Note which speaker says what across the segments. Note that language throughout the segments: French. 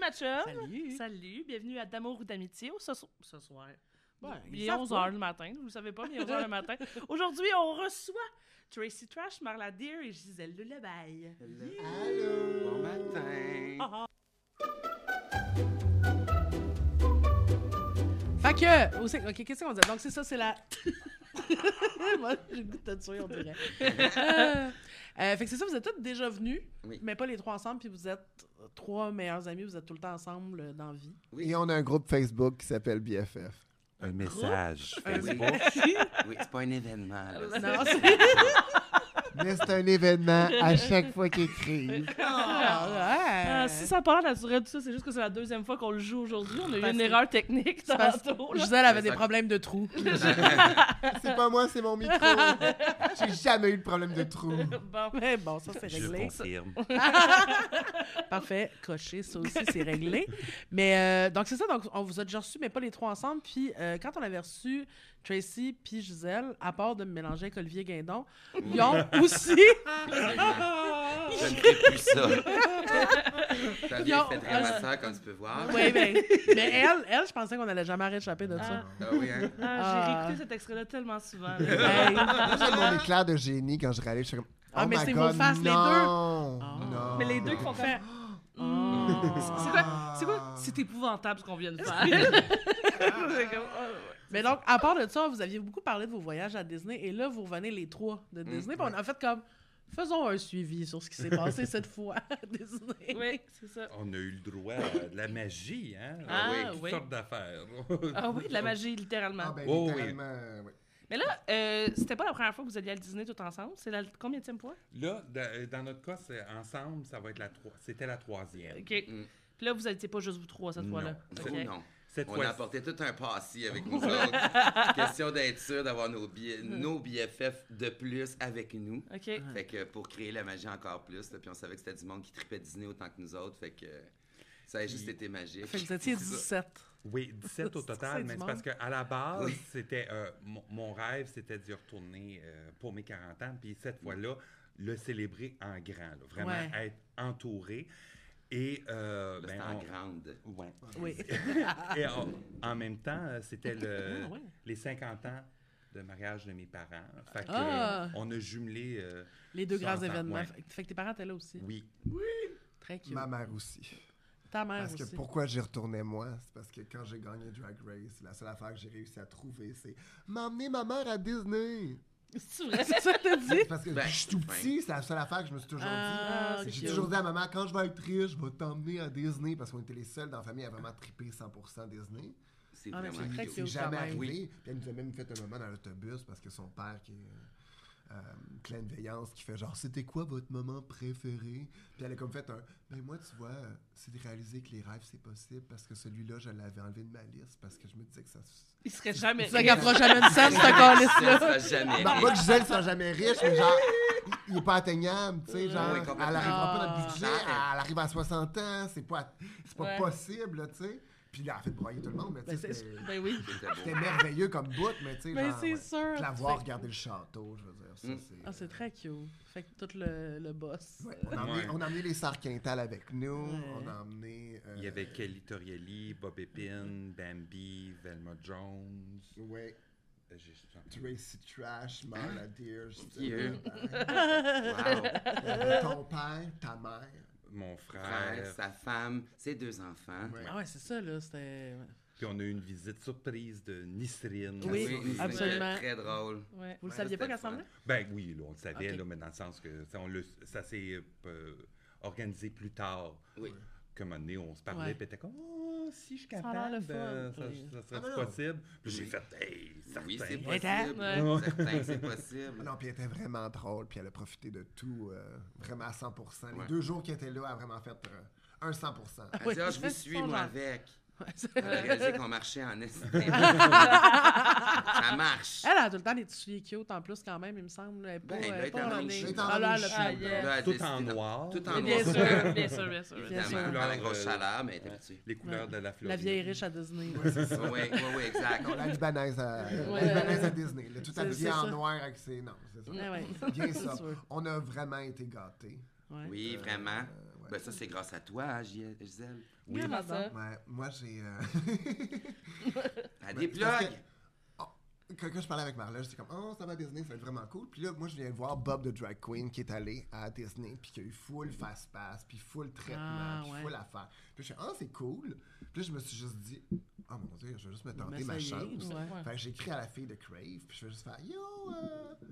Speaker 1: ma chum!
Speaker 2: Ah! Salut!
Speaker 1: Salut, bienvenue à D'amour ou d'amitié au ce, so- ce soir.
Speaker 2: Ouais,
Speaker 1: il
Speaker 2: ils
Speaker 1: est
Speaker 2: savent
Speaker 1: 11h le matin, vous le savez pas, mais 11h le matin. Aujourd'hui, on reçoit Tracy Trash, Marla Deer et Gisèle Lullaby.
Speaker 2: Allô! Bon matin! Fait que, au sec- ok, qu'est-ce qu'on dit? Donc, c'est ça, c'est la. Moi, j'ai le goût de te tuer, on dirait. Euh, euh, fait que c'est ça, vous êtes tous déjà venus,
Speaker 3: Oui.
Speaker 2: mais pas les trois ensemble, puis vous êtes trois meilleurs amis, vous êtes tout le temps ensemble euh, dans la vie.
Speaker 4: Et on a un groupe Facebook qui s'appelle BFF.
Speaker 5: Un
Speaker 2: Ah
Speaker 5: message
Speaker 2: Un
Speaker 5: Facebook.
Speaker 3: Oui, c'est pas un événement. Là. Ah, C'est-
Speaker 2: Non, c'est.
Speaker 4: Mais c'est un événement à chaque fois qu'ils écrivent.
Speaker 2: Ah,
Speaker 1: Euh,
Speaker 2: ouais.
Speaker 1: si ça parle naturel, tout ça, c'est juste que c'est la deuxième fois qu'on le joue aujourd'hui. On a eu
Speaker 2: Parce
Speaker 1: une
Speaker 2: que-
Speaker 1: erreur technique
Speaker 2: parce-
Speaker 1: tantôt. là.
Speaker 2: Gisèle avait des
Speaker 3: ça-
Speaker 2: problèmes de trous.
Speaker 4: C'est pas moi, c'est mon micro. J'ai jamais eu de problème de trou.
Speaker 1: Bon.
Speaker 2: Mais bon, ça, c'est
Speaker 5: Je
Speaker 2: réglé.
Speaker 5: confirme.
Speaker 2: Parfait, coché, ça aussi, c'est réglé. Mais euh, donc, c'est ça, donc on vous a déjà reçu, mais pas les trois ensemble. Puis euh, quand on avait reçu Tracy puis Gisèle, à part de me mélanger avec Olivier Guindon, ils ont aussi.
Speaker 3: Je ne fais plus ça. T'as bien
Speaker 2: Non,
Speaker 3: fait
Speaker 2: euh,
Speaker 3: ramasseur, comme tu peux voir.
Speaker 1: ben,
Speaker 2: oui, mais, mais elle, elle, je pensais qu'on allait jamais réchapper de ça.
Speaker 3: Ah oui, hein?
Speaker 1: Ah, j'ai
Speaker 2: Ah.
Speaker 1: réécouté cet extrait-là tellement souvent. là.
Speaker 2: Hey.
Speaker 4: Moi, j'ai mon éclair de génie quand je réalise. Je suis comme.
Speaker 2: Ah,
Speaker 4: oh
Speaker 2: mais
Speaker 4: my
Speaker 2: c'est vos
Speaker 4: God,
Speaker 2: faces, les deux.
Speaker 4: non,
Speaker 2: Ah.
Speaker 4: non.
Speaker 1: Mais les deux qui font comme.
Speaker 2: Fait-
Speaker 1: Hmm.
Speaker 3: Ah.
Speaker 1: C'est quoi? C'est quoi? C'est épouvantable ce qu'on vient de faire.
Speaker 3: Ah.
Speaker 1: C'est comme, oh, ouais.
Speaker 2: Mais donc, à part de ça, vous aviez beaucoup parlé de vos voyages à Disney et là, vous revenez les trois de
Speaker 5: Mm,
Speaker 2: Disney. puis on a fait comme, faisons un suivi sur ce qui s'est passé cette fois à Disney.
Speaker 1: Oui, c'est ça.
Speaker 5: On a eu le droit à de la magie, hein?
Speaker 1: Ah,
Speaker 5: oui,
Speaker 1: oui.
Speaker 5: toutes sortes d'affaires.
Speaker 1: Ah oui, de la magie, littéralement.
Speaker 4: Ah, ben,
Speaker 5: Oh, oui.
Speaker 4: littéralement, euh, oui.
Speaker 1: Mais là, euh, c'était pas la première fois que vous alliez à le dîner tout ensemble. C'est la combienième fois?
Speaker 5: Là, da- dans notre cas, c'est- ensemble, ça va être la trois. C'était la troisième.
Speaker 1: OK. Puis là, vous n'étiez pas juste vous trois cette
Speaker 5: Non.
Speaker 1: fois-là.
Speaker 3: Oh
Speaker 1: OK.
Speaker 3: Mm. non.
Speaker 5: Cette
Speaker 3: On
Speaker 5: fois-ci-
Speaker 3: a apporté tout un passé avec nous autres. Question d'être sûr d'avoir nos, billets,
Speaker 2: Mm.
Speaker 3: nos BFF de plus avec nous.
Speaker 1: OK.
Speaker 3: Fait que pour créer la magie encore plus, là, puis on savait que c'était du monde qui tripait Disney autant que nous autres. Fait que ça a juste été magique.
Speaker 2: Fait que vous étiez
Speaker 3: C'est ça.
Speaker 2: 17.
Speaker 5: Oui, 17 au
Speaker 2: C'est ça,
Speaker 5: total, mais
Speaker 2: du
Speaker 5: c'est
Speaker 2: monde.
Speaker 5: parce qu'à la base,
Speaker 3: Oui.
Speaker 5: c'était euh, mon, mon rêve, c'était d'y retourner euh, pour mes 40 ans, puis cette fois-là, le célébrer en grand, là, vraiment
Speaker 2: Ouais.
Speaker 5: être entouré. Et, euh,
Speaker 3: Là,
Speaker 5: ben,
Speaker 3: c'était
Speaker 5: on-
Speaker 3: en grande.
Speaker 5: Ouais.
Speaker 2: Oui.
Speaker 5: Et en, en même temps, euh, c'était le-
Speaker 2: Ah, ouais.
Speaker 5: les 50 ans de mariage de mes parents. Fait que,
Speaker 2: Ah.
Speaker 5: euh, on a jumelé. euh,
Speaker 2: Les deux
Speaker 5: Ça
Speaker 2: grands
Speaker 5: entend,
Speaker 2: événements.
Speaker 5: ouais.
Speaker 2: Fait- Fait que tes parents étaient là aussi.
Speaker 5: oui.
Speaker 2: Très cute.
Speaker 4: Ma mère aussi.
Speaker 2: Ta mère
Speaker 4: Parce que
Speaker 2: aussi.
Speaker 4: pourquoi j'y retournais moi, c'est parce que quand j'ai gagné Drag Race, la seule affaire que j'ai réussi à trouver, c'est m'emmener ma mère à Disney.
Speaker 1: C'est vrai?
Speaker 2: C'est ça que t'as dit?
Speaker 4: C'est Parce que
Speaker 3: Ben,
Speaker 4: je suis tout petit, c'est la seule affaire que je me suis toujours dit.
Speaker 2: Ah,
Speaker 1: c'est
Speaker 4: J'ai
Speaker 2: cute.
Speaker 4: toujours dit à maman, quand je vais être riche, je vais t'emmener à Disney parce qu'on était les seuls dans la famille à vraiment triper 100% Disney.
Speaker 3: C'est
Speaker 2: Ah, mais
Speaker 3: vraiment
Speaker 2: c'est très
Speaker 3: cute.
Speaker 2: cute.
Speaker 4: C'est jamais
Speaker 2: quand même.
Speaker 4: arrivé. Puis elle nous a même fait un moment dans l'autobus parce que son père qui est euh, pleine veillance qui fait genre c'était quoi votre moment préféré puis elle a comme fait un ben moi tu vois euh, c'est de réaliser que les rêves c'est possible parce que celui-là je l'avais enlevé de ma liste parce que je me disais que ça
Speaker 1: Il serait jamais.
Speaker 2: Tu regarderas jamais une scène, ce calice-là.
Speaker 3: Ah, Ça sera jamais.
Speaker 4: non, pas que Gisèle soit jamais riche mais genre il est pas atteignable tu sais genre
Speaker 3: Oui,
Speaker 4: elle
Speaker 3: complètement.
Speaker 4: arrivera pas dans
Speaker 2: Ah.
Speaker 4: le budget elle arrive à 60 ans c'est pas c'est pas
Speaker 1: Ouais.
Speaker 4: possible là, tu sais puis là elle a fait broyer tout le monde mais tu
Speaker 2: Ben,
Speaker 4: sais
Speaker 2: c'est-
Speaker 4: c'était-
Speaker 1: Ben oui.
Speaker 3: C'était
Speaker 4: c'était
Speaker 3: beau.
Speaker 4: merveilleux comme bout mais tu sais
Speaker 2: Mais
Speaker 4: genre,
Speaker 2: c'est
Speaker 4: ouais.
Speaker 2: sûr.
Speaker 4: Puis la
Speaker 2: tu
Speaker 4: voir
Speaker 2: fais-
Speaker 4: regarder le château, je veux dire, ça,
Speaker 3: Mm.
Speaker 4: c'est... euh,
Speaker 2: Ah, c'est très cute. Fait que tout le, le boss.
Speaker 4: Ouais, on, a emmené,
Speaker 5: Ouais.
Speaker 4: on a emmené les Sœurs Quintal avec nous,
Speaker 2: Ouais.
Speaker 4: on a emmené... euh,
Speaker 5: Il y avait Kelly Torielli, Bob Epine, Bambi, Velma Jones.
Speaker 4: Ouais,
Speaker 5: Euh, j'ai- j'en-
Speaker 4: Tracy Trash, Marla Deer, euh,
Speaker 3: Dieu. Wow.
Speaker 4: ton père, ta mère.
Speaker 5: Mon frère.
Speaker 3: frère, sa femme, ses deux enfants.
Speaker 4: Ouais.
Speaker 2: Ah ouais, c'est ça, là. C'était.
Speaker 5: Puis on a eu une visite surprise de Nisrine. Ah,
Speaker 2: Oui,
Speaker 3: Sur Disney,
Speaker 2: absolument.
Speaker 3: Très drôle.
Speaker 1: Ouais.
Speaker 2: Vous le
Speaker 3: Ouais,
Speaker 2: saviez pas qu'elle
Speaker 3: c'était le fun.
Speaker 2: semblait?
Speaker 5: Ben oui, là, on le savait,
Speaker 2: Ok.
Speaker 5: là, mais dans le sens que ça, on le- ça s'est euh, organisé plus tard.
Speaker 3: Oui.
Speaker 5: Comme un moment donné, on se parlait,
Speaker 2: Ouais.
Speaker 5: puis était comme, oh, si je suis
Speaker 2: a l'air le
Speaker 5: capable,
Speaker 2: fun,
Speaker 5: euh, ça,
Speaker 2: oui.
Speaker 5: ça serait
Speaker 4: Ah, non.
Speaker 5: possible. Puis j'ai fait, hey,
Speaker 3: Oui,
Speaker 5: certain.
Speaker 3: c'est
Speaker 2: Mais t'as-
Speaker 3: possible.
Speaker 1: Ouais.
Speaker 3: Certain, c'est
Speaker 4: Ah
Speaker 3: possible.
Speaker 4: Non, puis elle était vraiment drôle, puis elle a profité de tout, euh, vraiment à 100%. Les
Speaker 3: Ouais.
Speaker 4: deux jours qu'elle était là, elle a vraiment fait euh, un 100%.
Speaker 3: Elle dit,
Speaker 2: Ouais,
Speaker 3: ah, je vous
Speaker 2: c'est
Speaker 3: suis,
Speaker 2: son
Speaker 3: moi,
Speaker 2: genre.
Speaker 3: avec.
Speaker 2: Ouais, c'est-
Speaker 3: Elle a réalisé qu'on marchait en est. ça marche.
Speaker 2: Elle a tout le temps des petits filles cute en plus, quand même, il me semble. Elle est pas.
Speaker 3: Ben, là,
Speaker 2: elle est
Speaker 3: elle est
Speaker 2: pas
Speaker 3: en longue
Speaker 2: runnée.
Speaker 3: cheville.
Speaker 2: Ah là,
Speaker 4: Elle est en
Speaker 2: elle a-
Speaker 1: Ah,
Speaker 4: longue
Speaker 1: yeah.
Speaker 3: Là, elle a
Speaker 5: Tout
Speaker 3: décidé
Speaker 5: en
Speaker 3: de-
Speaker 5: noir.
Speaker 3: Tout
Speaker 1: Mais
Speaker 3: en
Speaker 1: Bien
Speaker 3: noir.
Speaker 1: sûr, bien sûr, bien sûr.
Speaker 2: Bien sûr.
Speaker 3: Évidemment, dans la grosse
Speaker 5: Euh,
Speaker 3: chaleur, mais elle était habituée.
Speaker 5: Les couleurs de la fleur.
Speaker 2: La vieille riche à Disney. là.
Speaker 3: Oui, oui, oui, exact.
Speaker 4: Non, la Libanaise à, la
Speaker 2: Ouais.
Speaker 4: Libanaise à Disney, là, tout
Speaker 2: C'est-
Speaker 4: habillée
Speaker 2: c'est
Speaker 4: en
Speaker 2: ça.
Speaker 4: noir avec ses... Non, c'est ça.
Speaker 2: Ah ouais.
Speaker 4: Bien
Speaker 2: C'est
Speaker 4: ça.
Speaker 2: sûr.
Speaker 4: On a vraiment été gâtés.
Speaker 2: Ouais.
Speaker 5: Euh,
Speaker 3: Oui, vraiment.
Speaker 4: ouais.
Speaker 3: Ben ça, c'est grâce à toi, hein, Gi- Gisèle.
Speaker 5: Oui.
Speaker 1: Comment ça?
Speaker 4: Ouais, moi, j'ai. euh,
Speaker 3: À
Speaker 4: Ben,
Speaker 3: des
Speaker 4: c'est parce
Speaker 3: plugs!
Speaker 4: que- Oh, Quand, quand je parlais avec Marla, j'étais comme, oh, ça va à Disney, ça va être vraiment cool. Puis là, moi, je viens de voir Bob de Drag Queen qui est allé à Disney, puis qui a eu full fast-pass, puis full traitement,
Speaker 2: Ah,
Speaker 4: puis
Speaker 2: ouais.
Speaker 4: full affaire. Puis je suis, oh, c'est cool. Puis là, je me suis juste dit, oh mon dieu, je vais juste me
Speaker 2: Ben,
Speaker 4: tenter
Speaker 2: ça
Speaker 4: ma
Speaker 2: y est,
Speaker 4: chance.
Speaker 2: ouais.
Speaker 4: Fait que j'écris à la fille de Crave, puis je vais juste faire, yo, euh,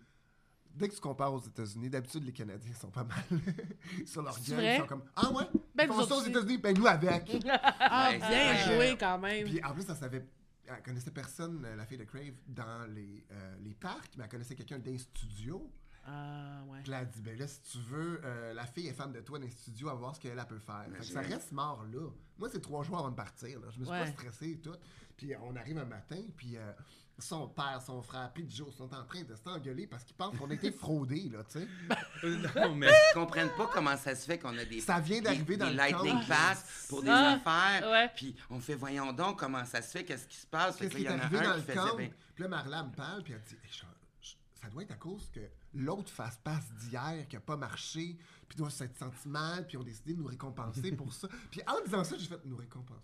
Speaker 4: Dès que tu compares aux États-Unis, d'habitude, les Canadiens sont pas mal sur leur
Speaker 2: C'est
Speaker 4: gueule.
Speaker 2: vrai?
Speaker 4: Ils sont comme Ah ouais?
Speaker 2: Ben,
Speaker 4: ils font
Speaker 2: nous
Speaker 4: ça aux
Speaker 2: autres aussi.
Speaker 4: États-Unis, ben nous avec.
Speaker 2: Ah,
Speaker 3: Ben,
Speaker 2: bien
Speaker 4: c'est-
Speaker 2: joué quand même.
Speaker 4: Puis en plus, elle savait. Elle connaissait personne, euh, la fille de Crave, dans les, euh, les parcs, mais elle connaissait quelqu'un d'un studio.
Speaker 2: Ah, ouais.
Speaker 4: Puis là, elle dit Ben là, si tu veux, euh, la fille est fan de toi d'un studio, à voir ce qu'elle elle peut faire. Fait que ça
Speaker 3: Imagine.
Speaker 4: reste mort là. Moi, c'est trois jours avant de partir. là. Je me suis
Speaker 2: Ouais.
Speaker 4: pas stressé et tout. Puis euh, on arrive un matin, puis euh, son père, son frère, puis Joe sont en train de s'engueuler parce qu'ils pensent qu'on a été fraudés, là, tu sais.
Speaker 5: non, mais
Speaker 3: Ils comprennent pas comment ça se fait qu'on a des,
Speaker 4: Ça vient d'arriver
Speaker 3: des-
Speaker 4: dans
Speaker 3: des
Speaker 4: le
Speaker 3: lightning
Speaker 4: camp.
Speaker 3: pass pour des
Speaker 1: Ah,
Speaker 3: affaires.
Speaker 1: ouais.
Speaker 3: Puis on fait, voyons donc comment ça se fait, qu'est-ce qui se passe. Fait ben,
Speaker 4: Qu'est-ce
Speaker 3: que
Speaker 4: qui est
Speaker 3: là, il y en a
Speaker 4: arrivé
Speaker 3: un
Speaker 4: dans le
Speaker 3: qui faisait
Speaker 4: camp?
Speaker 3: bien.
Speaker 4: Puis là, Marla me parle, puis elle dit Hey, je- je- Ça doit être à cause que l'autre fast-pass d'hier qui a pas marché, puis doit s'être senti mal, puis ont décidé de nous récompenser pour ça. Puis en disant ça, j'ai fait Nous récompenser.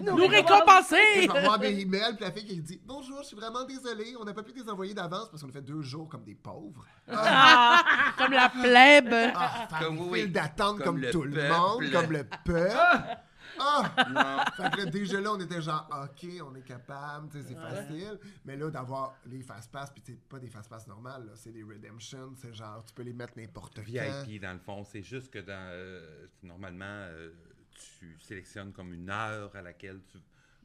Speaker 2: Nous récompenser!
Speaker 4: Je vais avoir des emails, puis la fille qui dit Bonjour, je suis vraiment désolée, on n'a pas pu les envoyer d'avance parce qu'on a fait deux jours comme des pauvres.
Speaker 2: Comme la plèbe.
Speaker 4: Ah,
Speaker 3: Comme
Speaker 4: comme
Speaker 3: oui.
Speaker 4: d'attente
Speaker 3: Comme
Speaker 4: comme,
Speaker 3: le
Speaker 4: tout le
Speaker 3: peuple.
Speaker 4: monde, comme le peuple. Ah!
Speaker 3: Non.
Speaker 4: Fait que là, déjà là, on était genre, OK, on est capable, tu sais, c'est facile. Mais là, d'avoir les fast-pass, puis tu sais, pas des fast-pass normales, là, c'est des redemption, c'est genre, tu peux les mettre n'importe quand.
Speaker 5: VIP, dans le fond, c'est juste que dans, euh, normalement, euh, tu sélectionnes comme une heure à laquelle tu,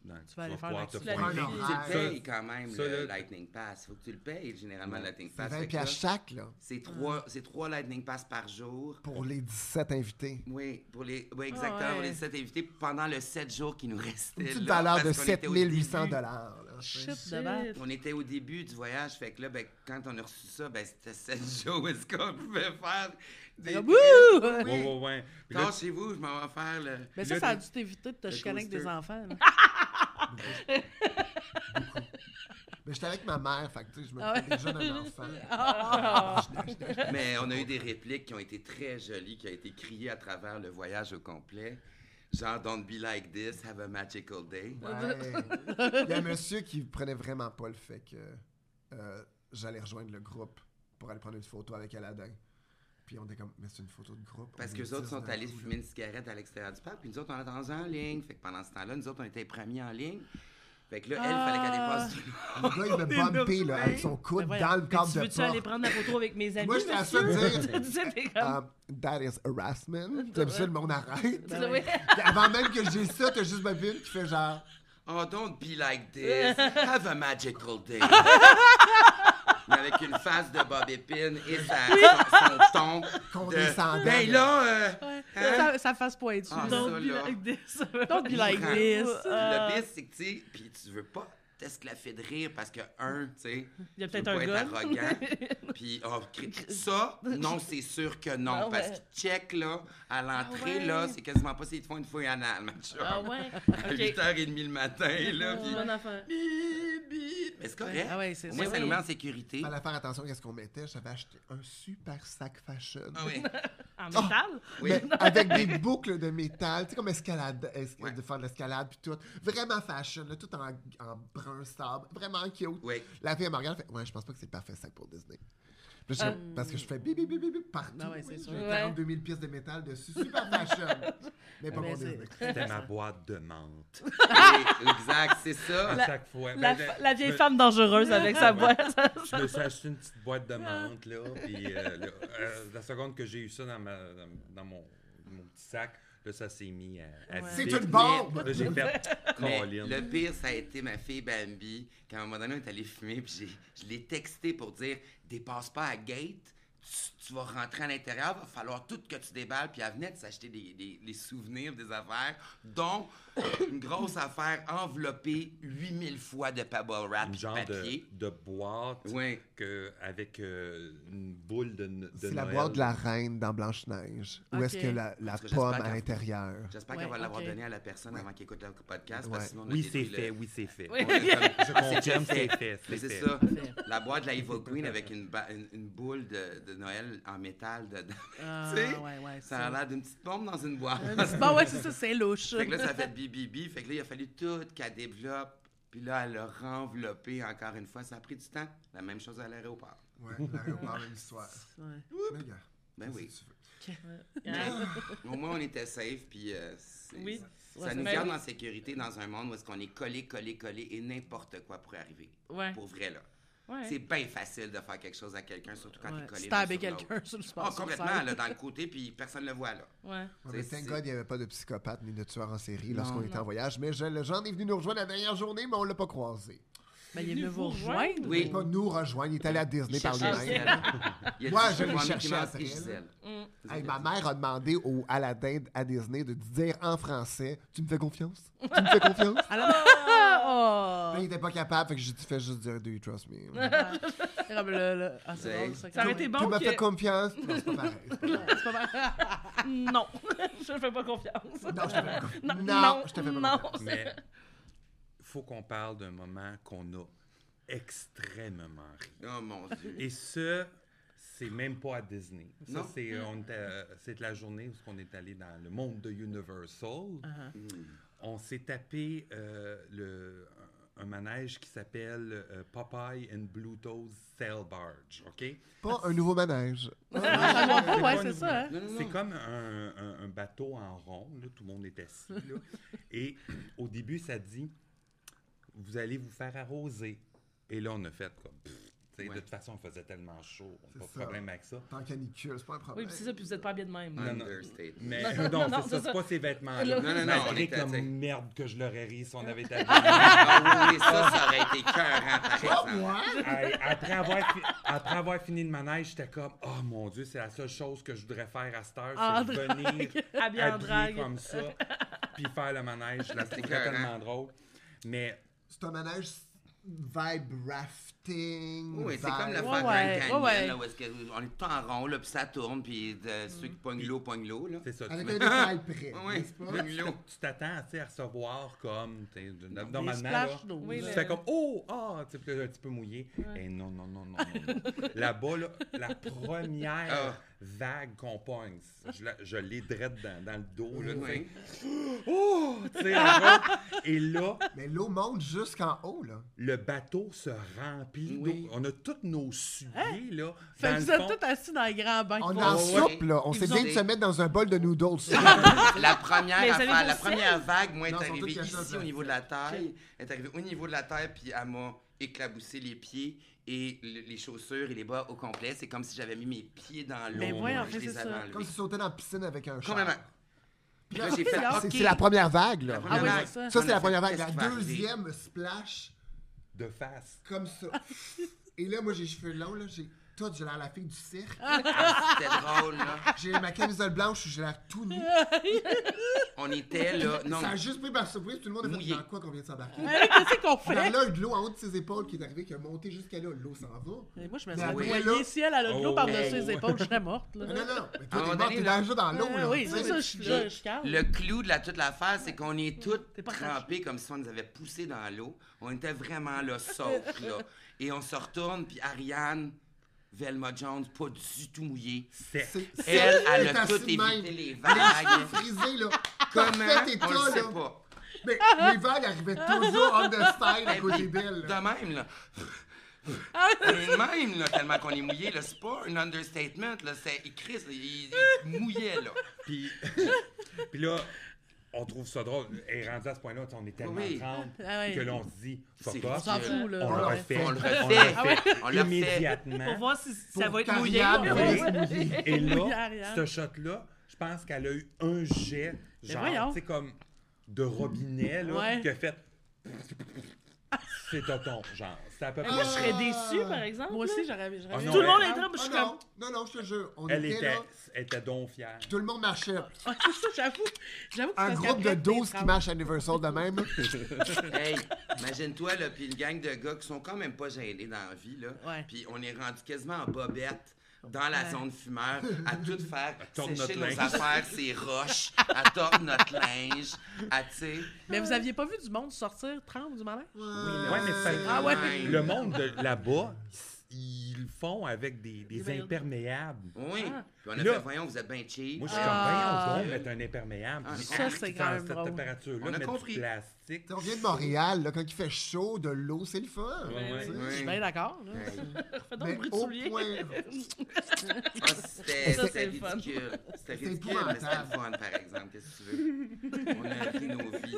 Speaker 5: dans- tu
Speaker 2: vas aller faire
Speaker 5: pouvoir te
Speaker 2: l'action.
Speaker 1: La
Speaker 5: pointer.
Speaker 4: nuit.
Speaker 3: Tu
Speaker 4: Ah,
Speaker 3: le payes quand même,
Speaker 5: ça,
Speaker 3: le
Speaker 5: là-
Speaker 3: lightning pass. Faut que tu le payes, généralement, le lightning
Speaker 4: C'est
Speaker 3: pass.
Speaker 4: 20
Speaker 3: Fait que là,
Speaker 4: pièces chaque, là,
Speaker 3: C'est trois, c'est trois lightning pass par jour.
Speaker 4: pour les 17 invités.
Speaker 3: Oui, pour les,
Speaker 1: Ah
Speaker 3: oui, exactement, pour
Speaker 2: ouais.
Speaker 3: les 7 invités pendant le 7 jours qui nous restaient.
Speaker 4: Une petite
Speaker 3: là,
Speaker 4: valeur de
Speaker 3: parce qu'on était au
Speaker 4: 7800
Speaker 3: début.
Speaker 4: dollars. là, tu sais.
Speaker 2: Shit de batte.
Speaker 3: On était au début du voyage, fait que là, ben, quand on a reçu ça, ben, c'était 7 jours. Est-ce qu'on pouvait faire des.
Speaker 2: Comme,
Speaker 3: trips?
Speaker 2: Wouh!
Speaker 5: Ouais, ouais, ouais. Puis là,
Speaker 3: Quand chez vous, je m'en vais faire le.
Speaker 2: Mais ça,
Speaker 5: Là,
Speaker 2: ça a
Speaker 5: des-
Speaker 2: dû t'éviter de te
Speaker 3: le
Speaker 2: chicaner avec des
Speaker 3: coaster.
Speaker 2: enfants. là.
Speaker 4: Mais j'étais avec ma mère, fait que tu sais, je me disais déjà d'un enfant.
Speaker 3: Ah Mais on a eu des répliques qui ont été très jolies, qui ont été criées à travers le voyage au complet. Genre, don't be like this, have a magical day.
Speaker 4: Ouais. Il y a un monsieur qui prenait vraiment pas le fait que euh, j'allais rejoindre le groupe pour aller prendre une photo avec Aladdin. Puis on était comme, mais c'est une photo de groupe.
Speaker 3: Parce
Speaker 4: on
Speaker 3: que
Speaker 4: est
Speaker 3: les autres
Speaker 4: 10
Speaker 3: sont
Speaker 4: d'un
Speaker 3: allés
Speaker 4: coup,
Speaker 3: fumer une cigarette à l'extérieur du parc, puis nous autres, on attendait en ligne. Fait que pendant ce temps-là, nous autres, on était les premiers en ligne. Fait que là, elle, fallait qu'elle
Speaker 2: Ah.
Speaker 3: dépasse tout le monde.
Speaker 4: là. Le gars, il m'a bumpé là, avec son coude
Speaker 2: Ben
Speaker 4: dans le
Speaker 1: Mais
Speaker 4: cadre
Speaker 1: tu
Speaker 4: de
Speaker 1: veux-tu aller
Speaker 4: porte.
Speaker 1: prendre la photo avec mes amis?
Speaker 4: Moi, j'étais à ça de
Speaker 1: monsieur?
Speaker 4: dire-
Speaker 1: Tu sais, t'es comme...
Speaker 4: Euh, that is harassment. T'aimes ça, le monde arrête.
Speaker 1: Ben oui.
Speaker 4: Puis avant même que j'ai ça, t'as juste ma ville qui fait genre.
Speaker 3: Oh, don't be like this. Have a magical day. Mais avec une face de Bob Épine et sa, son, son ton.
Speaker 4: Condescendant.
Speaker 3: De, ben là, euh, hein?
Speaker 2: Ça, ça fasse point dessus.
Speaker 3: Ah,
Speaker 1: Don't
Speaker 3: ça,
Speaker 1: be
Speaker 3: là.
Speaker 1: like this.
Speaker 2: Don't be like
Speaker 3: Ouvrant.
Speaker 2: this.
Speaker 1: Euh,
Speaker 3: le bis, c'est que, tu sais, puis tu veux pas t'esclaffer de rire parce que, un, tu sais,
Speaker 1: Il y a
Speaker 3: tu veux
Speaker 1: peut-être
Speaker 3: pas
Speaker 1: un
Speaker 3: être
Speaker 1: gars.
Speaker 3: arrogant. Puis, oh, cri- ça, non, c'est sûr que non.
Speaker 1: Ah
Speaker 3: Parce
Speaker 1: ouais.
Speaker 3: que check, là, à l'entrée,
Speaker 1: Ah ouais.
Speaker 3: là, c'est quasiment pas s'ils te font une fouille anale, ma chum.
Speaker 1: Ah ouais? Ah
Speaker 3: À 8h30 le matin, là, puis...
Speaker 1: Bon enfant.
Speaker 3: Bip, bip. Mais c'est correct.
Speaker 2: Ah ouais, c'est
Speaker 3: Au moins,
Speaker 2: ça.
Speaker 3: ça nous met en sécurité.
Speaker 4: Fallait faire attention à ce qu'on mettait. J'avais acheté un super sac fashion.
Speaker 3: Ah oui.
Speaker 1: En métal?
Speaker 3: Oui.
Speaker 4: Mais avec des boucles de métal, tu sais, comme escalade, es-
Speaker 3: Ouais.
Speaker 4: de faire de l'escalade, puis tout. Vraiment fashion, là, tout en, en brun sable, vraiment cute.
Speaker 3: Oui.
Speaker 4: La fille, elle me regarde, elle fait Ouais, je pense pas que c'est le parfait sac pour Disney. Puis là, je- Parce que je fais bip, bip, bip, bip, bip partout.
Speaker 2: Ah Euh, ouais, c'est
Speaker 4: oui,
Speaker 2: sûr.
Speaker 4: J'ai
Speaker 1: Ouais.
Speaker 4: 42 000 pièces de métal dessus, super fashion. Mais pas
Speaker 2: Mais
Speaker 4: pour
Speaker 2: c'est-
Speaker 4: Disney.
Speaker 5: C'était ma boîte de menthe.
Speaker 3: Oui, exact, c'est ça.
Speaker 5: À chaque fois.
Speaker 1: La,
Speaker 5: Ben,
Speaker 1: la vieille
Speaker 5: je me-
Speaker 1: femme dangereuse avec sa voix.
Speaker 5: Je me suis acheté une petite boîte de menthe, là. Puis euh, là, euh, la seconde que j'ai eu ça dans, ma- dans, dans mon, mon petit sac, là, ça s'est mis à. à
Speaker 2: Ouais.
Speaker 4: C'est
Speaker 5: vider.
Speaker 4: une bombe!
Speaker 5: Là, j'ai fait.
Speaker 3: Mais
Speaker 5: Colin.
Speaker 3: le pire, ça a été ma fille Bambi, quand à un moment donné, on est allé fumer, puis j'ai- je l'ai texté pour dire dépasse pas à gate, tu, tu vas rentrer à l'intérieur, va falloir tout que tu déballes, puis elle venait de s'acheter des, des- des souvenirs, des affaires, dont euh, une grosse affaire enveloppée 8000 fois de bubble wrap puis
Speaker 5: Une
Speaker 3: de
Speaker 5: genre de,
Speaker 3: papier.
Speaker 5: de boîte
Speaker 3: Oui.
Speaker 5: que, avec euh, une boule de, n- de
Speaker 4: C'est la
Speaker 5: Noël.
Speaker 4: boîte de la reine dans Blanche-Neige. Où est-ce
Speaker 2: Ok.
Speaker 4: que la, la
Speaker 3: Parce que
Speaker 4: pomme
Speaker 3: j'espère
Speaker 4: à
Speaker 3: qu'elle-
Speaker 4: l'intérieur?
Speaker 3: J'espère
Speaker 2: Ouais,
Speaker 3: qu'on va l'avoir
Speaker 2: ok.
Speaker 3: donné à la personne avant qu'elle écoute le podcast, parce
Speaker 4: Ouais.
Speaker 3: que sinon on a
Speaker 5: Oui, c'est
Speaker 3: détruit le-
Speaker 5: fait, oui, c'est fait.
Speaker 1: Oui.
Speaker 5: On est comme- Je
Speaker 3: Ah,
Speaker 5: confirme, c'est fait.
Speaker 3: Mais
Speaker 5: fait.
Speaker 3: c'est ça. La boîte de la Evil Queen avec une, ba- une, une boule de, de Noël en métal dedans.
Speaker 2: Ah,
Speaker 3: Tu sais,
Speaker 2: ouais, ouais,
Speaker 3: Ça a
Speaker 2: ça.
Speaker 3: l'air d'une petite bombe dans une boîte.
Speaker 2: Euh, c'est- Bon, ouais, c'est ça, c'est louche.
Speaker 3: Fait que là, ça fait bibibi. Fait que là, il a fallu tout qu'elle développe. Puis là, elle l'a renveloppé encore une fois. Ça a pris du temps. La même chose à l'aéroport.
Speaker 4: Ouais, l'aéroport, même histoire.
Speaker 2: Ouais.
Speaker 4: Mais gars,
Speaker 3: Ben
Speaker 4: qu'est-ce
Speaker 3: oui.
Speaker 4: que tu veux?
Speaker 3: Au moins, on était safe. Puis euh, c'est-
Speaker 1: Oui.
Speaker 3: ça
Speaker 2: Ouais,
Speaker 3: nous
Speaker 1: ben
Speaker 3: garde
Speaker 1: oui.
Speaker 3: en sécurité dans un monde où est-ce qu'on est collé, collé, collé et n'importe quoi pourrait arriver.
Speaker 1: Ouais.
Speaker 3: Pour vrai, là.
Speaker 1: ouais.
Speaker 3: C'est bien facile de faire quelque chose à quelqu'un, surtout quand
Speaker 2: Ouais.
Speaker 3: Ah, t'es collé.
Speaker 2: Stabber
Speaker 3: l'un sur l'autre.
Speaker 2: quelqu'un sur le sport.
Speaker 3: Ah, complètement, là, dans le côté, puis personne ne le voit, là.
Speaker 1: Ouais.
Speaker 4: Ouais, mais
Speaker 3: C'est-
Speaker 4: thank
Speaker 3: c'est-
Speaker 4: God, il n'y avait pas de psychopathe ni de tueur en série lorsqu'on
Speaker 3: Non.
Speaker 4: était en voyage. Mais je- le Jean est venu nous rejoindre la dernière journée, mais on l'a pas croisé.
Speaker 2: Ben, il est venu vous rejoindre.
Speaker 3: Oui.
Speaker 4: Il est pas nous rejoindre, il est allé à Disney par lui-même.
Speaker 3: Il y a
Speaker 4: Moi,
Speaker 3: du
Speaker 4: je l'ai
Speaker 3: Mickey
Speaker 4: cherché
Speaker 3: Mouse
Speaker 4: après,
Speaker 3: et
Speaker 4: là.
Speaker 3: Gisèle.
Speaker 1: Mm.
Speaker 4: Hey, ma mère a demandé au Aladdin à Disney de dire en français Tu me fais confiance Tu me fais confiance
Speaker 2: Ah,
Speaker 4: Là, Il
Speaker 2: oh.
Speaker 4: n'était pas capable, fait que j'ai dit Fais juste dire Do you trust me
Speaker 2: Ah, ben là, là. Ah, c'est
Speaker 3: Ouais.
Speaker 2: drôle, ça.
Speaker 1: Ça aurait
Speaker 2: quand
Speaker 1: été
Speaker 2: même.
Speaker 1: bon
Speaker 4: Tu m'as
Speaker 1: que-
Speaker 4: fait confiance Non, c'est pas pareil. c'est pas pareil.
Speaker 2: C'est pas mal.
Speaker 1: Non, je ne fais pas confiance.
Speaker 4: Non, je te fais pas confiance.
Speaker 1: Non,
Speaker 4: Non, je te fais pas
Speaker 1: non.
Speaker 4: confiance.
Speaker 5: Mais faut qu'on parle d'un moment qu'on a extrêmement ri.
Speaker 3: Oh mon Dieu.
Speaker 5: Et ce, c'est même pas à Disney. Ça,
Speaker 3: Non.
Speaker 5: c'est
Speaker 2: Mm.
Speaker 5: euh, on était, euh, c'est la journée où on est allé dans le monde de Universal.
Speaker 2: Uh-huh.
Speaker 5: Mm. On s'est tapé euh, le, un un manège qui s'appelle euh, Popeye and Bluto's Sail Barge, OK?
Speaker 4: Pas un nouveau manège. Ah,
Speaker 2: Ah, Ça va pas, ouais,
Speaker 5: pas
Speaker 2: c'est
Speaker 5: une-
Speaker 2: ça. hein.
Speaker 3: Non, non, non.
Speaker 5: C'est comme un, un- un bateau en rond, là, tout le monde est assis. là. Et au début, ça dit Vous allez vous faire arroser. Et là, on a fait comme. pff, tu sais,
Speaker 3: Ouais.
Speaker 5: De toute façon, il faisait tellement chaud, on
Speaker 4: C'est
Speaker 5: n'a pas de
Speaker 4: ça.
Speaker 5: problème avec ça.
Speaker 4: Tant canicule, c'est pas un
Speaker 1: Oui,
Speaker 4: problème.
Speaker 1: puis c'est ça, puis vous n'êtes pas bien de même.
Speaker 5: Non, non.
Speaker 3: Understatement.
Speaker 5: Mais
Speaker 1: Non, non, non,
Speaker 5: non, c'est
Speaker 1: c'est ça.
Speaker 5: ça, c'est pas ces
Speaker 1: Non,
Speaker 5: vêtements. là
Speaker 3: non, non, on
Speaker 5: Malgré
Speaker 3: était,
Speaker 5: que la
Speaker 3: tu sais.
Speaker 5: merde que je leur ai ri si on avait été
Speaker 3: Ah oui, ça, ça aurait été cœurant, par exemple.
Speaker 4: Moi
Speaker 5: Hey, après, avoir fi- après avoir fini le manège, j'étais comme Oh mon Dieu, c'est la seule chose que je voudrais faire à cette heure,
Speaker 2: En
Speaker 5: c'est venir
Speaker 1: Habillé en drague.
Speaker 5: habillé comme ça, puis faire le manège. Je la
Speaker 3: C'était
Speaker 5: trouverais tellement
Speaker 3: écœurant.
Speaker 5: drôle. Mais
Speaker 4: C'est un manège vibe rafting.
Speaker 3: Oui, c'est comme
Speaker 2: Ouais,
Speaker 4: vibe-
Speaker 3: le faire
Speaker 2: ouais,
Speaker 3: Grand Canyon,
Speaker 2: ouais, ouais.
Speaker 3: là, où est-ce que- on est tout en rond, là, puis ça tourne, puis euh, ceux qui pognent l'eau, pognent l'eau, là.
Speaker 5: Mm. c'est ça. tu
Speaker 4: Avec
Speaker 5: mets-
Speaker 4: un détail près,
Speaker 3: Oui,
Speaker 4: n'est-ce pas?
Speaker 3: pognent l'eau.
Speaker 5: tu t'attends tu sais, à recevoir comme. tu sais, de-
Speaker 2: Des
Speaker 5: Normalement, là,
Speaker 2: splashes d'eau.
Speaker 1: Oui,
Speaker 5: tu
Speaker 1: le-
Speaker 5: fais comme Oh, ah, tu sais, puis là, un petit peu mouillé. Et non, non, non, non. non, non. Là-bas, là, la première
Speaker 3: Ah.
Speaker 5: vague qu'on pogne, je, la- je l'ai drette dans, dans le dos. Là, tu sais.
Speaker 3: Oui.
Speaker 5: Oh! Tu sais, en gros. Et là,
Speaker 4: Mais l'eau monte jusqu'en haut, là.
Speaker 5: le bateau se remplit
Speaker 3: Oui.
Speaker 5: d'eau. On a tous nos souliers, là.
Speaker 2: Fait que
Speaker 5: dans
Speaker 2: vous
Speaker 5: le fond.
Speaker 2: êtes tous assis dans les grands bains.
Speaker 4: On
Speaker 2: de
Speaker 4: est
Speaker 2: bois.
Speaker 4: en
Speaker 3: ouais.
Speaker 4: soupe, là. On
Speaker 3: Ils
Speaker 4: sait
Speaker 3: vous
Speaker 4: bien
Speaker 3: ont Ah,
Speaker 4: de
Speaker 3: dit-
Speaker 4: se mettre dans un bol de noodles. ça.
Speaker 3: La première
Speaker 1: Mais vous avez
Speaker 3: affaire, la
Speaker 1: vos
Speaker 3: première vague, moi, est
Speaker 4: Non, ils sont
Speaker 3: arrivée
Speaker 4: tous cachés
Speaker 3: ici
Speaker 4: dans
Speaker 3: au
Speaker 4: un
Speaker 3: niveau de la taille. Elle est arrivée au niveau de la taille, puis elle m'a éclaboussé les pieds et le- les chaussures et les bas au complet. C'est comme si j'avais mis mes pieds dans l'eau.
Speaker 5: Mais voyons,
Speaker 3: Je
Speaker 2: mais
Speaker 3: les
Speaker 2: c'est
Speaker 3: avais
Speaker 2: ça.
Speaker 3: enlevés.
Speaker 4: Comme si tu sautais dans la piscine avec un chat.
Speaker 3: Complètement. Puis là, j'ai fait,
Speaker 2: Ah,
Speaker 4: C'est
Speaker 3: OK.
Speaker 4: c'est la première vague, là.
Speaker 3: La
Speaker 2: Ah
Speaker 3: première
Speaker 2: oui,
Speaker 3: vague.
Speaker 2: c'est ça.
Speaker 4: Ça, c'est
Speaker 3: On a
Speaker 4: la
Speaker 3: fait,
Speaker 4: première vague. La
Speaker 3: qu'est-ce qui va arriver?
Speaker 4: deuxième splash,
Speaker 5: De face.
Speaker 4: comme ça. Et là, moi, j'ai les cheveux longs, là. J'ai tout, j'ai l'air la fille du cirque.
Speaker 3: Ah, C'était drôle, là.
Speaker 4: J'ai ma camisole blanche où j'ai l'air tout nu.
Speaker 3: On était là. Non,
Speaker 4: Ça a juste pris par surprise. Tout le monde a fait
Speaker 3: Mouillé.
Speaker 4: dans quoi qu'on vient de s'embarquer.
Speaker 2: Mais là, qu'est-ce qu'on
Speaker 4: Il y
Speaker 2: fait?
Speaker 4: a de l'eau en haut de ses épaules qui est arrivée, qui a monté jusqu'à là. L'eau s'en va.
Speaker 2: Mais moi, je me
Speaker 4: Mais
Speaker 2: serais
Speaker 4: oui.
Speaker 2: noyée si elle a de l'eau
Speaker 5: Oh,
Speaker 2: par-dessus
Speaker 5: hey.
Speaker 2: ses épaules, je serais morte. Là.
Speaker 4: Non, non, non. Mais
Speaker 3: À un
Speaker 4: toi, t'es
Speaker 3: moment
Speaker 4: mort,
Speaker 3: donné,
Speaker 4: t'es
Speaker 3: là-
Speaker 4: déjà dans l'eau,
Speaker 1: Ah
Speaker 2: Ouais,
Speaker 4: là.
Speaker 2: oui,
Speaker 4: tu
Speaker 2: c'est
Speaker 4: sais.
Speaker 2: ça, je suis là, je calme.
Speaker 3: le clou de la toute l'affaire, c'est qu'on est tous
Speaker 2: T'es pas
Speaker 3: trempés comme si on nous avait poussés dans l'eau. On était vraiment là, sauf là. Et on se retourne, puis Ariane, Velma Jones, pas du tout mouillée.
Speaker 5: Sec.
Speaker 4: C'est- c'est-
Speaker 3: Elle,
Speaker 4: c'est
Speaker 3: elle a
Speaker 4: assis
Speaker 3: tout
Speaker 4: de même.
Speaker 3: évité les
Speaker 4: Les cheveux
Speaker 3: vagues.
Speaker 4: frisés, là.
Speaker 3: Comment?
Speaker 4: Parfait état,
Speaker 3: On le
Speaker 4: là.
Speaker 3: sait pas. Eh
Speaker 4: Mais les vagues arrivaient toujours on the side à
Speaker 3: Et
Speaker 4: côté
Speaker 3: puis,
Speaker 4: d'elle.
Speaker 3: De
Speaker 4: là.
Speaker 3: même, là.
Speaker 2: Ah.
Speaker 3: On est de même, là, tellement qu'on est mouillé. là. C'est pas un understatement, là. C'est écrit, là, il, il mouillait, là.
Speaker 5: Puis, puis là, on trouve ça drôle. Et rendu à ce point-là, tu sais, on est tellement
Speaker 3: Oui.
Speaker 5: trempe
Speaker 2: Ah ouais.
Speaker 5: que l'on se dit
Speaker 3: C'est
Speaker 5: Fuck
Speaker 2: On s'en
Speaker 5: off.
Speaker 2: fout, là.
Speaker 5: On le
Speaker 2: Ouais.
Speaker 5: refait.
Speaker 3: On le
Speaker 5: On le
Speaker 3: refait.
Speaker 5: refait
Speaker 3: On le refait.
Speaker 1: Pour
Speaker 5: immédiatement.
Speaker 1: voir si ça
Speaker 4: Pour
Speaker 1: va être
Speaker 4: qu'Ariane
Speaker 1: mouillé.
Speaker 4: puisse
Speaker 1: Ouais.
Speaker 4: mouiller.
Speaker 5: Et
Speaker 2: Oui,
Speaker 5: là,
Speaker 2: Ariane.
Speaker 5: ce shot-là, je pense qu'elle a eu un jet,
Speaker 2: voyons.
Speaker 5: genre, tu sais, comme de robinet, là,
Speaker 2: Ouais.
Speaker 5: qui a fait. C'est tonton, genre. C'est à peu près.
Speaker 1: Moi, je serais déçue, par exemple.
Speaker 2: Moi
Speaker 1: là.
Speaker 2: aussi, j'aurais j'aurais
Speaker 5: Ah
Speaker 2: eu-
Speaker 5: non,
Speaker 1: Tout le
Speaker 5: mais-
Speaker 1: monde est trempé, puis je
Speaker 4: Ah
Speaker 1: suis comme...
Speaker 4: non, non, non, je te jure. On
Speaker 5: Elle
Speaker 4: était,
Speaker 5: était,
Speaker 4: là.
Speaker 5: elle était donc fière.
Speaker 4: Tout le monde marchait.
Speaker 1: Ah,
Speaker 2: Ouais, c'est ça, j'avoue. J'avoue que
Speaker 4: Un
Speaker 2: parce
Speaker 4: groupe de
Speaker 2: qu'après,
Speaker 4: 12
Speaker 1: hein.
Speaker 2: t'es
Speaker 4: qui marche à Universal de même.
Speaker 3: Hey, imagine-toi, là, puis une gang de gars qui sont quand même pas gênés dans la vie, là.
Speaker 2: Ouais.
Speaker 3: Puis on est rendu quasiment en bobette dans la
Speaker 2: Ouais.
Speaker 3: zone fumeur, à tout faire,
Speaker 5: tourne
Speaker 3: sécher
Speaker 5: notre
Speaker 3: nos
Speaker 5: linge.
Speaker 3: affaires, ses roches, à tordre notre linge, à, tu sais...
Speaker 2: Mais vous aviez pas vu du monde sortir tremble du malin?
Speaker 5: Ouais, mais c'est-
Speaker 3: Ah ouais.
Speaker 5: Le monde de là-bas, s- ils le font avec des, des
Speaker 1: Des bails.
Speaker 5: imperméables.
Speaker 3: Oui.
Speaker 1: Ah.
Speaker 3: Puis on a
Speaker 5: Là-
Speaker 3: fait, voyons, vous êtes bien cheap.
Speaker 5: Moi, je suis
Speaker 2: Ah.
Speaker 5: comme, voyons, on va mettre un imperméable.
Speaker 3: Ah,
Speaker 5: Puis,
Speaker 3: ça,
Speaker 5: ah,
Speaker 2: c'est
Speaker 5: dans
Speaker 2: quand même
Speaker 5: cette
Speaker 2: drôle.
Speaker 5: température-là,
Speaker 3: On a
Speaker 5: mettre
Speaker 3: compris.
Speaker 5: du plastique.
Speaker 4: Tu sais, On vient de Montréal, là, quand il fait chaud, de l'eau, c'est le fun.
Speaker 5: Ouais,
Speaker 4: tu sais.
Speaker 2: Je
Speaker 3: ouais.
Speaker 2: suis bien d'accord. là.
Speaker 3: Ouais.
Speaker 1: Fais donc
Speaker 4: Mais
Speaker 1: le bruit de
Speaker 4: au
Speaker 1: soulier.
Speaker 4: point-
Speaker 3: Ah, c'était
Speaker 1: Ça,
Speaker 3: c'était
Speaker 1: c'est le fun.
Speaker 3: ridicule. C'était ridicule, mais
Speaker 4: épouvantable.
Speaker 3: c'était le fun, par exemple. Qu'est-ce que tu veux? On a pris nos vies.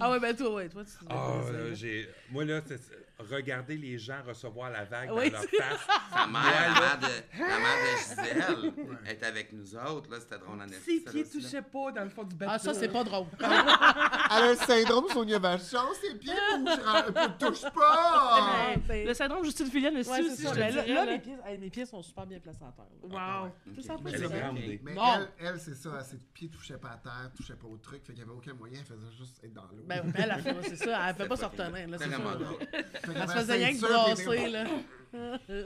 Speaker 2: Ah ouais, ben toi, ouais, toi, tu tu-
Speaker 5: Ah,
Speaker 2: tu-
Speaker 5: là,
Speaker 2: tu-
Speaker 5: j'ai. Moi, là, c'est- regarder les gens recevoir la vague
Speaker 2: Oui,
Speaker 5: dans leur
Speaker 2: c'est-
Speaker 5: face.
Speaker 3: Sa mère,
Speaker 5: Ouais,
Speaker 3: la,
Speaker 5: là.
Speaker 3: mère de, la mère de Gisèle, est avec nous autres. Là, c'était drôle en
Speaker 5: Ses
Speaker 3: esti, ça,
Speaker 5: pieds
Speaker 3: là, aussi, là.
Speaker 5: touchaient pas dans le fond du bateau.
Speaker 2: Ah, ça, c'est pas drôle.
Speaker 4: Elle a le syndrome Sonia Vachon, ses pieds bougent, euh, touche pas!
Speaker 1: Ouais,
Speaker 2: c'est-
Speaker 1: Le syndrome Justine Filienne aussi,
Speaker 2: Ouais, c'est
Speaker 1: aussi,
Speaker 2: ça,
Speaker 1: je te
Speaker 2: là,
Speaker 1: dirais,
Speaker 2: là,
Speaker 1: là.
Speaker 2: mes, pieds, hey, mes pieds sont super bien placés à terre. là.
Speaker 1: Wow.
Speaker 3: Ok.
Speaker 2: Tout ça,
Speaker 5: Elle est
Speaker 2: c'est-
Speaker 5: grande.
Speaker 4: Mais
Speaker 2: Non.
Speaker 4: elle, elle c'est ça, ses pieds touchaient pas à terre, touchaient pas au truc, fait qu'il y avait aucun moyen, elle faisait juste être dans l'eau.
Speaker 2: Ben, ben, elle, a fait- c'est ça, elle fait pas se
Speaker 3: fucking-
Speaker 2: retenir. là,
Speaker 3: c'était
Speaker 2: c'est
Speaker 3: vraiment
Speaker 2: sûr.
Speaker 3: drôle.
Speaker 4: Fait qu'il y
Speaker 2: Elle
Speaker 4: avait
Speaker 2: se faisait rien que
Speaker 4: ceinture, puis elle
Speaker 2: brasser, là.
Speaker 4: était-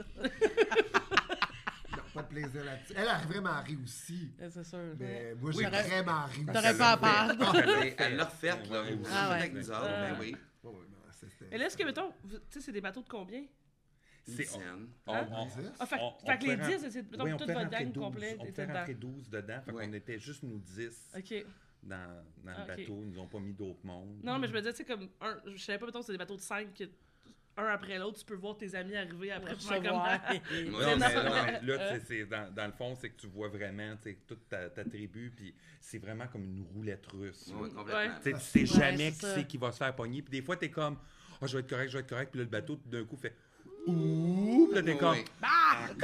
Speaker 4: Non, pas de plaisir là-dessus. Elle a vraiment ri aussi.
Speaker 2: Ouais, C'est sûr.
Speaker 4: Mais moi, j'ai
Speaker 5: Oui,
Speaker 2: t'aurais-
Speaker 4: vraiment ri aussi.
Speaker 2: t'aurais pas à part.
Speaker 3: Elle l'a fait, Elle l'a refaite, là.
Speaker 5: Ouais, ouais,
Speaker 2: Ah ouais.
Speaker 3: avec nous autres, ben oui.
Speaker 4: Ouais, ouais, non, c'était-
Speaker 1: Et là, est-ce que, mettons, vous- tu sais, c'est des bateaux de combien?
Speaker 3: Une
Speaker 5: C'est-
Speaker 3: dizaine.
Speaker 5: On,
Speaker 1: Hein?
Speaker 5: on-
Speaker 4: Dix?
Speaker 1: Ah, fait,
Speaker 5: on-
Speaker 1: fait
Speaker 5: on
Speaker 1: que les
Speaker 5: peut ren-
Speaker 1: 10, c'est mettons,
Speaker 5: oui, on
Speaker 1: toute
Speaker 5: peut
Speaker 1: votre
Speaker 5: rentrer
Speaker 1: gang
Speaker 5: 12.
Speaker 1: complète
Speaker 5: On
Speaker 1: était
Speaker 5: peut
Speaker 1: dedans.
Speaker 5: rentrer 12 dedans. Fait
Speaker 3: Ouais.
Speaker 5: qu'on était juste nous 10
Speaker 1: OK.
Speaker 5: dans, dans
Speaker 1: Ah, ok.
Speaker 5: le bateau. Ils nous ont pas mis d'autres mondes.
Speaker 2: Mm.
Speaker 1: Non, mais je me disais, tu sais, comme un, je savais pas, mettons, c'est des bateaux de 5 que, un après l'autre, tu peux voir tes amis arriver après, tu
Speaker 2: Se
Speaker 1: fais comme
Speaker 2: voir.
Speaker 1: Ah,
Speaker 5: Non,
Speaker 3: Ouais,
Speaker 5: mais,
Speaker 1: non.
Speaker 5: non, mais là,
Speaker 1: Euh.
Speaker 5: tu sais, c'est dans, dans le fond, c'est que tu vois vraiment tu sais, toute ta, ta tribu, puis c'est vraiment comme une roulette russe. là.
Speaker 3: Oui, complètement.
Speaker 5: Tu sais, tu sais
Speaker 2: Ouais,
Speaker 5: jamais
Speaker 2: c'est
Speaker 5: qui
Speaker 2: ça.
Speaker 5: c'est qui va se faire pogner. Puis des fois, t'es comme, oh, je vais être correct, je vais être correct. Puis là, le bateau, tout d'un coup, fait, ouh, Puis là, t'es
Speaker 3: Oui,
Speaker 5: comme,
Speaker 3: oui.
Speaker 5: bah,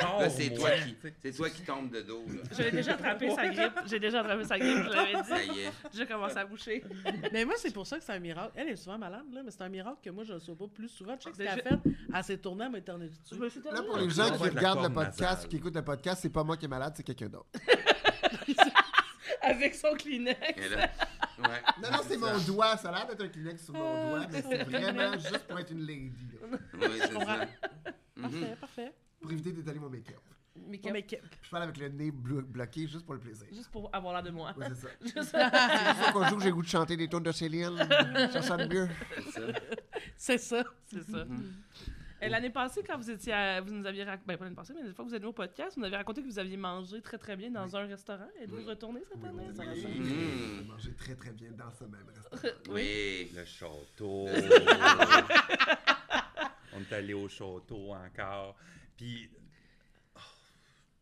Speaker 5: encore.
Speaker 3: Là, c'est
Speaker 5: moi.
Speaker 3: toi qui-
Speaker 5: Tu sais,
Speaker 3: c'est toi qui tombe de dos, là.
Speaker 1: J'avais déjà attrapé sa grippe. J'ai déjà attrapé sa grippe, je l'avais dit.
Speaker 3: Ça y est.
Speaker 1: J'ai commencé à boucher.
Speaker 2: Mais moi, c'est pour ça que c'est un miracle. Elle est souvent malade, là, mais c'est un miracle que moi, je le sois pas plus souvent. Tu sais ce qu'elle a
Speaker 1: Déjà-
Speaker 2: fait? Elle s'est tournée à m'éterner dessus.
Speaker 1: Je me suis
Speaker 4: Là,
Speaker 1: tellement-
Speaker 4: pour les
Speaker 5: On
Speaker 4: gens
Speaker 5: va
Speaker 4: qui
Speaker 5: faire de la
Speaker 4: regardent le
Speaker 5: corne
Speaker 4: podcast,
Speaker 5: nasale.
Speaker 4: qui écoutent le podcast, c'est pas moi qui est malade, c'est quelqu'un d'autre.
Speaker 1: Avec son Kleenex.
Speaker 3: Et là, ouais.
Speaker 4: Non, non, c'est mon
Speaker 3: ça.
Speaker 4: doigt. Ça a l'air d'être un Kleenex sur mon
Speaker 2: Ah,
Speaker 4: doigt, mais c'est vraiment juste pour être une lady. là.
Speaker 3: Oui, c'est
Speaker 2: comprends.
Speaker 3: ça. Mhm.
Speaker 2: Parfait, parfait.
Speaker 4: Pour éviter d'étaler mon make-up.
Speaker 1: Mais
Speaker 2: Ouais, mais que-
Speaker 4: Puis je parle avec le nez blo- bloqué juste pour le plaisir.
Speaker 1: Juste pour avoir l'air de moi.
Speaker 4: Ouais, c'est ça.
Speaker 1: Juste-
Speaker 4: C'est pour ça qu'on joue que j'ai le goût de chanter des tunes de Céline. Ça sonne mieux.
Speaker 3: C'est ça.
Speaker 2: C'est ça.
Speaker 1: C'est ça.
Speaker 4: Mm.
Speaker 3: Mhm.
Speaker 1: Et L'année passée, quand vous étiez, à- vous nous aviez raconté, ben pas l'année passée, mais une fois que vous êtes venu au podcast, vous nous avez raconté que vous aviez mangé très très bien dans un restaurant. Êtes-vous retourné cette
Speaker 4: Oui,
Speaker 1: année?
Speaker 4: oui,
Speaker 1: ça,
Speaker 4: oui.
Speaker 1: ça?
Speaker 4: J'ai mangé très très bien dans ce même restaurant.
Speaker 3: Oui.
Speaker 5: Le château. on est allé au château encore. Puis, oh,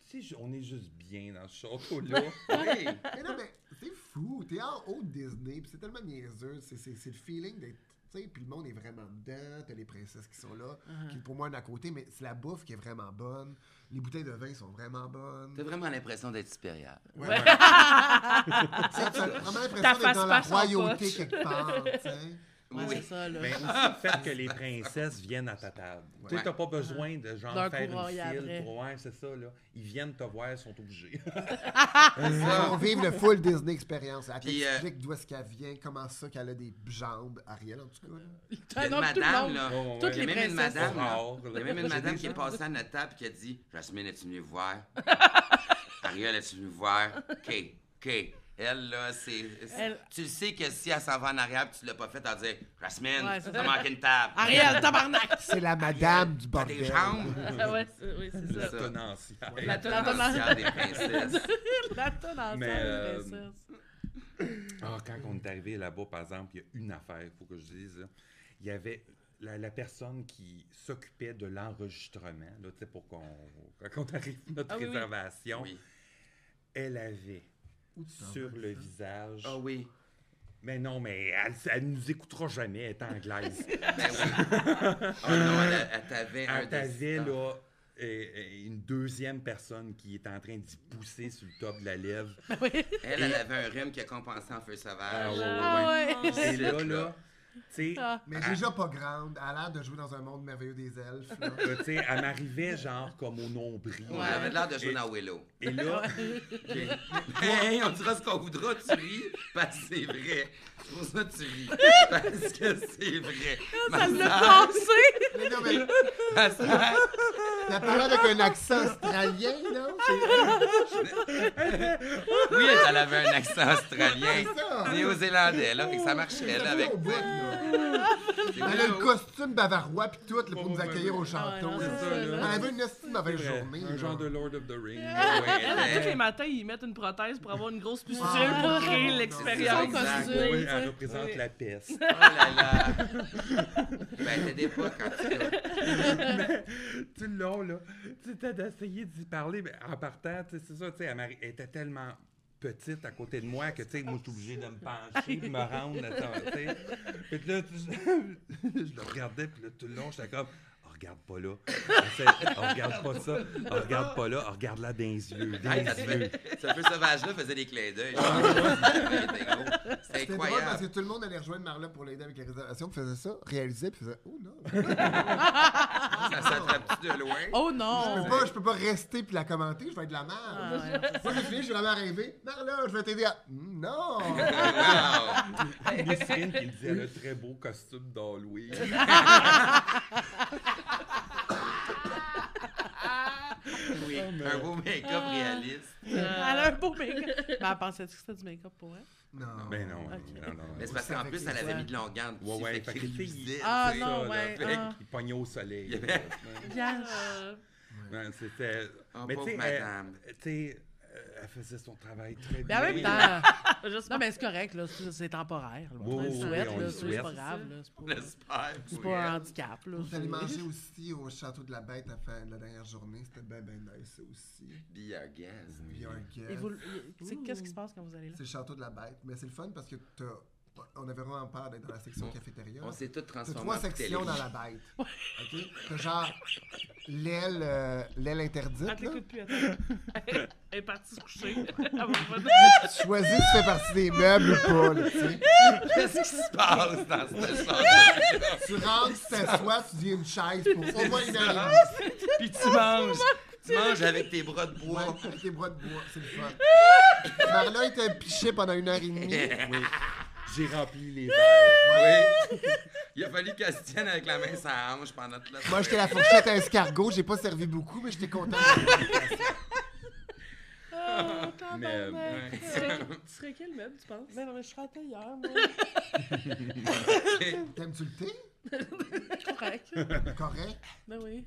Speaker 5: tu sais, on est juste bien dans ce château-là.
Speaker 3: Oui.
Speaker 4: Mais non, mais c'est fou. T'es en haut de Disney, puis c'est tellement niaiseux. C'est, c'est, c'est le feeling d'être. Tu sais, puis le monde est vraiment dedans. T'as les princesses qui sont là,
Speaker 1: Uh-huh.
Speaker 4: qui pour moi est à côté, mais c'est la bouffe qui est vraiment bonne. Les bouteilles de vin sont vraiment bonnes.
Speaker 3: T'as vraiment l'impression d'être supérieur.
Speaker 4: Ouais, ouais. T'as t'as vraiment
Speaker 1: Ta
Speaker 4: l'impression
Speaker 1: face
Speaker 4: d'être dans la
Speaker 1: passe en
Speaker 4: royauté
Speaker 1: poche.
Speaker 4: quelque part, tu sais.
Speaker 2: Ouais,
Speaker 3: Oui.
Speaker 2: c'est ça, là.
Speaker 5: Mais aussi le fait que les princesses viennent à ta table. Tu
Speaker 3: Ouais.
Speaker 5: sais, t'as pas besoin de genre
Speaker 2: D'un
Speaker 5: faire
Speaker 2: courroie
Speaker 5: une
Speaker 2: après.
Speaker 5: file pour ouais, c'est ça là. Ils viennent te voir, ils sont obligés.
Speaker 4: On vive le full Disney expérience. Elle
Speaker 3: Puis, euh,
Speaker 4: t'explique d'où est-ce qu'elle vient, comment ça qu'elle a des jambes, Ariel en tout cas. là.
Speaker 2: T'as
Speaker 3: Il y a
Speaker 2: un
Speaker 3: une
Speaker 2: homme tout
Speaker 3: madame,
Speaker 2: blanc.
Speaker 3: là.
Speaker 5: Ouais, ouais,
Speaker 2: Toutes
Speaker 3: Oh, Il y
Speaker 2: les
Speaker 3: a même une
Speaker 2: princesses
Speaker 3: madame,
Speaker 5: sont
Speaker 3: là.
Speaker 5: rares,
Speaker 3: Il y
Speaker 5: là.
Speaker 3: a même une
Speaker 5: J'ai
Speaker 3: madame
Speaker 5: des
Speaker 3: qui est
Speaker 5: gens-
Speaker 3: passée à notre table et qui a dit Jasmine, es-tu venue voir Ariel, es-tu venue voir OK, OK. Elle, là, c'est. c'est-
Speaker 2: Elle-
Speaker 3: Tu le sais que si elle s'en va en arrière pis tu l'as pas fait, elle dit Jasmine,
Speaker 2: Ouais, c'est
Speaker 3: ça
Speaker 2: ça.
Speaker 3: manque une table.
Speaker 2: Ariel, tabarnak!
Speaker 4: C'est la madame du
Speaker 3: T'as des
Speaker 4: bordel.
Speaker 3: jambes.
Speaker 1: Ah ouais, c'est- oui, c'est
Speaker 5: La
Speaker 1: ça.
Speaker 3: ça.
Speaker 5: tenancière.
Speaker 1: La
Speaker 3: La
Speaker 1: tenante.
Speaker 3: tenancière des princesses.
Speaker 2: La tonne ensemble,
Speaker 5: Mais, euh,
Speaker 2: les princesses.
Speaker 5: Ah, quand on est arrivé là-bas, par exemple, il y a une affaire, il faut que je dise. là. Il y avait la, la personne qui s'occupait de l'enregistrement, là, tu sais, pour qu'on quand on arrive notre
Speaker 1: Ah oui, oui.
Speaker 5: réservation,
Speaker 3: Oui.
Speaker 5: elle avait
Speaker 4: t'en
Speaker 5: sur
Speaker 4: vas
Speaker 5: le
Speaker 4: ça?
Speaker 5: visage.
Speaker 3: Ah oui.
Speaker 5: Mais non, mais elle, elle nous écoutera jamais, elle est anglaise.
Speaker 3: Ben oui. Oh non, elle, a- elle t'avait un
Speaker 5: elle t'avait,
Speaker 3: dessin.
Speaker 5: là. et- et une deuxième personne qui est en train d'y pousser sur le top de la lèvre.
Speaker 3: Elle, elle avait un rhume qui a compensé en feu sauvage.
Speaker 5: Ah, ouais,
Speaker 2: Ah ouais.
Speaker 1: ouais.
Speaker 5: Et là, là, tu sais,
Speaker 2: Ah.
Speaker 4: Mais déjà pas grande, elle a l'air de jouer dans un monde merveilleux des elfes. là.
Speaker 5: Euh, tu sais, elle m'arrivait genre comme au nombril.
Speaker 3: Elle avait l'air de jouer dans Willow.
Speaker 5: Et là,
Speaker 3: Hey, on dira ce qu'on voudra, tu ris, parce que c'est vrai. C'est pour ça que tu ris. Parce que c'est vrai. Ma
Speaker 2: Ça l'a
Speaker 1: Ah
Speaker 3: sœur,
Speaker 2: pensé!
Speaker 4: Mais non, mais
Speaker 3: ma sœur,
Speaker 4: la parole avec un accent australien, là. c'est-
Speaker 3: oui, elle avait un accent australien,
Speaker 4: C'est ça.
Speaker 3: néo-zélandais, là, fait que ça marchait,
Speaker 4: C'est
Speaker 3: là,
Speaker 4: ça
Speaker 3: avec...
Speaker 4: au bout, là.
Speaker 3: C'est
Speaker 4: Elle Oh, a
Speaker 3: là
Speaker 4: le
Speaker 3: où-
Speaker 4: costume bavarois pis tout là, pour
Speaker 5: Bon,
Speaker 4: nous
Speaker 5: bon,
Speaker 4: accueillir
Speaker 5: bon,
Speaker 4: au
Speaker 5: bon.
Speaker 2: Ah ouais,
Speaker 4: château.
Speaker 2: non,
Speaker 5: c'est
Speaker 4: là.
Speaker 5: ça,
Speaker 4: Elle
Speaker 5: là.
Speaker 4: avait une estime mauvaise
Speaker 5: C'est vrai,
Speaker 4: journée.
Speaker 5: Un
Speaker 4: là.
Speaker 5: genre de Lord of the Rings.
Speaker 1: Elle, à
Speaker 5: Ouais,
Speaker 1: tous les matins, ils mettent une prothèse pour avoir une grosse pustule
Speaker 4: Ah,
Speaker 1: pour
Speaker 4: non,
Speaker 1: créer
Speaker 4: non,
Speaker 1: l'expérience.
Speaker 2: non,
Speaker 5: exact,
Speaker 2: costume,
Speaker 5: oui,
Speaker 2: tu sais.
Speaker 5: elle représente
Speaker 2: Oui.
Speaker 5: la peste.
Speaker 3: Oh là là! ben, t'aidais pas quand tu
Speaker 5: tout le long, là, tu sais, d'essayer d'y parler, mais en partant, tu sais, c'est ça, tu sais, elle m'arri- elle était tellement petite à côté de moi que, tu sais, moi, je suis obligé de me pencher, de me rendre, à ça, tu sais. Fait que là, tu- je le regardais, puis là, tout le long, j'étais comme... Oh, regarde pas là. Essaie- oh, regarde pas ça. Oh, regarde pas là. Oh, regarde là dans les yeux. Dans
Speaker 3: Hey,
Speaker 5: les
Speaker 3: ça se
Speaker 5: yeux.
Speaker 3: fait- ce peu sauvage-là faisait des clins d'œil. C'était gros. C'était
Speaker 4: C'était drôle parce que
Speaker 3: incroyable.
Speaker 4: tout le monde allait rejoindre Marla pour l'aider avec les réservations, puis faisait ça, réalisait, puis faisait Oh non!
Speaker 3: Ça s'attrape-tu de loin?
Speaker 2: Oh
Speaker 4: Je
Speaker 2: non!
Speaker 4: peux, pas, je peux pas rester puis la commenter, je vais être de la merde.
Speaker 2: Ah, ouais.
Speaker 4: Moi, j'ai fini, j'ai vraiment rêvé. Marla, je vais t'aider à. Hmm, Non!
Speaker 3: Wow!
Speaker 5: Miss Finn qui dit elle a un très beau costume d'Halloween.
Speaker 3: Oui,
Speaker 5: Oh, mais-
Speaker 3: un beau make-up
Speaker 2: Ah.
Speaker 3: réaliste.
Speaker 2: Elle a un beau make-up. Mais elle pensait que c'était du make-up pour elle?
Speaker 4: Non.
Speaker 5: Ben non,
Speaker 2: Ok.
Speaker 5: non, non.
Speaker 3: Mais c'est parce qu'en plus, elle avait mis de l'onguante.
Speaker 5: Ouais,
Speaker 3: aussi,
Speaker 5: ouais,
Speaker 3: fait
Speaker 5: fait
Speaker 3: qu'il
Speaker 5: que tu sais,
Speaker 3: lisait,
Speaker 2: Ah,
Speaker 3: tu sais.
Speaker 2: non,
Speaker 5: là,
Speaker 2: ouais,
Speaker 5: fait
Speaker 2: ah.
Speaker 5: qu'il pognait au soleil.
Speaker 3: Il y avait-
Speaker 1: Euh,
Speaker 5: Ouais, c'était.
Speaker 3: Oh,
Speaker 5: mais tu
Speaker 3: pauvre
Speaker 5: sais,
Speaker 3: madame.
Speaker 5: elle- tu sais, euh, elle faisait son travail très
Speaker 2: Mais
Speaker 5: bien.
Speaker 2: Ben, en même temps,
Speaker 1: juste-
Speaker 2: non, mais c'est correct, là, c'est c'est temporaire. là. On
Speaker 5: Oui,
Speaker 2: le
Speaker 5: oui,
Speaker 2: souhaite,
Speaker 5: oui, on
Speaker 2: là,
Speaker 5: le
Speaker 2: c'est c'est pas
Speaker 5: souhaite.
Speaker 2: grave. là, C'est
Speaker 3: On
Speaker 2: pas,
Speaker 3: l'espère.
Speaker 2: c'est
Speaker 3: pour
Speaker 2: pas un
Speaker 3: elle.
Speaker 2: handicap. Là,
Speaker 4: Vous allez
Speaker 2: c'est-
Speaker 4: manger aussi au Château de la Bête à fin- la dernière journée. C'était bien, bien nice, ça aussi.
Speaker 3: Be our guest.
Speaker 4: Puis il y a un guest.
Speaker 2: Et vous- y- c'est- Qu'est-ce qui se passe quand vous allez là?
Speaker 4: C'est le Château de la Bête. Mais c'est le fun parce que t'as- on avait vraiment peur d'être dans la section
Speaker 3: On-
Speaker 4: cafétéria.
Speaker 3: On s'est tous
Speaker 4: Ah. T'as
Speaker 3: transformés
Speaker 4: trois
Speaker 3: en
Speaker 4: sections dans la Bête. OK? T'as genre l'aile euh, l'aile
Speaker 1: Elle
Speaker 2: Ah,
Speaker 4: interdite. là.
Speaker 1: t'écoute plus, attends. Elle est partie se coucher. Elle va revenir.
Speaker 4: Tu choisis si tu fais partie des meubles ou pas. là, tu sais.
Speaker 3: Qu'est-ce qui se passe dans cette chambre?
Speaker 4: Tu rentres, tu t'assois, tu dis une chaise pour au moins une heure.
Speaker 3: Puis tu manges. Tu manges avec tes bras de
Speaker 4: Ouais,
Speaker 3: bois.
Speaker 4: avec tes bras de bois, c'est le fun. Marla était piché pendant une heure et demie.
Speaker 5: J'ai rempli les
Speaker 2: Ah,
Speaker 5: verres.
Speaker 3: Oui. Il a fallu qu'elle se tienne avec la main sur la hanche pendant toute la
Speaker 4: Moi, j'étais
Speaker 3: soirée.
Speaker 4: la fourchette à escargot, j'ai pas servi beaucoup, mais j'étais content.
Speaker 2: Oh,
Speaker 5: Mais, euh,
Speaker 2: tabarnak.
Speaker 3: ouais.
Speaker 1: Tu serais- Tu serais quel meuble, tu penses?
Speaker 2: Mais non, mais je suis rentrée hier, moi.
Speaker 4: T'aimes-tu le thé?
Speaker 2: correct.
Speaker 4: Correct.
Speaker 2: Ben oui.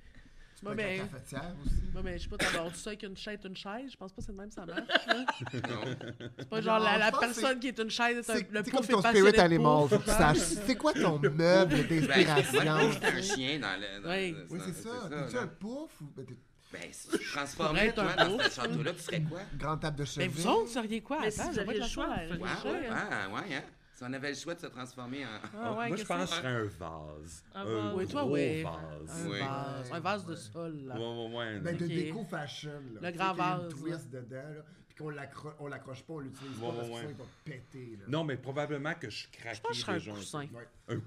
Speaker 4: Tu
Speaker 2: Moi,
Speaker 4: peux
Speaker 2: ben-
Speaker 4: être en cafetière aussi.
Speaker 2: Moi, mais je sais pas, t'abordes ça avec une chaise, une chaise. Je pense pas que c'est de même, ça marche. là.
Speaker 3: Non.
Speaker 2: C'est pas
Speaker 4: Non,
Speaker 2: genre la,
Speaker 4: je
Speaker 2: la
Speaker 4: pense que
Speaker 2: personne qui est une chaise, c'est un-
Speaker 4: C'est
Speaker 2: le
Speaker 4: c'est
Speaker 2: pauvre
Speaker 4: comme
Speaker 2: fait
Speaker 4: ton
Speaker 2: passionné
Speaker 4: spirit
Speaker 2: de
Speaker 4: animal,
Speaker 2: pauvre.
Speaker 4: faut que tu saches. C'est quoi ton meuble
Speaker 3: Ben, moi,
Speaker 4: d'inspiration?
Speaker 3: j'étais un chien dans le. dans-
Speaker 2: Oui.
Speaker 3: dans-
Speaker 4: Oui, c'est ça. T'es-tu
Speaker 3: là.
Speaker 4: un pouf? ou- ben, t'es une
Speaker 3: Ben, si tu te transformais,
Speaker 2: Faudrait
Speaker 3: toi,
Speaker 2: être un
Speaker 3: dans ce
Speaker 2: ours,
Speaker 3: château-là, tu serais quoi?
Speaker 4: grande table de chevet.
Speaker 2: Mais Ben, vous autres, vous seriez quoi?
Speaker 1: Mais si
Speaker 2: Attends,
Speaker 1: vous
Speaker 2: je vais
Speaker 1: avez
Speaker 2: être
Speaker 1: le
Speaker 2: la
Speaker 1: choix,
Speaker 2: seule à
Speaker 1: vous faites
Speaker 3: Ouais,
Speaker 1: le
Speaker 2: réfléchir,
Speaker 3: ouais,
Speaker 2: hein.
Speaker 3: ah, ouais, hein? Si on avait le choix de se transformer en.
Speaker 2: Ah ouais,
Speaker 5: Moi, je
Speaker 2: qu'est-ce que
Speaker 5: pense que
Speaker 2: c'est?
Speaker 5: je serais un vase.
Speaker 1: Ah,
Speaker 5: un
Speaker 2: ouais, toi,
Speaker 5: gros
Speaker 2: ouais.
Speaker 5: vase.
Speaker 2: Un
Speaker 3: Oui.
Speaker 2: vase, un vase de sol, là.
Speaker 5: Ouais, ouais, ouais.
Speaker 4: Ben, de
Speaker 2: Ok.
Speaker 4: déco fashion.
Speaker 2: Le
Speaker 4: Là. Tu sais,
Speaker 2: grand
Speaker 4: qu'il y a
Speaker 2: vase,
Speaker 4: Une twist dedans, là. Puis qu'on l'accro- on l'accroche pas, on l'utilise
Speaker 5: Ouais,
Speaker 4: pas parce que
Speaker 5: ouais,
Speaker 4: sinon
Speaker 5: ouais.
Speaker 4: il va péter. Là.
Speaker 5: Non, mais probablement que je craquais
Speaker 2: Je pense que je serais un
Speaker 5: déjà peu.
Speaker 2: coussin.
Speaker 4: Ouais.
Speaker 5: Un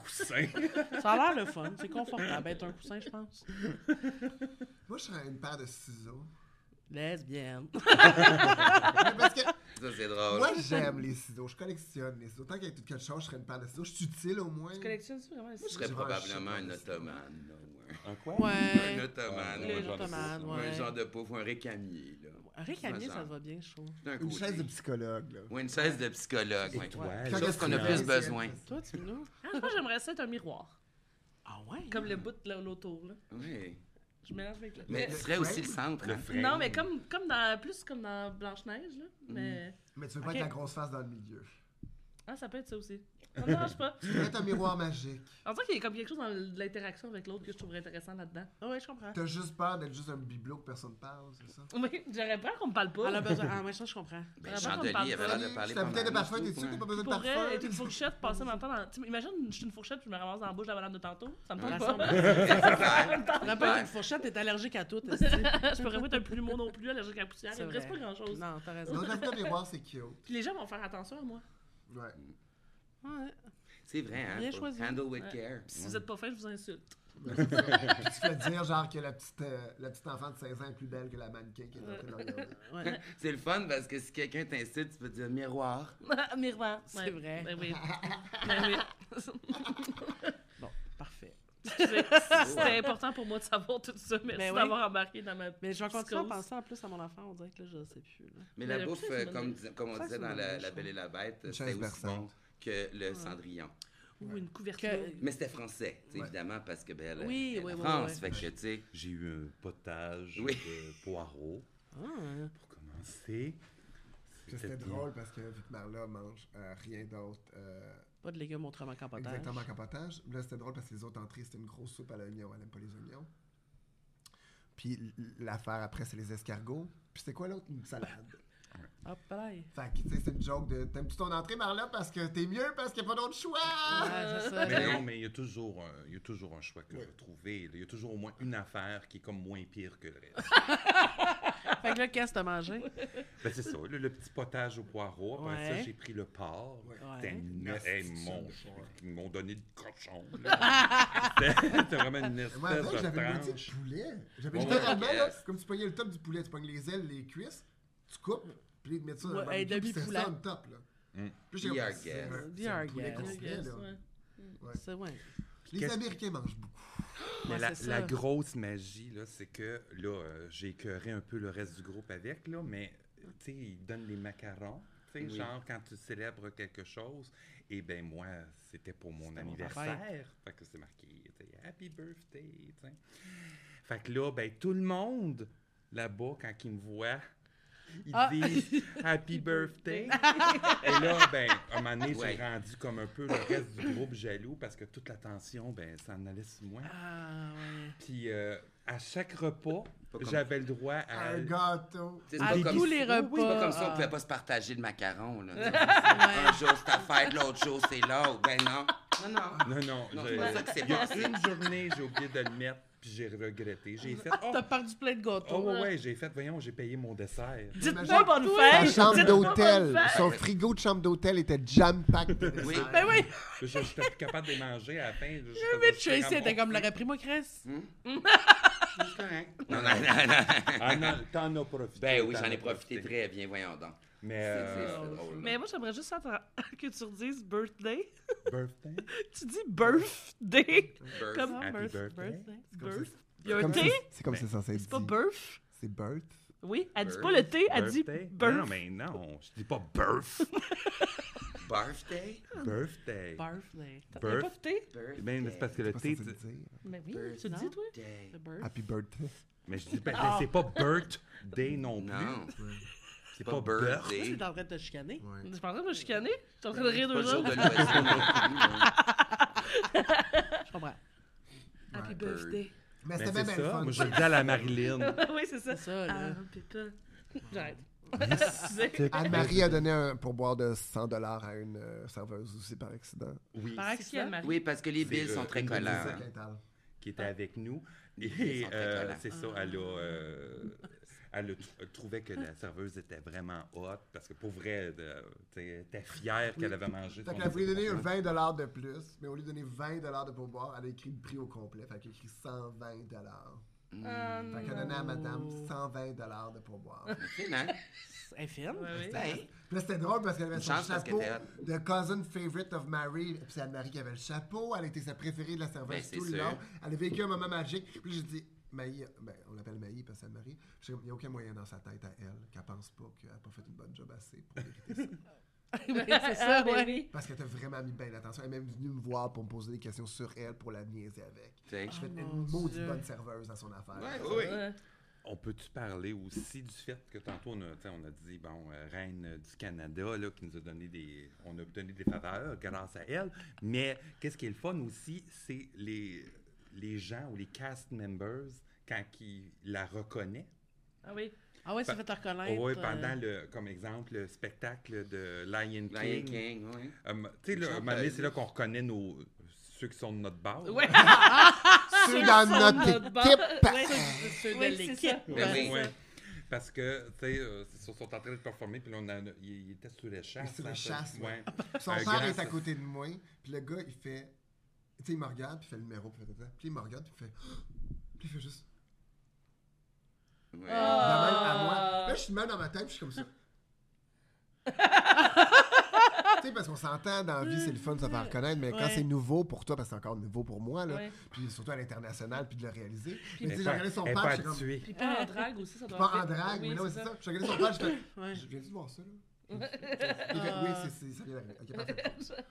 Speaker 5: coussin.
Speaker 2: Ça a l'air le fun, c'est confortable être un coussin, je pense.
Speaker 4: Moi, je serais une paire de ciseaux.
Speaker 2: Lesbienne.
Speaker 4: Mais parce que
Speaker 3: Ça, c'est drôle.
Speaker 4: moi, j'aime les ciseaux. Je collectionne les ciseaux. Tant qu'il y a tout quelque chose, je serais une paire de ciseaux. Je suis utile au moins.
Speaker 1: Tu collectionnes-tu vraiment les
Speaker 3: je serais
Speaker 4: j'ai
Speaker 3: probablement
Speaker 4: un
Speaker 3: un
Speaker 4: chien.
Speaker 3: ottoman, là, ou un-
Speaker 5: un quoi?
Speaker 3: Un
Speaker 2: Ouais.
Speaker 3: ottoman,
Speaker 5: Les
Speaker 3: ou un genre de
Speaker 2: ottomans,
Speaker 3: pauvre, ou Un
Speaker 2: ouais.
Speaker 3: genre de pauvre, ou un récamier, là.
Speaker 2: Un récamier,
Speaker 3: Ça
Speaker 2: ça
Speaker 3: sent.
Speaker 2: te va bien, je trouve.
Speaker 3: D'un
Speaker 4: Une
Speaker 3: côté.
Speaker 4: chaise de psychologue. Là.
Speaker 3: Ou une chaise de psychologue,
Speaker 5: Et
Speaker 3: ouais.
Speaker 5: toi,
Speaker 4: Quand
Speaker 5: là,
Speaker 3: Chose qu'on a
Speaker 5: tu
Speaker 4: tu
Speaker 3: plus
Speaker 4: vas-
Speaker 3: besoin.
Speaker 2: Toi, tu nous.
Speaker 1: Ah, moi, j'aimerais ça être un miroir.
Speaker 2: Ah ouais?
Speaker 1: Comme le bout de la- l'auto, là.
Speaker 3: Oui.
Speaker 1: Je mélange avec le...
Speaker 3: Mais
Speaker 1: Mais-
Speaker 3: tu serais
Speaker 4: frame?
Speaker 3: aussi le centre.
Speaker 5: Le
Speaker 3: hein.
Speaker 5: frère.
Speaker 1: Non, mais comme, comme dans... Plus comme dans Blanche-Neige, là. Mais...
Speaker 4: Mais tu veux pas
Speaker 2: Ok.
Speaker 4: être la grosse face dans le milieu.
Speaker 1: Ah, ça peut être ça aussi. Ça me dérange pas.
Speaker 4: Tu veux être un miroir magique.
Speaker 1: En tout qu'il y a comme quelque chose dans l'interaction avec l'autre que je trouverais intéressant là-dedans.
Speaker 2: Ah ouais, je comprends.
Speaker 4: T'as juste peur d'être juste un bibelot que personne parle, c'est ça?
Speaker 1: Oui, j'aurais peur qu'on me parle pas.
Speaker 2: Elle a besoin. Ah ouais, ça, je comprends.
Speaker 3: Ben,
Speaker 1: Vraiment,
Speaker 3: Chandelier
Speaker 1: on me
Speaker 3: avait
Speaker 1: parle
Speaker 3: l'air de
Speaker 4: Salut,
Speaker 3: parler
Speaker 4: je t'ai peut-être de parfum, t'es sûr que t'as pas
Speaker 3: pendant
Speaker 4: besoin de
Speaker 1: Pour vrai, être une
Speaker 4: parfum?
Speaker 1: fourchette, passer mon temps dans. tu sais, Imagine, je suis une fourchette, puis je me ramasse dans la bouche de la madame de tantôt. Ça me
Speaker 2: Ça
Speaker 1: tente
Speaker 2: ressemble.
Speaker 1: pas.
Speaker 2: On n'a pas une fourchette, t'es allergique à tout. est-ce que-
Speaker 1: je pourrais pas être un plumeau non plus, allergique à la poussière.
Speaker 2: C'est
Speaker 1: Il me reste
Speaker 2: vrai.
Speaker 1: pas grand chose.
Speaker 2: Non, t'as raison.
Speaker 4: Non, j'avoue que le miroir, c'est cute.
Speaker 1: Puis les gens vont faire attention à moi.
Speaker 4: Ouais.
Speaker 2: Ouais.
Speaker 3: C'est vrai, hein?
Speaker 2: Bien
Speaker 3: faut-
Speaker 2: choisi.
Speaker 3: Handle with
Speaker 1: Ouais.
Speaker 3: care.
Speaker 1: Puis si vous êtes pas fin, je vous insulte.
Speaker 4: Puis tu fais dire, genre, que la petite, euh, la petite enfant de 16 ans est plus belle que la mannequin qui est en train de regarder.
Speaker 2: Ouais.
Speaker 3: C'est le fun parce que si quelqu'un t'incite, tu peux dire miroir.
Speaker 1: Miroir. Ouais.
Speaker 2: C'est vrai.
Speaker 1: Ben oui. Ben oui.
Speaker 2: Bon, parfait.
Speaker 1: C'est- C'était important pour moi de savoir tout ça. Merci
Speaker 2: Ben oui.
Speaker 1: d'avoir embarqué dans ma.
Speaker 2: Mais je vais continuer à
Speaker 1: Psychose.
Speaker 2: penser en plus à mon enfant, on dirait que là, je ne sais plus. là.
Speaker 3: Mais
Speaker 1: Mais
Speaker 3: la
Speaker 1: le
Speaker 3: bouffe,
Speaker 1: poulet, c'est
Speaker 3: euh,
Speaker 1: une bonne
Speaker 3: comme,
Speaker 1: idée.
Speaker 3: dis- comme on
Speaker 2: Ça,
Speaker 3: disait
Speaker 2: c'est une
Speaker 3: dans
Speaker 2: bonne
Speaker 3: la,
Speaker 2: idée,
Speaker 3: la
Speaker 2: je
Speaker 3: Belle et la Bête,
Speaker 4: Une
Speaker 3: c'était
Speaker 4: chaise
Speaker 3: aussi
Speaker 4: berçante.
Speaker 3: bon que le cendrillon.
Speaker 1: Ou une couverture.
Speaker 2: Que-
Speaker 3: Mais c'était français, tu sais,
Speaker 4: Ouais.
Speaker 3: évidemment, parce que ben, elle-
Speaker 2: Oui,
Speaker 3: elle est
Speaker 2: oui,
Speaker 3: en
Speaker 2: oui,
Speaker 3: France,
Speaker 2: oui.
Speaker 3: fait que, tu sais,
Speaker 5: J'ai eu un potage
Speaker 3: Oui.
Speaker 5: de poireaux
Speaker 2: Ah.
Speaker 5: pour commencer.
Speaker 4: Puis C'était
Speaker 5: bien.
Speaker 4: drôle parce que vu que Marla mange euh, rien d'autre euh,
Speaker 2: Pas de légumes autrement qu'en potage.
Speaker 4: exactement qu'en potage. Là, c'était drôle parce que les autres entrées, c'était une grosse soupe à l'oignon. Elle aime pas les oignons. Puis l- l'affaire après, c'est les escargots. Puis c'était quoi l'autre? Une salade.
Speaker 2: Hop là. Ouais,
Speaker 4: Fait que, tu sais, c'est une joke de t'aimes-tu ton entrée, Marla, parce que t'es mieux, parce qu'il n'y a pas d'autre choix!
Speaker 1: Ah.
Speaker 2: c'est ça.
Speaker 5: Mais non, mais il y a toujours un, il y a toujours un choix que
Speaker 4: Ouais.
Speaker 5: je vais trouver. Il y a toujours au moins une affaire qui est comme moins pire que le reste.
Speaker 2: Fait que là, qu'est-ce que t'as mangé?
Speaker 5: Ben, c'est ça, le, le petit potage au poireau. Après
Speaker 2: Ouais.
Speaker 5: ça, j'ai pris le porc.
Speaker 4: Ouais.
Speaker 5: C'était
Speaker 2: Ouais.
Speaker 5: une-
Speaker 4: Merci,
Speaker 5: hey,
Speaker 4: c'est
Speaker 5: mon-
Speaker 4: ça, le porc.
Speaker 5: Ils m'ont donné du cochon. là. C'était vraiment une espèce
Speaker 4: Moi, avant,
Speaker 5: de
Speaker 4: j'avais le moitié
Speaker 5: tranche.
Speaker 4: de poulet. J'avais
Speaker 5: Ouais.
Speaker 4: littéralement, là,
Speaker 3: Yes.
Speaker 4: comme tu pognais le top du poulet, tu pognes les ailes, les cuisses, tu coupes, puis tu mets ça dans
Speaker 2: Ouais,
Speaker 4: le
Speaker 2: hey,
Speaker 4: barbecue, puis c'est
Speaker 2: demi-poulet.
Speaker 4: ça le top, là.
Speaker 5: Mm.
Speaker 4: Puis j'ai
Speaker 3: Be our
Speaker 4: compris, c'est
Speaker 3: guest.
Speaker 4: un-
Speaker 2: Be
Speaker 4: c'est un
Speaker 2: our
Speaker 4: poulet
Speaker 2: guest.
Speaker 1: Yes,
Speaker 4: complet,
Speaker 1: yes,
Speaker 4: là.
Speaker 1: ouais.
Speaker 2: C'est ouais.
Speaker 4: Les
Speaker 5: Qu'est-ce-
Speaker 4: Américains mangent beaucoup.
Speaker 5: Mais
Speaker 2: Ouais,
Speaker 5: la,
Speaker 2: c'est
Speaker 5: la
Speaker 2: ça.
Speaker 5: grosse magie, là, c'est que là, euh, j'ai écœuré un peu le reste du groupe avec, là, mais tu sais, ils donnent les macarons. tu sais,
Speaker 3: Oui.
Speaker 5: Genre, quand tu célèbres quelque chose, et ben moi, c'était pour mon
Speaker 2: C'était mon
Speaker 5: anniversaire. fait que c'est marqué, tu sais, Happy Birthday. tu sais. Fait que là, ben, tout le monde là-bas, quand ils me voient, ils
Speaker 2: Ah.
Speaker 5: disent Happy Birthday. Et là, ben, à un moment donné,
Speaker 3: Ouais.
Speaker 5: j'ai rendu comme un peu le reste du groupe jaloux parce que toute l'attention, ben, ça en allait sur moi.
Speaker 2: Ah, ouais.
Speaker 5: Puis euh, à chaque repas,
Speaker 3: Pas comme-
Speaker 5: j'avais le droit à.
Speaker 4: Un gâteau.
Speaker 3: Tu sais,
Speaker 2: À
Speaker 3: c'est pas
Speaker 2: tous
Speaker 3: comme-
Speaker 2: Ah, les
Speaker 5: oui,
Speaker 2: repas.
Speaker 5: oui,
Speaker 3: C'est pas comme ça on
Speaker 2: ah.
Speaker 3: pouvait pas se partager le macaron, là. Un jour c'est ta fête, l'autre jour c'est l'autre. Ben non. Non, non.
Speaker 5: Non, non,
Speaker 3: Non,
Speaker 5: j'ai-
Speaker 3: c'est pas ça que c'est
Speaker 5: il y a
Speaker 3: passé.
Speaker 5: une journée, j'ai oublié de le mettre, puis j'ai regretté. J'ai fait. Oh,
Speaker 2: Ah, T'as perdu plein de gâteaux.
Speaker 5: oh, ouais, ouais, j'ai fait, voyons, j'ai payé mon dessert.
Speaker 1: Dites-moi bonne
Speaker 4: Sa
Speaker 1: fête!
Speaker 4: chambre
Speaker 1: dites-moi
Speaker 4: d'hôtel,
Speaker 1: bonne fête.
Speaker 4: son frigo de chambre d'hôtel était jam-packed de
Speaker 3: Oui.
Speaker 4: desserts.
Speaker 2: Ben oui!
Speaker 5: Je n'étais plus capable de les manger à la fin. Je,
Speaker 2: Mais Tracy était comme, l'aurait pris moi, Chris.
Speaker 3: C'est correct. Non, non, non, non.
Speaker 5: Ah non, t'en as profité.
Speaker 3: Ben oui,
Speaker 5: t'en
Speaker 3: j'en
Speaker 5: as
Speaker 3: ai profité très bien, voyons donc.
Speaker 5: Mais.
Speaker 3: C'est- C'est
Speaker 5: euh,
Speaker 3: c'est drôle.
Speaker 1: Mais
Speaker 3: là.
Speaker 1: moi, j'aimerais juste attendre que tu redises birthday.
Speaker 5: euh, birthday.
Speaker 1: Tu dis birthday.
Speaker 3: Birth.
Speaker 1: Comme
Speaker 5: Happy
Speaker 1: Ah, birth-
Speaker 5: birthday.
Speaker 4: C'est comme
Speaker 1: Birth.
Speaker 4: ça-
Speaker 1: Il y a un
Speaker 4: comme ça-
Speaker 1: T.
Speaker 4: C'est comme c'est censé être
Speaker 1: C'est pas
Speaker 4: dit.
Speaker 1: birth.
Speaker 4: C'est birth.
Speaker 1: Oui, elle dit
Speaker 3: Birth.
Speaker 1: pas le T, elle dit
Speaker 5: Birthday? Ben
Speaker 1: birth.
Speaker 5: Non, mais non, je dis pas birth.
Speaker 3: Birthday?
Speaker 5: birthday.
Speaker 2: Birthday.
Speaker 5: Mm.
Speaker 1: T'as pas de
Speaker 5: Birth.
Speaker 1: T?
Speaker 3: Birthday.
Speaker 5: Ben, mais c'est parce que le
Speaker 4: C'est pas
Speaker 5: thé.
Speaker 4: censé
Speaker 5: tu-
Speaker 4: le dire.
Speaker 2: Mais oui, tu
Speaker 3: Birthday.
Speaker 2: le dis, toi?
Speaker 3: Day.
Speaker 2: Le birth.
Speaker 4: Happy birthday.
Speaker 5: Mais je dis, ben, c'est pas birthday non plus.
Speaker 3: Non.
Speaker 5: C'est
Speaker 3: Pas
Speaker 5: pas birth.
Speaker 2: Tu
Speaker 3: birthday.
Speaker 2: es en train de te chicaner.
Speaker 1: Je suis pas en train de me chicaner. Je suis en train de rire
Speaker 3: C'est pas
Speaker 1: de
Speaker 3: le jour de
Speaker 1: ça.
Speaker 3: l'oiseau.
Speaker 2: Je comprends.
Speaker 1: Happy
Speaker 4: Ouais.
Speaker 1: birthday.
Speaker 4: Mais Ah,
Speaker 5: Ben,
Speaker 4: c'était
Speaker 5: c'est
Speaker 4: bien bien le
Speaker 5: ça.
Speaker 4: fun.
Speaker 5: Moi, je le dis à la Marilyn.
Speaker 1: oui, c'est ça.
Speaker 2: C'est ça, là.
Speaker 1: Happy birthday. J'arrête. Excusez.
Speaker 4: Anne-Marie a donné un pourboire de 100 dollars à une euh, serveuse aussi par accident.
Speaker 5: Oui.
Speaker 2: Par
Speaker 1: C'est qui
Speaker 2: accident.
Speaker 1: Anne-Marie?
Speaker 3: Oui, parce que les
Speaker 5: C'est,
Speaker 3: billes
Speaker 5: euh,
Speaker 3: sont très
Speaker 5: une
Speaker 3: collants.
Speaker 5: demi-semaine. qui était avec nous. Et
Speaker 3: sont très
Speaker 5: euh,
Speaker 3: collants.
Speaker 5: c'est ça, elle a, euh, elle a tr- trouvé que la serveuse était vraiment hot parce que pour vrai, euh, tu sais, elle était fière qu'elle avait mangé.
Speaker 4: Fait
Speaker 5: son
Speaker 4: qu'elle voulait donner
Speaker 5: dessert.
Speaker 4: 20 dollars de plus, mais au lieu de donner 20 dollars de pourboire, elle a écrit le prix au complet. Fait qu'elle a écrit 120 dollars.
Speaker 1: Ah,
Speaker 4: Fait qu'elle a donné à madame 120 dollars de pourboire.
Speaker 3: C'est hein?
Speaker 2: C'est infime.
Speaker 1: Ouais, ouais.
Speaker 3: Ben,
Speaker 4: Puis là, c'était drôle parce qu'elle avait
Speaker 3: Une
Speaker 4: son
Speaker 3: chance parce
Speaker 4: chapeau
Speaker 3: qu'elle
Speaker 4: de cousin favorite of Mary. Puis c'est Anne-Marie qui avait le chapeau. Elle était sa préférée de la
Speaker 3: Ben,
Speaker 4: serveuse
Speaker 3: c'est
Speaker 4: tout le
Speaker 3: sûr.
Speaker 4: long. Elle a vécu un moment magique. Puis j'ai dit, Maï, ben, on l'appelle Maï parce que c'est Anne-Marie. Il n'y a aucun moyen dans sa tête à elle qu'elle pense pas qu'elle n'a pas fait une bonne job assez pour mériter ça.
Speaker 2: Ah, Oui, c'est ça,
Speaker 1: Ben
Speaker 2: ouais.
Speaker 1: oui.
Speaker 4: Parce qu'elle t'a vraiment mis bien l'attention. Elle est même venue me voir pour me poser des questions sur elle pour la niaiser avec.
Speaker 3: tu sais.
Speaker 4: Je fais
Speaker 2: mon
Speaker 4: une maudite
Speaker 2: Dieu.
Speaker 4: bonne serveuse à son affaire.
Speaker 3: Ouais, oui, oui.
Speaker 1: Ouais.
Speaker 5: On peut-tu parler aussi du fait que tantôt, on a, tu sais, on a dit, bon, euh, Reine du Canada, là, qui nous a donné des... On a obtenu des faveurs grâce à elle, mais qu'est-ce qui est le fun aussi, c'est les, les gens ou les cast members, quand ils la reconnaissent,
Speaker 1: Ah oui.
Speaker 2: Ah ouais, ça
Speaker 5: Pa-
Speaker 2: fait te
Speaker 5: Oui,
Speaker 2: reconnaître.
Speaker 5: Oh
Speaker 2: euh,
Speaker 5: pendant, le, comme exemple, le spectacle de Lion King.
Speaker 3: Lion King, oui.
Speaker 5: Euh, tu sais, là, à un moment donné, c'est là qu'on reconnaît nos, ceux qui sont de notre base.
Speaker 1: Ouais.
Speaker 4: C'est dans
Speaker 1: Personne
Speaker 4: notre
Speaker 1: notre bord.
Speaker 4: équipe.
Speaker 1: Ouais,
Speaker 2: euh, ceux de
Speaker 1: Oui, c'est
Speaker 2: l'équipe.
Speaker 1: ça.
Speaker 3: Ben oui.
Speaker 5: Ouais. Parce que, tu sais, euh, ils sont en train de performer, puis là, on a, ils, ils étaient sous les chasses.
Speaker 4: Sous les
Speaker 5: en fait.
Speaker 4: chasses,
Speaker 5: ouais. Euh,
Speaker 4: Son
Speaker 5: Un
Speaker 4: père
Speaker 5: grand
Speaker 4: est à
Speaker 5: sa-
Speaker 4: côté de moi, puis le gars, il fait. Tu sais, il me regarde, puis il fait le numéro, puis il fait tata, puis il me regarde, puis il fait. Puis il fait juste.
Speaker 3: Ouais.
Speaker 4: de
Speaker 1: Ah.
Speaker 4: même à moi. Là, je suis de même dans ma tête, puis je suis comme ça. tu sais, parce qu'on s'entend dans la vie, c'est le fun de se faire reconnaître, mais quand
Speaker 2: Ouais.
Speaker 4: c'est nouveau pour toi, parce que c'est encore nouveau pour moi, là,
Speaker 1: Ouais.
Speaker 4: puis surtout à l'international, puis de le réaliser. Mais tu
Speaker 5: Elle
Speaker 4: sais,
Speaker 5: est
Speaker 4: j'ai
Speaker 5: pas-
Speaker 4: regardé son
Speaker 5: elle est
Speaker 4: père,
Speaker 5: pas
Speaker 4: puis je suis
Speaker 5: habituée.
Speaker 1: Puis pas en drague aussi, ça doit
Speaker 4: comme. Pas en
Speaker 1: faire-
Speaker 4: drague,
Speaker 1: oui,
Speaker 4: mais là, c'est ça. J'ai regardé son père, je fais.
Speaker 2: Ouais.
Speaker 4: Je viens de voir ça, là. Il fait, oui, c'est- c'est- ça vient d'arriver. Ok, parfait.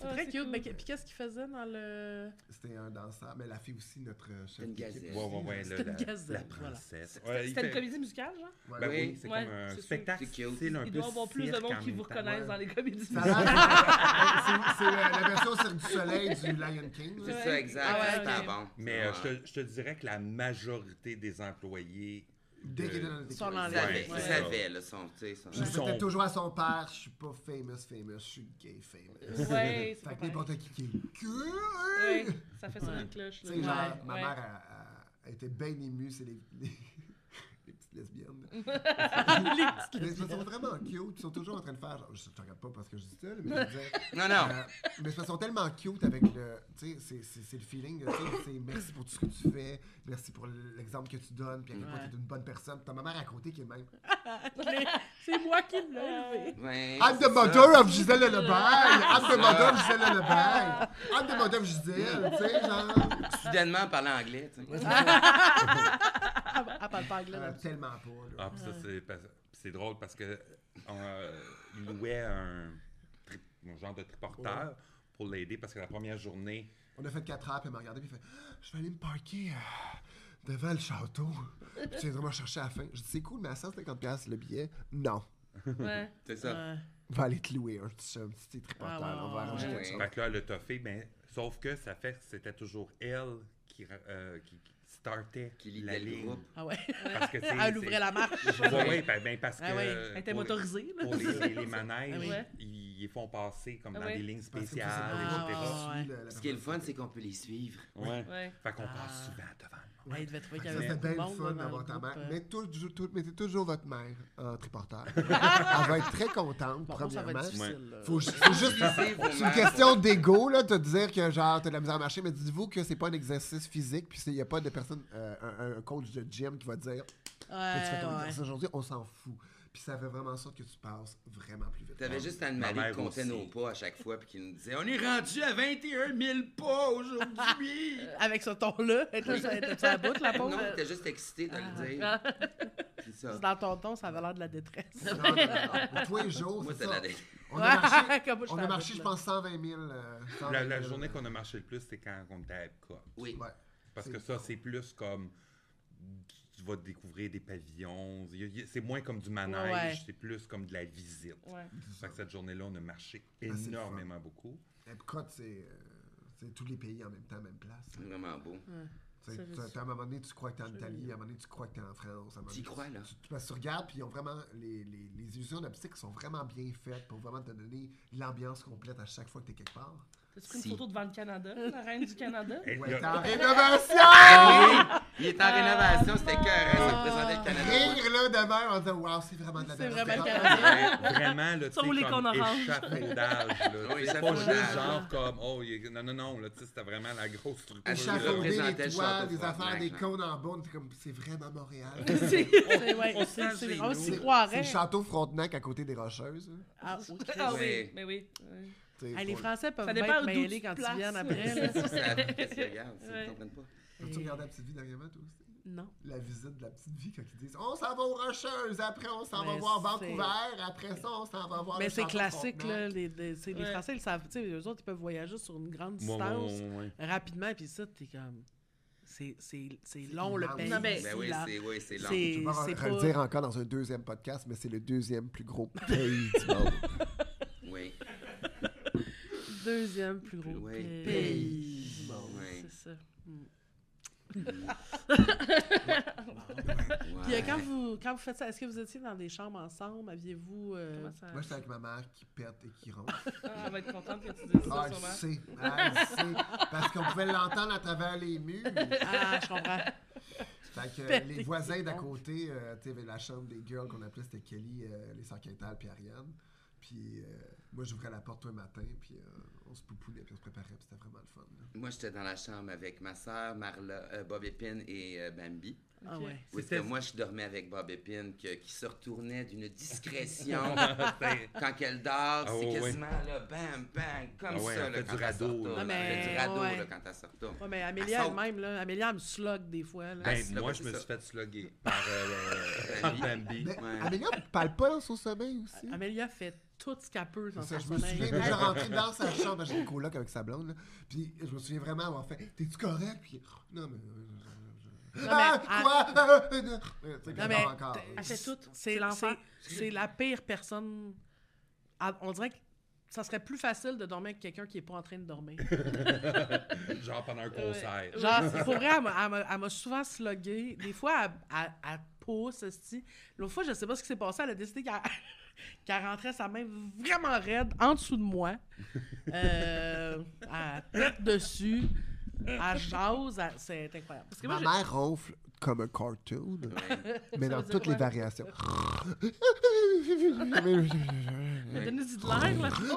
Speaker 2: C'est
Speaker 1: Ah,
Speaker 2: très
Speaker 1: c'est
Speaker 2: cute.
Speaker 1: cool.
Speaker 2: Mais qu- puis qu'est-ce qu'il faisait dans le.
Speaker 4: C'était un danseur, mais la fille aussi, notre euh, chef
Speaker 3: Une
Speaker 4: d'équipe
Speaker 3: gazelle.
Speaker 5: Ouais,
Speaker 4: aussi,
Speaker 5: ouais, ouais,
Speaker 2: C'était
Speaker 5: là,
Speaker 2: une
Speaker 5: la,
Speaker 2: gazelle,
Speaker 5: la
Speaker 2: voilà.
Speaker 5: princesse.
Speaker 1: C'était
Speaker 5: Ouais, il
Speaker 1: c'était une
Speaker 5: fait-
Speaker 1: comédie musicale, genre?
Speaker 4: Ouais,
Speaker 5: Ben
Speaker 4: ouais.
Speaker 5: oui, c'est
Speaker 1: Ouais,
Speaker 5: comme un
Speaker 1: c'est sûr.
Speaker 5: spectacle.
Speaker 3: C'est cute.
Speaker 5: C'est
Speaker 1: Il
Speaker 5: un peu
Speaker 1: doit y avoir plus de
Speaker 5: cirque en
Speaker 1: monde qui
Speaker 5: même
Speaker 1: vous
Speaker 5: temps.
Speaker 1: reconnaissent
Speaker 4: ouais.
Speaker 1: dans les comédies
Speaker 4: Ça a
Speaker 1: musicales.
Speaker 4: l'air- Ben, c'est- c'est euh, la version Cirque du Soleil du Lion King.
Speaker 3: C'est
Speaker 4: là.
Speaker 1: Ouais.
Speaker 3: ça, exact.
Speaker 1: Ah ouais,
Speaker 3: c'est pas
Speaker 1: ok.
Speaker 3: bon.
Speaker 5: Mais euh,
Speaker 3: Ouais.
Speaker 5: je, te, je te dirais que la majorité des employés.
Speaker 4: Dès
Speaker 5: de-
Speaker 4: qu'il était dans notre
Speaker 2: Son
Speaker 4: équipe.
Speaker 3: Ils
Speaker 2: enlève.
Speaker 3: savaient, ils
Speaker 2: Ouais.
Speaker 3: savaient, là, son, tu sais, son-
Speaker 4: Je
Speaker 5: Ils sont-
Speaker 4: disais toujours à son père, je suis pas famous, famous, je suis gay, famous.
Speaker 1: Ouais, c'est pas
Speaker 4: Fait que
Speaker 1: pareil.
Speaker 4: n'importe qui qui est
Speaker 1: Ouais,
Speaker 4: gay.
Speaker 1: ça fait sonner
Speaker 2: Ouais.
Speaker 1: une cloche.
Speaker 4: Tu
Speaker 1: là.
Speaker 4: sais, genre,
Speaker 2: Ouais,
Speaker 4: ma
Speaker 1: ouais.
Speaker 4: mère, elle- elle, elle était bien émue, c'est les, les, les petites lesbiennes.
Speaker 2: Les
Speaker 4: Mais
Speaker 2: petites
Speaker 4: ils sont vraiment cute, ils sont toujours en train de faire. genre, Je te regarde pas parce que je dis ça, là, mais je veux dire,
Speaker 3: Non, non.
Speaker 4: euh, mais ils sont tellement cute avec le. Tu sais, c'est- c'est c'est le feeling, de, tu sais, c'est merci pour tout ce que tu fais, merci pour l'exemple que tu donnes, puis à quel point
Speaker 2: Ouais.
Speaker 4: t'es une bonne personne. Ta maman a raconté qu'elle même.
Speaker 2: Les- C'est moi qui l'ai levé.
Speaker 3: Ouais,
Speaker 4: I'm
Speaker 3: c'est
Speaker 4: the
Speaker 3: ça.
Speaker 4: mother of Gisèle Lebel! I'm the
Speaker 3: C'est ça.
Speaker 4: mother of Gisèle Lebel! I'm the mother of Gisèle! Tu sais, genre.
Speaker 3: Soudainement, elle parlait anglais, tu sais.
Speaker 4: Ah.
Speaker 2: Elle parle Ah, pas anglais.
Speaker 4: euh,
Speaker 2: là.
Speaker 4: tellement pas, là.
Speaker 5: Ah, puis ça, c'est pas- puis c'est drôle parce que euh, il louait un, tri- un genre de triporteur pour l'aider parce que la première journée.
Speaker 4: On a fait 4 heures, puis elle m'a regardé, puis elle fait Je vais aller me parker euh, devant le château. Puis tu viendras me chercher à la fin. Je dis C'est cool, mais à 150$ le billet, non.
Speaker 1: Ouais.
Speaker 3: C'est ça.
Speaker 2: Ouais.
Speaker 4: On va aller te louer un petit, un petit triporteur,
Speaker 2: Ah ouais,
Speaker 4: là, on
Speaker 2: ouais,
Speaker 4: va arranger
Speaker 3: ouais.
Speaker 4: quelque chose.
Speaker 5: Fait que là, elle a toffé, ben, sauf que ça fait que c'était toujours elle qui, ra- euh, qui qui startait
Speaker 3: Qui
Speaker 5: la
Speaker 3: lidait le
Speaker 5: ligne.
Speaker 3: groupe.
Speaker 2: Ah ouais.
Speaker 5: Parce que, tu sais,
Speaker 2: Elle
Speaker 5: c'est-
Speaker 2: ouvrait la marche.
Speaker 5: Ouais, ouais, ben, ben, parce que.
Speaker 2: Ah ouais,
Speaker 5: euh,
Speaker 1: Elle était
Speaker 5: pour-
Speaker 1: motorisée, là.
Speaker 5: Pour les, les- les manèges,
Speaker 2: Ah oui.
Speaker 5: ils, ils font passer comme
Speaker 1: Ah
Speaker 5: dans
Speaker 1: oui.
Speaker 5: des lignes
Speaker 4: Parce que
Speaker 5: spéciales,
Speaker 2: Ah,
Speaker 5: etc.
Speaker 2: ouais.
Speaker 3: Ce qui est le fun, c'est qu'on peut les suivre.
Speaker 5: Ouais.
Speaker 1: Ouais.
Speaker 5: Fait qu'on
Speaker 2: Ah.
Speaker 5: passe souvent devant.
Speaker 2: Ouais, il devait trouver qu'il y
Speaker 4: Ça,
Speaker 2: avait
Speaker 4: c'est bien
Speaker 2: du
Speaker 4: le
Speaker 2: monde,
Speaker 4: fun
Speaker 2: là, dans
Speaker 4: d'avoir
Speaker 2: le
Speaker 4: ta
Speaker 2: groupe,
Speaker 4: mère.
Speaker 2: euh.
Speaker 4: Mais toujours- tout- Mettez toujours votre mère en triporteur. Elle va être très contente,
Speaker 2: Bon, ça va
Speaker 4: premièrement.
Speaker 2: être difficile. là.
Speaker 4: Faut ju- c'est juste
Speaker 3: Suivez vos
Speaker 4: C'est une
Speaker 3: mères.
Speaker 4: question d'ego, là, de dire que genre, t'as de la misère à marcher, mais dites-vous que c'est pas un exercice physique, puis il n'y a pas de personne, euh, un, un coach de gym qui va te dire que tu fais ton
Speaker 2: Ouais, ouais.
Speaker 4: exercice aujourd'hui, on s'en fout. Puis ça fait vraiment en sorte que tu passes vraiment plus vite.
Speaker 3: T'avais juste
Speaker 5: Ma
Speaker 3: Anne-Marie
Speaker 5: mère
Speaker 3: qui comptait
Speaker 5: aussi.
Speaker 3: nos pas à chaque fois, puis qui nous disait On est rendu à 21 000 pas aujourd'hui.
Speaker 2: Avec ce ton-là, elle était sur- elle était sur la bout,
Speaker 4: Ah,
Speaker 2: la
Speaker 3: non,
Speaker 2: pauvre.
Speaker 4: ben.
Speaker 3: t'étais juste excité de le dire. C'est ça.
Speaker 2: Dans ton ton, ça avait l'air de la détresse.
Speaker 4: Non, non, non. Tous les jours,
Speaker 3: Moi,
Speaker 4: c'est
Speaker 3: c'est
Speaker 4: ça.
Speaker 3: la dé-
Speaker 4: On a marché,
Speaker 2: Comme moi, je
Speaker 4: on a
Speaker 2: t'en
Speaker 4: marché,
Speaker 2: doute,
Speaker 4: je
Speaker 2: là.
Speaker 4: pense, 120 000. euh,
Speaker 3: Ah.
Speaker 4: 120
Speaker 5: La,
Speaker 4: 000,
Speaker 5: la
Speaker 4: euh,
Speaker 5: journée qu'on a marché le plus, c'est quand on était à Epcot.
Speaker 3: Oui.
Speaker 4: Ouais.
Speaker 5: Parce
Speaker 4: C'est-
Speaker 5: que ça, c'est plus comme tu vas découvrir des pavillons. Il y a- il y a- C'est moins comme du manège,
Speaker 2: Ouais.
Speaker 5: c'est plus comme de la visite.
Speaker 1: Ouais.
Speaker 5: Fait que cette journée-là, on a marché
Speaker 4: Ah, c'est le fun.
Speaker 5: énormément beaucoup.
Speaker 4: Epcot, c'est euh, c'est tous les pays en même temps, même place.
Speaker 3: C'est vraiment beau.
Speaker 4: Tu sais,
Speaker 2: Ça, je
Speaker 4: t'as-
Speaker 2: sais.
Speaker 4: t'as- À un moment donné, tu crois que t'es en Italie, à un moment donné, tu crois que t'es en France. à un moment
Speaker 3: T'y
Speaker 4: donné,
Speaker 3: crois, là?
Speaker 4: tu- tu- parce que tu regardes, puis ils ont vraiment. Les, les, les illusions d'optique sont vraiment bien faites pour vraiment te donner l'ambiance complète à chaque fois que t'es quelque part.
Speaker 1: T'as pris une
Speaker 3: Si.
Speaker 1: photo devant le Canada, la reine du Canada?
Speaker 5: Et il y
Speaker 4: Ouais,
Speaker 5: a-
Speaker 4: t'es en rénovation!
Speaker 3: Ah oui! Il est en rénovation, c'était cœur, ça représentait le Canada.
Speaker 4: Rire, là, demain, en disant, waouh, c'est vraiment de la
Speaker 2: C'est
Speaker 4: belle
Speaker 2: vraiment
Speaker 4: ambiance.
Speaker 2: le Canada.
Speaker 5: vraiment là, tu sais,
Speaker 1: Sans rouler
Speaker 5: comme
Speaker 1: qu'on orange.
Speaker 5: échafaudage. là.
Speaker 3: Oui,
Speaker 5: C'est pas juste
Speaker 3: échafaudage.
Speaker 5: genre comme, oh, il est- non, non, non, là, tu sais, c'était vraiment la grosse structure.
Speaker 3: À chaque fois,
Speaker 5: là.
Speaker 4: Échafauder
Speaker 3: représentait
Speaker 4: les
Speaker 3: le
Speaker 4: toits,
Speaker 3: château
Speaker 4: des affaires,
Speaker 3: Frontenac,
Speaker 4: des
Speaker 3: là.
Speaker 4: cônes en bas, on était comme, c'est vraiment Montréal.
Speaker 1: C'est-
Speaker 2: C'est- ouais,
Speaker 5: on
Speaker 2: c'est-
Speaker 5: se
Speaker 2: c'est-
Speaker 5: sent
Speaker 2: On
Speaker 5: chez
Speaker 2: s'y
Speaker 5: nous.
Speaker 4: C'est
Speaker 2: croirait.
Speaker 4: le château Frontenac à côté des Rocheuses. hein.
Speaker 2: Ah, ok.
Speaker 1: Ah oui,
Speaker 3: Ouais.
Speaker 1: mais oui. ouais.
Speaker 4: Tu sais,
Speaker 2: Ah, les
Speaker 4: faut-
Speaker 2: Français peuvent
Speaker 1: Ça
Speaker 2: bien
Speaker 1: dépend
Speaker 2: être
Speaker 1: d'où
Speaker 2: mêlés
Speaker 1: tu
Speaker 2: quand
Speaker 1: places,
Speaker 2: ils viennent
Speaker 1: ouais.
Speaker 2: après. là.
Speaker 3: C'est ça, qu'est-ce qu'ils regardent,
Speaker 1: Ouais.
Speaker 3: ils comprennent pas.
Speaker 4: As-tu regardé la petite vie dernièrement, toi aussi?
Speaker 2: Non.
Speaker 4: la visite de la petite vie quand ils disent on s'en va aux Rocheuses, après on s'en va
Speaker 2: Mais
Speaker 4: voir
Speaker 2: c'est-
Speaker 4: Vancouver, après ça on s'en va voir.
Speaker 2: Mais
Speaker 4: le
Speaker 2: c'est
Speaker 4: château
Speaker 2: classique, là.
Speaker 4: Frontenac.
Speaker 2: Les, les- c'est- les
Speaker 1: Ouais.
Speaker 2: Français, ils le savent. Tu sais, eux autres, ils peuvent voyager sur une grande
Speaker 5: Ouais, ouais,
Speaker 2: distance
Speaker 5: ouais, ouais.
Speaker 2: rapidement. Puis ça, t'es comme. C'est c'est- c'est long, le
Speaker 4: immense.
Speaker 2: pays.
Speaker 1: Non, mais-
Speaker 2: ici,
Speaker 3: Ben oui,
Speaker 2: là.
Speaker 3: c'est oui, c'est long.
Speaker 2: C'est-
Speaker 4: Je vais re-
Speaker 2: pas-
Speaker 4: le dire encore dans un deuxième podcast, mais c'est le deuxième plus gros pays du monde.
Speaker 3: Oui.
Speaker 2: Deuxième plus gros
Speaker 3: Ouais.
Speaker 2: pays.
Speaker 4: Pays.
Speaker 2: du monde,
Speaker 3: Ouais.
Speaker 2: C'est ça. Puis euh,
Speaker 3: Ouais.
Speaker 2: quand, vous, quand vous faites ça, est-ce que vous étiez dans des chambres ensemble? Aviez-vous. euh,
Speaker 1: Comment ça-
Speaker 4: Moi j'étais avec ma mère qui pète et qui ronfle.
Speaker 1: Ah, Elle va être contente que tu dises
Speaker 4: Ah,
Speaker 1: ça,
Speaker 4: elle
Speaker 1: sûrement.
Speaker 4: sait, elle sait, parce qu'on pouvait l'entendre à travers les murs.
Speaker 2: Ah, je comprends.
Speaker 4: Fait que euh,
Speaker 2: Pète et
Speaker 4: les voisins
Speaker 2: qui
Speaker 4: d'à
Speaker 2: ronfle.
Speaker 4: côté, euh, tu sais, il y avait la chambre des girls qu'on appelait, c'était Kelly, euh, les sœurs Quintal puis Ariane. Puis euh, moi j'ouvrais la porte un matin, puis euh, on se poupounait, puis on se préparait, puis c'était vraiment le fun. là.
Speaker 3: Moi, j'étais dans la chambre avec ma sœur, Marla, euh, Bob Épine et euh, Bambi.
Speaker 2: Ah
Speaker 1: Ok.
Speaker 2: ouais.
Speaker 3: Oui,
Speaker 5: C'était-
Speaker 3: c'était moi, je dormais avec Bob Epine que- qui se retournait d'une discrétion.
Speaker 5: C'était-
Speaker 3: quand qu'elle dort,
Speaker 5: Ah,
Speaker 3: c'est
Speaker 5: ouais,
Speaker 3: quasiment là, bam, bam, comme
Speaker 5: Ah ouais,
Speaker 3: ça,
Speaker 5: elle
Speaker 3: là, quand
Speaker 5: fait du
Speaker 3: elle se
Speaker 5: radeau,
Speaker 3: retourne.
Speaker 5: là.
Speaker 2: Non,
Speaker 3: Elle fait
Speaker 2: mais-
Speaker 3: du radeau,
Speaker 2: ouais.
Speaker 3: là, quand elle se retourne.
Speaker 2: Ouais, mais Amélia
Speaker 3: Elle saute.
Speaker 2: elle-même, là. Amélia, elle me slug des fois, là.
Speaker 5: Ben,
Speaker 3: Ah, c'est
Speaker 5: moi,
Speaker 3: là,
Speaker 5: je
Speaker 3: c'est
Speaker 5: me
Speaker 3: ça.
Speaker 5: suis fait slugger par euh, par
Speaker 3: Bambi.
Speaker 5: Bambi.
Speaker 4: Ben,
Speaker 3: Ouais.
Speaker 4: Amélia parle pas dans son sommeil aussi.
Speaker 2: Amélia fait tout ce qu'elle peut dans
Speaker 4: Ça,
Speaker 2: son
Speaker 4: je me souviens,
Speaker 2: sommeil.
Speaker 4: quand je rentrais dans sa chambre, j'ai une coloc avec sa blonde, là, puis je me souviens vraiment avoir fait T'es-tu correct Puis non, mais. euh, je- je- je-
Speaker 2: Non,
Speaker 4: ah,
Speaker 2: mais,
Speaker 4: quoi Ah, euh, non. Euh, tu sais, puis
Speaker 2: Non,
Speaker 4: elle
Speaker 2: mais
Speaker 4: dort encore.
Speaker 2: elle fait tout.
Speaker 1: C'est
Speaker 2: C'est
Speaker 1: l'enfer.
Speaker 2: c'est- C'est la pire personne. Ah, On dirait que ça serait plus facile de dormir avec quelqu'un qui est pas en train de dormir.
Speaker 5: Genre pendant un concert.
Speaker 2: Genre, pour vrai, elle m'a- elle m'a- elle m'a souvent slogué. Des fois, elle, elle, elle pousse, esti. L'autre fois, je sais pas ce qui s'est passé, elle a décidé qu'elle qu'elle rentrait sa main vraiment raide en dessous de moi. Euh, elle pète dessus. Elle jase. elle- C'est incroyable.
Speaker 1: Parce que moi,
Speaker 4: Ma
Speaker 1: j'ai-
Speaker 4: mère ronfle comme un cartoon, mais
Speaker 1: Ça veut
Speaker 4: dans
Speaker 1: dire
Speaker 4: toutes les
Speaker 1: quoi?
Speaker 4: variations.
Speaker 1: Elle donnait du de l'air, là.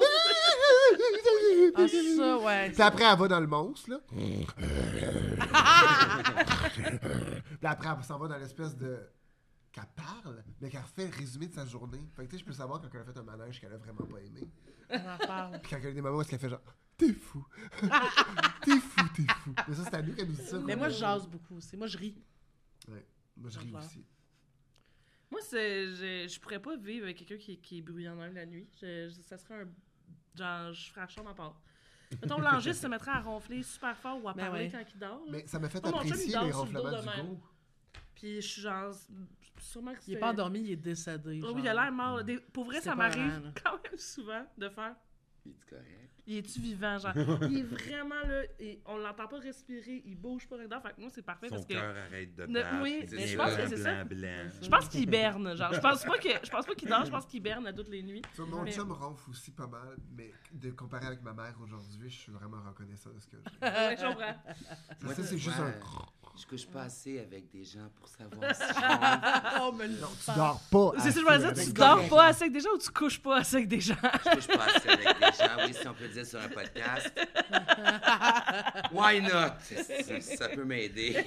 Speaker 2: Ah, ça, ouais.
Speaker 4: Puis après, elle va dans le monstre, là. Puis après, elle s'en va dans l'espèce de. qu'elle parle, mais qu'elle refait le résumé de sa journée. Fait que tu sais, je peux savoir quand elle a fait un manège qu'elle a vraiment pas aimé.
Speaker 2: On en parle.
Speaker 4: Puis quand elle a eu des moments où elle fait genre. T'es fou! t'es fou, t'es fou! Mais ça, c'est à nous qu'elle nous dit ça.
Speaker 2: Mais
Speaker 4: quoi.
Speaker 2: moi, je jase beaucoup aussi. Moi, je ris.
Speaker 4: Ouais. Moi, je ris aussi.
Speaker 1: Moi, c'est, je, je pourrais pas vivre avec quelqu'un qui, qui est bruyant même la nuit. Je- je- ça serait un. Genre, je ferais la chambre à part. Mettons, l'angiste se mettrait à ronfler super fort ou à
Speaker 2: Ben
Speaker 1: parler
Speaker 2: ouais.
Speaker 1: quand il dort. là.
Speaker 4: Mais ça m'a fait
Speaker 1: Oh, mon chum, il
Speaker 4: apprécier
Speaker 1: dort
Speaker 4: les
Speaker 1: sur le dos
Speaker 4: ronflements
Speaker 1: de
Speaker 4: du
Speaker 1: même.
Speaker 4: go.
Speaker 1: Puis je suis genre. Sûrement que
Speaker 2: Il est
Speaker 1: c'est-
Speaker 2: pas endormi, Ah il est décédé.
Speaker 1: Oh
Speaker 2: genre.
Speaker 1: oui, il a l'air mort. là. Des- Pour vrai,
Speaker 2: C'est
Speaker 1: ça
Speaker 2: pas
Speaker 1: m'arrive
Speaker 2: rare, là.
Speaker 1: quand même souvent de faire.
Speaker 3: Il dit correct.
Speaker 1: Il est-tu vivant, genre? Il est vraiment là, et on l'entend pas respirer, il bouge pas dedans. Fait que moi, c'est parfait
Speaker 5: Son
Speaker 1: parce que.
Speaker 5: cœur arrête de
Speaker 1: Ne-
Speaker 5: battre.
Speaker 1: oui,
Speaker 5: il
Speaker 1: mais
Speaker 3: je
Speaker 5: devient
Speaker 3: pense que
Speaker 5: blanc,
Speaker 1: c'est ça.
Speaker 5: blanc, blanc.
Speaker 1: Je pense qu'il hiberne, genre. Je pense pas que, je pense pas qu'il dort, je pense qu'il hiberne à toutes les nuits.
Speaker 4: Tu vois, Mon
Speaker 1: Mais-
Speaker 4: chum ronfle aussi pas mal, mais de comparer avec ma mère aujourd'hui, je suis vraiment reconnaissant de ce que j'ai.
Speaker 1: Ouais, je comprends.
Speaker 3: Moi,
Speaker 4: ça,
Speaker 3: tu
Speaker 4: c'est juste
Speaker 3: vois,
Speaker 4: un.
Speaker 3: euh, Je couche pas assez avec des gens pour savoir si je
Speaker 2: Oh, mais
Speaker 4: Non, tu dors pas.
Speaker 1: C'est ça,
Speaker 4: assis
Speaker 1: je me
Speaker 4: avec
Speaker 1: disais, tu
Speaker 4: quelqu'un.
Speaker 1: dors pas assez avec des gens ou tu couches pas assez avec des gens?
Speaker 3: Je couche pas assez avec des gens, oui, si on peut le dire sur un podcast. Why not? Ça, ça peut m'aider.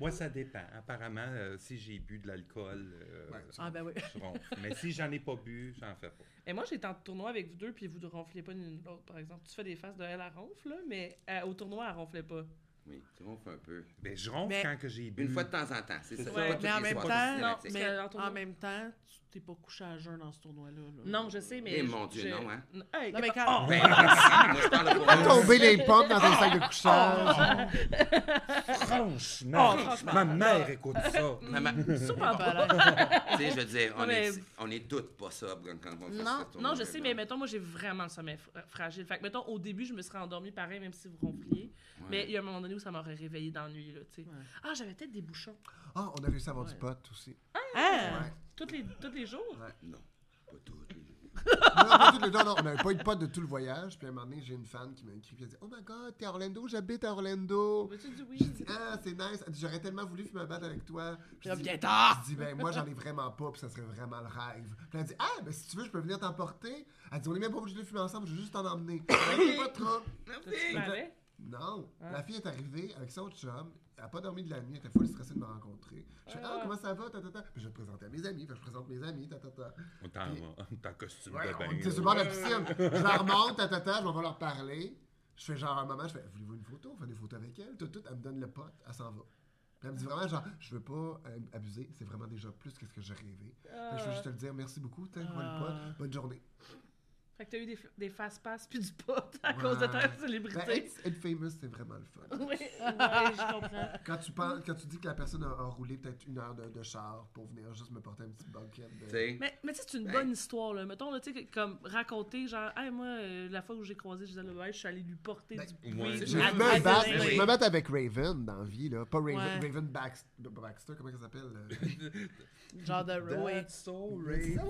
Speaker 5: Moi, ça dépend. Apparemment, euh, si j'ai bu de l'alcool, euh,
Speaker 4: Ouais,
Speaker 2: Ah, ben oui.
Speaker 5: je ronfle. Mais si j'en ai pas bu, j'en fais pas.
Speaker 1: Et moi, j'étais en tournoi avec vous deux, puis vous ne ronfliez pas l'une l'autre, par exemple. Tu fais des faces de elle, à ronfle, là, mais euh, au tournoi, elle ronflait pas.
Speaker 3: Oui, tu ronfles un peu.
Speaker 5: Ben, je ronfle
Speaker 2: Mais-
Speaker 5: quand que j'ai bu.
Speaker 3: Une fois de temps en temps, c'est ça.
Speaker 5: Ouais,
Speaker 3: Pas
Speaker 1: mais
Speaker 3: toutes
Speaker 2: Mais en
Speaker 3: les
Speaker 2: même
Speaker 3: soirs,
Speaker 2: temps,
Speaker 3: c'est
Speaker 2: non,
Speaker 3: systématique.
Speaker 1: parce que
Speaker 2: mais
Speaker 1: en tournoi-
Speaker 2: en même temps, tu t'es pas couché à jeun dans ce tournoi-là. là.
Speaker 1: Non, je sais, mais.
Speaker 3: Eh,
Speaker 1: je-
Speaker 3: mon Dieu,
Speaker 1: je-
Speaker 3: non, hein?
Speaker 1: Hey,
Speaker 2: Non, mais quand.
Speaker 3: Ben, moi, je parle pour moi.
Speaker 4: Tomber les pommes dans un sac de couchage.
Speaker 5: Franchement,
Speaker 1: Oh, Ah. franchement.
Speaker 5: ma mère écoute ça.
Speaker 3: Maman,
Speaker 1: mm, Super bon.
Speaker 3: tu sais, je veux dire, on,
Speaker 1: Non, mais-
Speaker 3: est, on est toutes pas sobres quand- quand on fait
Speaker 2: Non,
Speaker 3: ça.
Speaker 1: Non, je sais, mais mettons, moi, j'ai vraiment le sommeil fra- fragile. Fait que, mettons, au début, je me serais endormie pareil, même si vous ronfliez. Mais il y a un moment donné où ça m'aurait réveillée dans la nuit, là, tu sais. Ah, j'avais peut-être des bouchons.
Speaker 4: Ah, on a réussi à avoir du pot aussi.
Speaker 1: Euh.
Speaker 2: Hein?
Speaker 4: Ouais.
Speaker 1: Tous les, tous les jours?
Speaker 3: Non, pas toutes les jours.
Speaker 4: Non, pas tout le- non, non, on n'avait pas eu de pot de tout le voyage. Puis à un moment donné, j'ai une fan qui m'a écrit et elle dit Oh my god, t'es à Orlando, j'habite à Orlando.
Speaker 1: M'as-tu dit oui?
Speaker 4: Je dis Ah, c'est nice. Elle dit, J'aurais tellement voulu fumer un bat avec toi. Je
Speaker 2: Là,
Speaker 4: dis,
Speaker 2: viens tard.
Speaker 4: je dis Ben, moi, j'en ai vraiment pas, puis ça serait vraiment le rêve. Puis elle dit Ah, ben, si tu veux, je peux venir t'emporter. Elle dit On est même pas obligé de le fumer ensemble, je veux juste t'en emmener. Elle dit, pas trop.
Speaker 1: T'as-tu
Speaker 4: Ben,
Speaker 1: parlé?
Speaker 4: Non,
Speaker 2: Hein?
Speaker 4: la fille est arrivée avec son chum, elle n'a pas dormi de la nuit, elle était full stressée de me rencontrer. Je fais Ah, comment ça va ta, ta, ta? Puis Je vais te présenter à mes amis, puis je présente mes amis, ta, ta, ta.
Speaker 5: On t'en on t'en costume
Speaker 4: Ouais,
Speaker 5: de
Speaker 4: on
Speaker 5: bain.
Speaker 4: était sur le bord de la piscine. Je la remonte, ta, ta, ta, je m'en vais leur parler. Je fais genre un moment, je fais Voulez-vous une photo On fait des photos avec elle. Tout, tout, elle me donne le pote, elle s'en va. Puis elle me dit vraiment genre Je veux pas euh, abuser, c'est vraiment déjà plus que ce que j'ai rêvé. Fait
Speaker 1: Euh.
Speaker 4: que ben, je veux juste te le dire Merci beaucoup, tiens, voilà le
Speaker 2: Ah.
Speaker 4: pote, bonne journée.
Speaker 1: Fait que t'as eu des, f- des fast-pass puis du pot à cause de ta
Speaker 4: Ben,
Speaker 1: célébrité.
Speaker 4: être, être famous, c'est vraiment le fun.
Speaker 1: Oui, ouais, je comprends.
Speaker 4: Quand tu, penses, quand tu dis que la personne a, a roulé peut-être une heure de, de char pour venir juste me porter un petit banquet de...
Speaker 3: Tu sais,
Speaker 1: Mais, mais tu sais, c'est une
Speaker 3: Ben.
Speaker 1: bonne histoire, là. Mettons, là, tu sais, que- comme raconter, genre, hey, moi, euh, la fois où j'ai croisé Gisèle Lebel, je suis allé lui porter
Speaker 4: Ben,
Speaker 1: du
Speaker 5: ouais.
Speaker 1: weed.
Speaker 4: Je
Speaker 5: Ah,
Speaker 4: me, battre,
Speaker 1: Adelaide.
Speaker 4: je
Speaker 3: oui.
Speaker 4: me battre avec Raven dans la vie, là. Pas Raven,
Speaker 2: Ouais.
Speaker 4: Raven Bax- Baxter, comment elle s'appelle? euh?
Speaker 2: Genre de. Ouais.
Speaker 5: so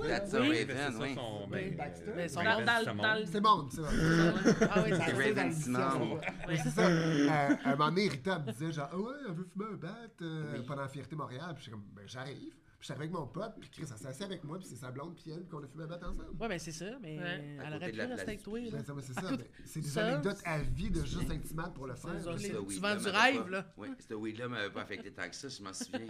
Speaker 3: That's a
Speaker 5: Oui,
Speaker 3: Raven,
Speaker 5: ben, c'est
Speaker 3: oui.
Speaker 5: ça son-
Speaker 4: Oui,
Speaker 5: ben,
Speaker 4: Baxter.
Speaker 5: euh,
Speaker 2: Ben, son-
Speaker 5: Raven,
Speaker 1: Dans- dans-
Speaker 5: ça monte.
Speaker 1: dans le-
Speaker 4: C'est bon, c'est bon.
Speaker 2: Ah oui, ça
Speaker 3: C'est
Speaker 2: c'est dans
Speaker 3: Raven
Speaker 2: le
Speaker 3: Simon.
Speaker 4: Mais c'est ça. Euh, à un moment donné, Rita me disait genre, ah ouais, elle veut fumer un bat euh,
Speaker 3: Oui.
Speaker 4: pendant Fierté Montréal. Puis j'étais comme, ben j'arrive. Puis j'étais avec mon pote, puis Chris, elle s'est assise avec moi, puis c'est sa blonde, puis elle, qu'on a fumé un bat ensemble.
Speaker 2: Ouais, ben c'est ça, mais
Speaker 1: Ouais.
Speaker 3: À
Speaker 2: elle
Speaker 3: côté
Speaker 2: aurait
Speaker 3: de
Speaker 2: pu
Speaker 3: la
Speaker 2: rester avec
Speaker 3: place
Speaker 2: toi.
Speaker 4: Je
Speaker 2: Là.
Speaker 4: disais, ouais, c'est ça, mais c'est des
Speaker 2: ça,
Speaker 4: anecdotes à vie de juste intimement pour le faire.
Speaker 2: C'est ça.
Speaker 4: là.
Speaker 3: Ce
Speaker 2: Tu
Speaker 3: weed-là
Speaker 2: vends du
Speaker 3: m'avait
Speaker 2: rêve,
Speaker 3: pas-
Speaker 2: là.
Speaker 3: Oui, ce weed-là m'avait pas affecté tant que ça, je m'en souviens.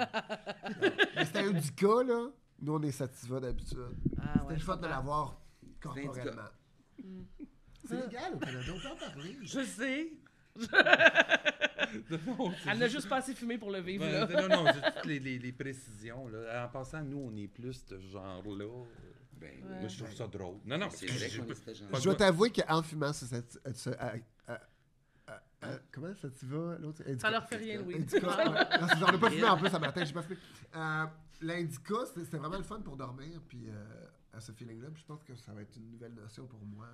Speaker 4: Mais C'était un du cas, là. Nous, on est sativa d'habitude.
Speaker 2: Ah,
Speaker 4: C'était
Speaker 2: ouais,
Speaker 4: le fun
Speaker 2: je
Speaker 4: de l'avoir corporellement.
Speaker 3: Syndicat.
Speaker 2: Mm. Ah.
Speaker 4: C'est légal au Canada, on peut en parler.
Speaker 1: Je sais.
Speaker 5: Non, c'est
Speaker 1: Elle l'a juste pas assez fumé pour le vivre,
Speaker 5: Ben,
Speaker 1: là.
Speaker 5: non, non, c'est toutes les, les- les précisions. Là. En passant, nous, on est plus de ce genre-là.
Speaker 3: Ben,
Speaker 1: Ouais.
Speaker 5: Moi, je trouve ça drôle. Ah Non, non,
Speaker 3: C'est vrai
Speaker 5: j'ai
Speaker 3: qu'on
Speaker 5: pas-
Speaker 3: est ce genre.
Speaker 5: pas-
Speaker 4: Je dois t'avouer qu'en fumant ce, sati- euh, ce- euh, euh, euh, euh, comment ça t'y va, l'autre?
Speaker 1: Ça
Speaker 4: Indica.
Speaker 1: leur fait rien, oui.
Speaker 4: Indica, ouais. Non, c'est- J'en ai pas fumé en plus ce matin, j'ai pas fumé. Euh, L'indica, c'était c'était vraiment le fun pour dormir, puis euh, à ce feeling-là, puis je pense que ça va être une nouvelle notion pour moi.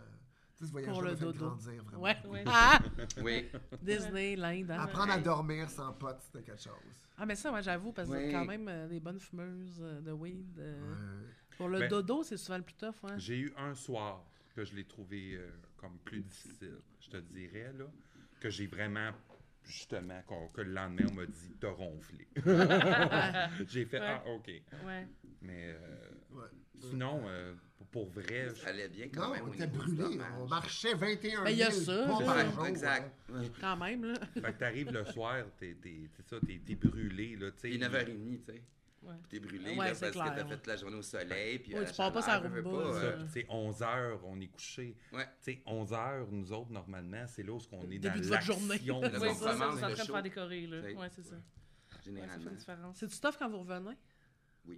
Speaker 4: Tu sais, ce voyage-là
Speaker 2: le
Speaker 4: m'a fait
Speaker 2: dodo.
Speaker 4: grandir, vraiment.
Speaker 2: Ouais.
Speaker 1: Ouais.
Speaker 2: Ah!
Speaker 3: Oui,
Speaker 2: Disney, l'Inde. hein.
Speaker 4: Apprendre à dormir sans pote, c'était quelque chose.
Speaker 2: Ah, mais ça, moi, j'avoue, parce que c'est
Speaker 3: Ouais.
Speaker 2: quand même euh, des bonnes fumeuses euh, de weed. euh,
Speaker 4: Ouais.
Speaker 2: Pour le
Speaker 5: Ben-
Speaker 2: dodo, c'est souvent le plus tough. Hein.
Speaker 5: J'ai eu un soir que je l'ai trouvé euh, comme plus difficile, je te dirais, là, que j'ai vraiment, justement, qu'on- que le lendemain, on m'a dit « t'as ronflé ». J'ai fait
Speaker 1: Ouais.
Speaker 5: Ah, OK ».
Speaker 1: Ouais.
Speaker 5: Mais euh,
Speaker 4: Ouais.
Speaker 5: sinon, euh, pour- pour vrai, je-
Speaker 3: ça allait bien quand
Speaker 4: Non,
Speaker 3: même.
Speaker 4: on
Speaker 3: au
Speaker 4: était
Speaker 3: niveau du
Speaker 4: brûlés.
Speaker 3: dommage.
Speaker 4: On marchait 21
Speaker 2: Ben, il y a
Speaker 4: 000
Speaker 2: ça,
Speaker 4: pas
Speaker 2: c'est
Speaker 4: par
Speaker 2: ça.
Speaker 4: jour, hein.
Speaker 3: exact.
Speaker 2: Quand même, là.
Speaker 5: fait que t'arrives le soir, t'es t'es- t'es ça, t'es t'es brûlé, là, tu sais.
Speaker 3: Il est 9h30, tu sais.
Speaker 1: Ouais.
Speaker 3: Puis T'es brûlé
Speaker 2: Ouais,
Speaker 3: là, parce
Speaker 2: c'est clair,
Speaker 3: que t'as
Speaker 2: ouais.
Speaker 3: fait toute la journée au soleil. Puis
Speaker 2: Ouais,
Speaker 3: à la
Speaker 2: tu pars pas
Speaker 3: chaleur,
Speaker 2: sur la
Speaker 3: veux
Speaker 2: route
Speaker 3: pas,
Speaker 5: C'est
Speaker 2: basse,
Speaker 5: ça,
Speaker 3: euh,
Speaker 2: euh.
Speaker 5: puis c'est 11 h on est couché.
Speaker 3: Ouais.
Speaker 5: Tu sais, 11 h nous autres, normalement, c'est là où on est
Speaker 2: Début
Speaker 5: dans
Speaker 2: de votre journée.
Speaker 5: l'action,
Speaker 3: Ouais,
Speaker 5: là.
Speaker 1: Oui,
Speaker 3: on
Speaker 1: ça, ça, on
Speaker 3: commence
Speaker 1: est en
Speaker 3: le
Speaker 1: train de
Speaker 3: show.
Speaker 1: faire décorer, là.
Speaker 3: Ouais.
Speaker 1: Ouais, c'est ça. Ouais, ça fait
Speaker 3: Généralement.
Speaker 1: une différence.
Speaker 2: C'est-tu tough quand vous revenez?
Speaker 4: Ouais.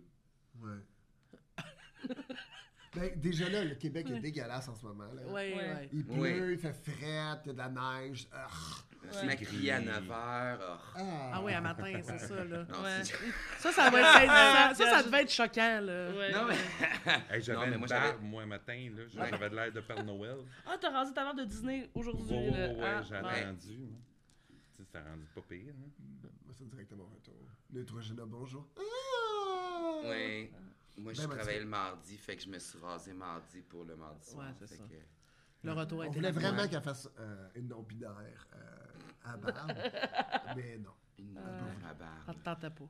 Speaker 4: ben, déjà là, le Québec est dégueulasse en ce moment. Là.
Speaker 2: Ouais, ouais.
Speaker 1: Ouais.
Speaker 4: Il pleut,
Speaker 3: Ouais.
Speaker 4: il fait fret, il y a de la neige. Arrgh.
Speaker 3: Je m'a crié à
Speaker 5: Gris.
Speaker 3: 9h. oh.
Speaker 2: Ah oui, à matin, c'est ça, là.
Speaker 3: Non,
Speaker 1: Ouais.
Speaker 3: c'est-
Speaker 2: Ça, ça, va être,
Speaker 1: Ah,
Speaker 2: ça, ça, ça
Speaker 1: ah,
Speaker 2: devait être choquant, là.
Speaker 1: Ouais.
Speaker 3: Non, mais.
Speaker 5: Hey,
Speaker 3: Non,
Speaker 5: j'avais
Speaker 3: mais
Speaker 5: une
Speaker 3: moi,
Speaker 5: barbe,
Speaker 3: j'avais-
Speaker 5: moi, un matin, là.
Speaker 3: Ouais.
Speaker 5: J'avais de l'air de Père Noël.
Speaker 1: Ah, t'as rasé ta barbe de Disney
Speaker 5: Ouais,
Speaker 1: aujourd'hui,
Speaker 5: ouais,
Speaker 1: là.
Speaker 5: ouais,
Speaker 1: Ah,
Speaker 5: j'ai
Speaker 1: ouais.
Speaker 5: attendu. hein. Tu sais, ça a rendu pas pire, hein.
Speaker 4: Moi, c'est directement oh. retour. Neutrogena, bonjour. Ah!
Speaker 3: Ouais. Moi, je
Speaker 4: Ben, ben,
Speaker 3: travaillais
Speaker 4: tu-
Speaker 3: le mardi, fait que je me suis rasé mardi pour le mardi soir.
Speaker 2: Ouais, c'est
Speaker 3: fait
Speaker 2: ça.
Speaker 3: que-
Speaker 2: Le retour
Speaker 4: On
Speaker 2: était
Speaker 4: voulait
Speaker 2: là.
Speaker 4: vraiment qu'elle fasse euh, une non-binaire euh, à barbe, mais non.
Speaker 3: Une
Speaker 1: Euh,
Speaker 3: barbe à
Speaker 2: Ça
Speaker 3: barbe.
Speaker 2: te tentait pas.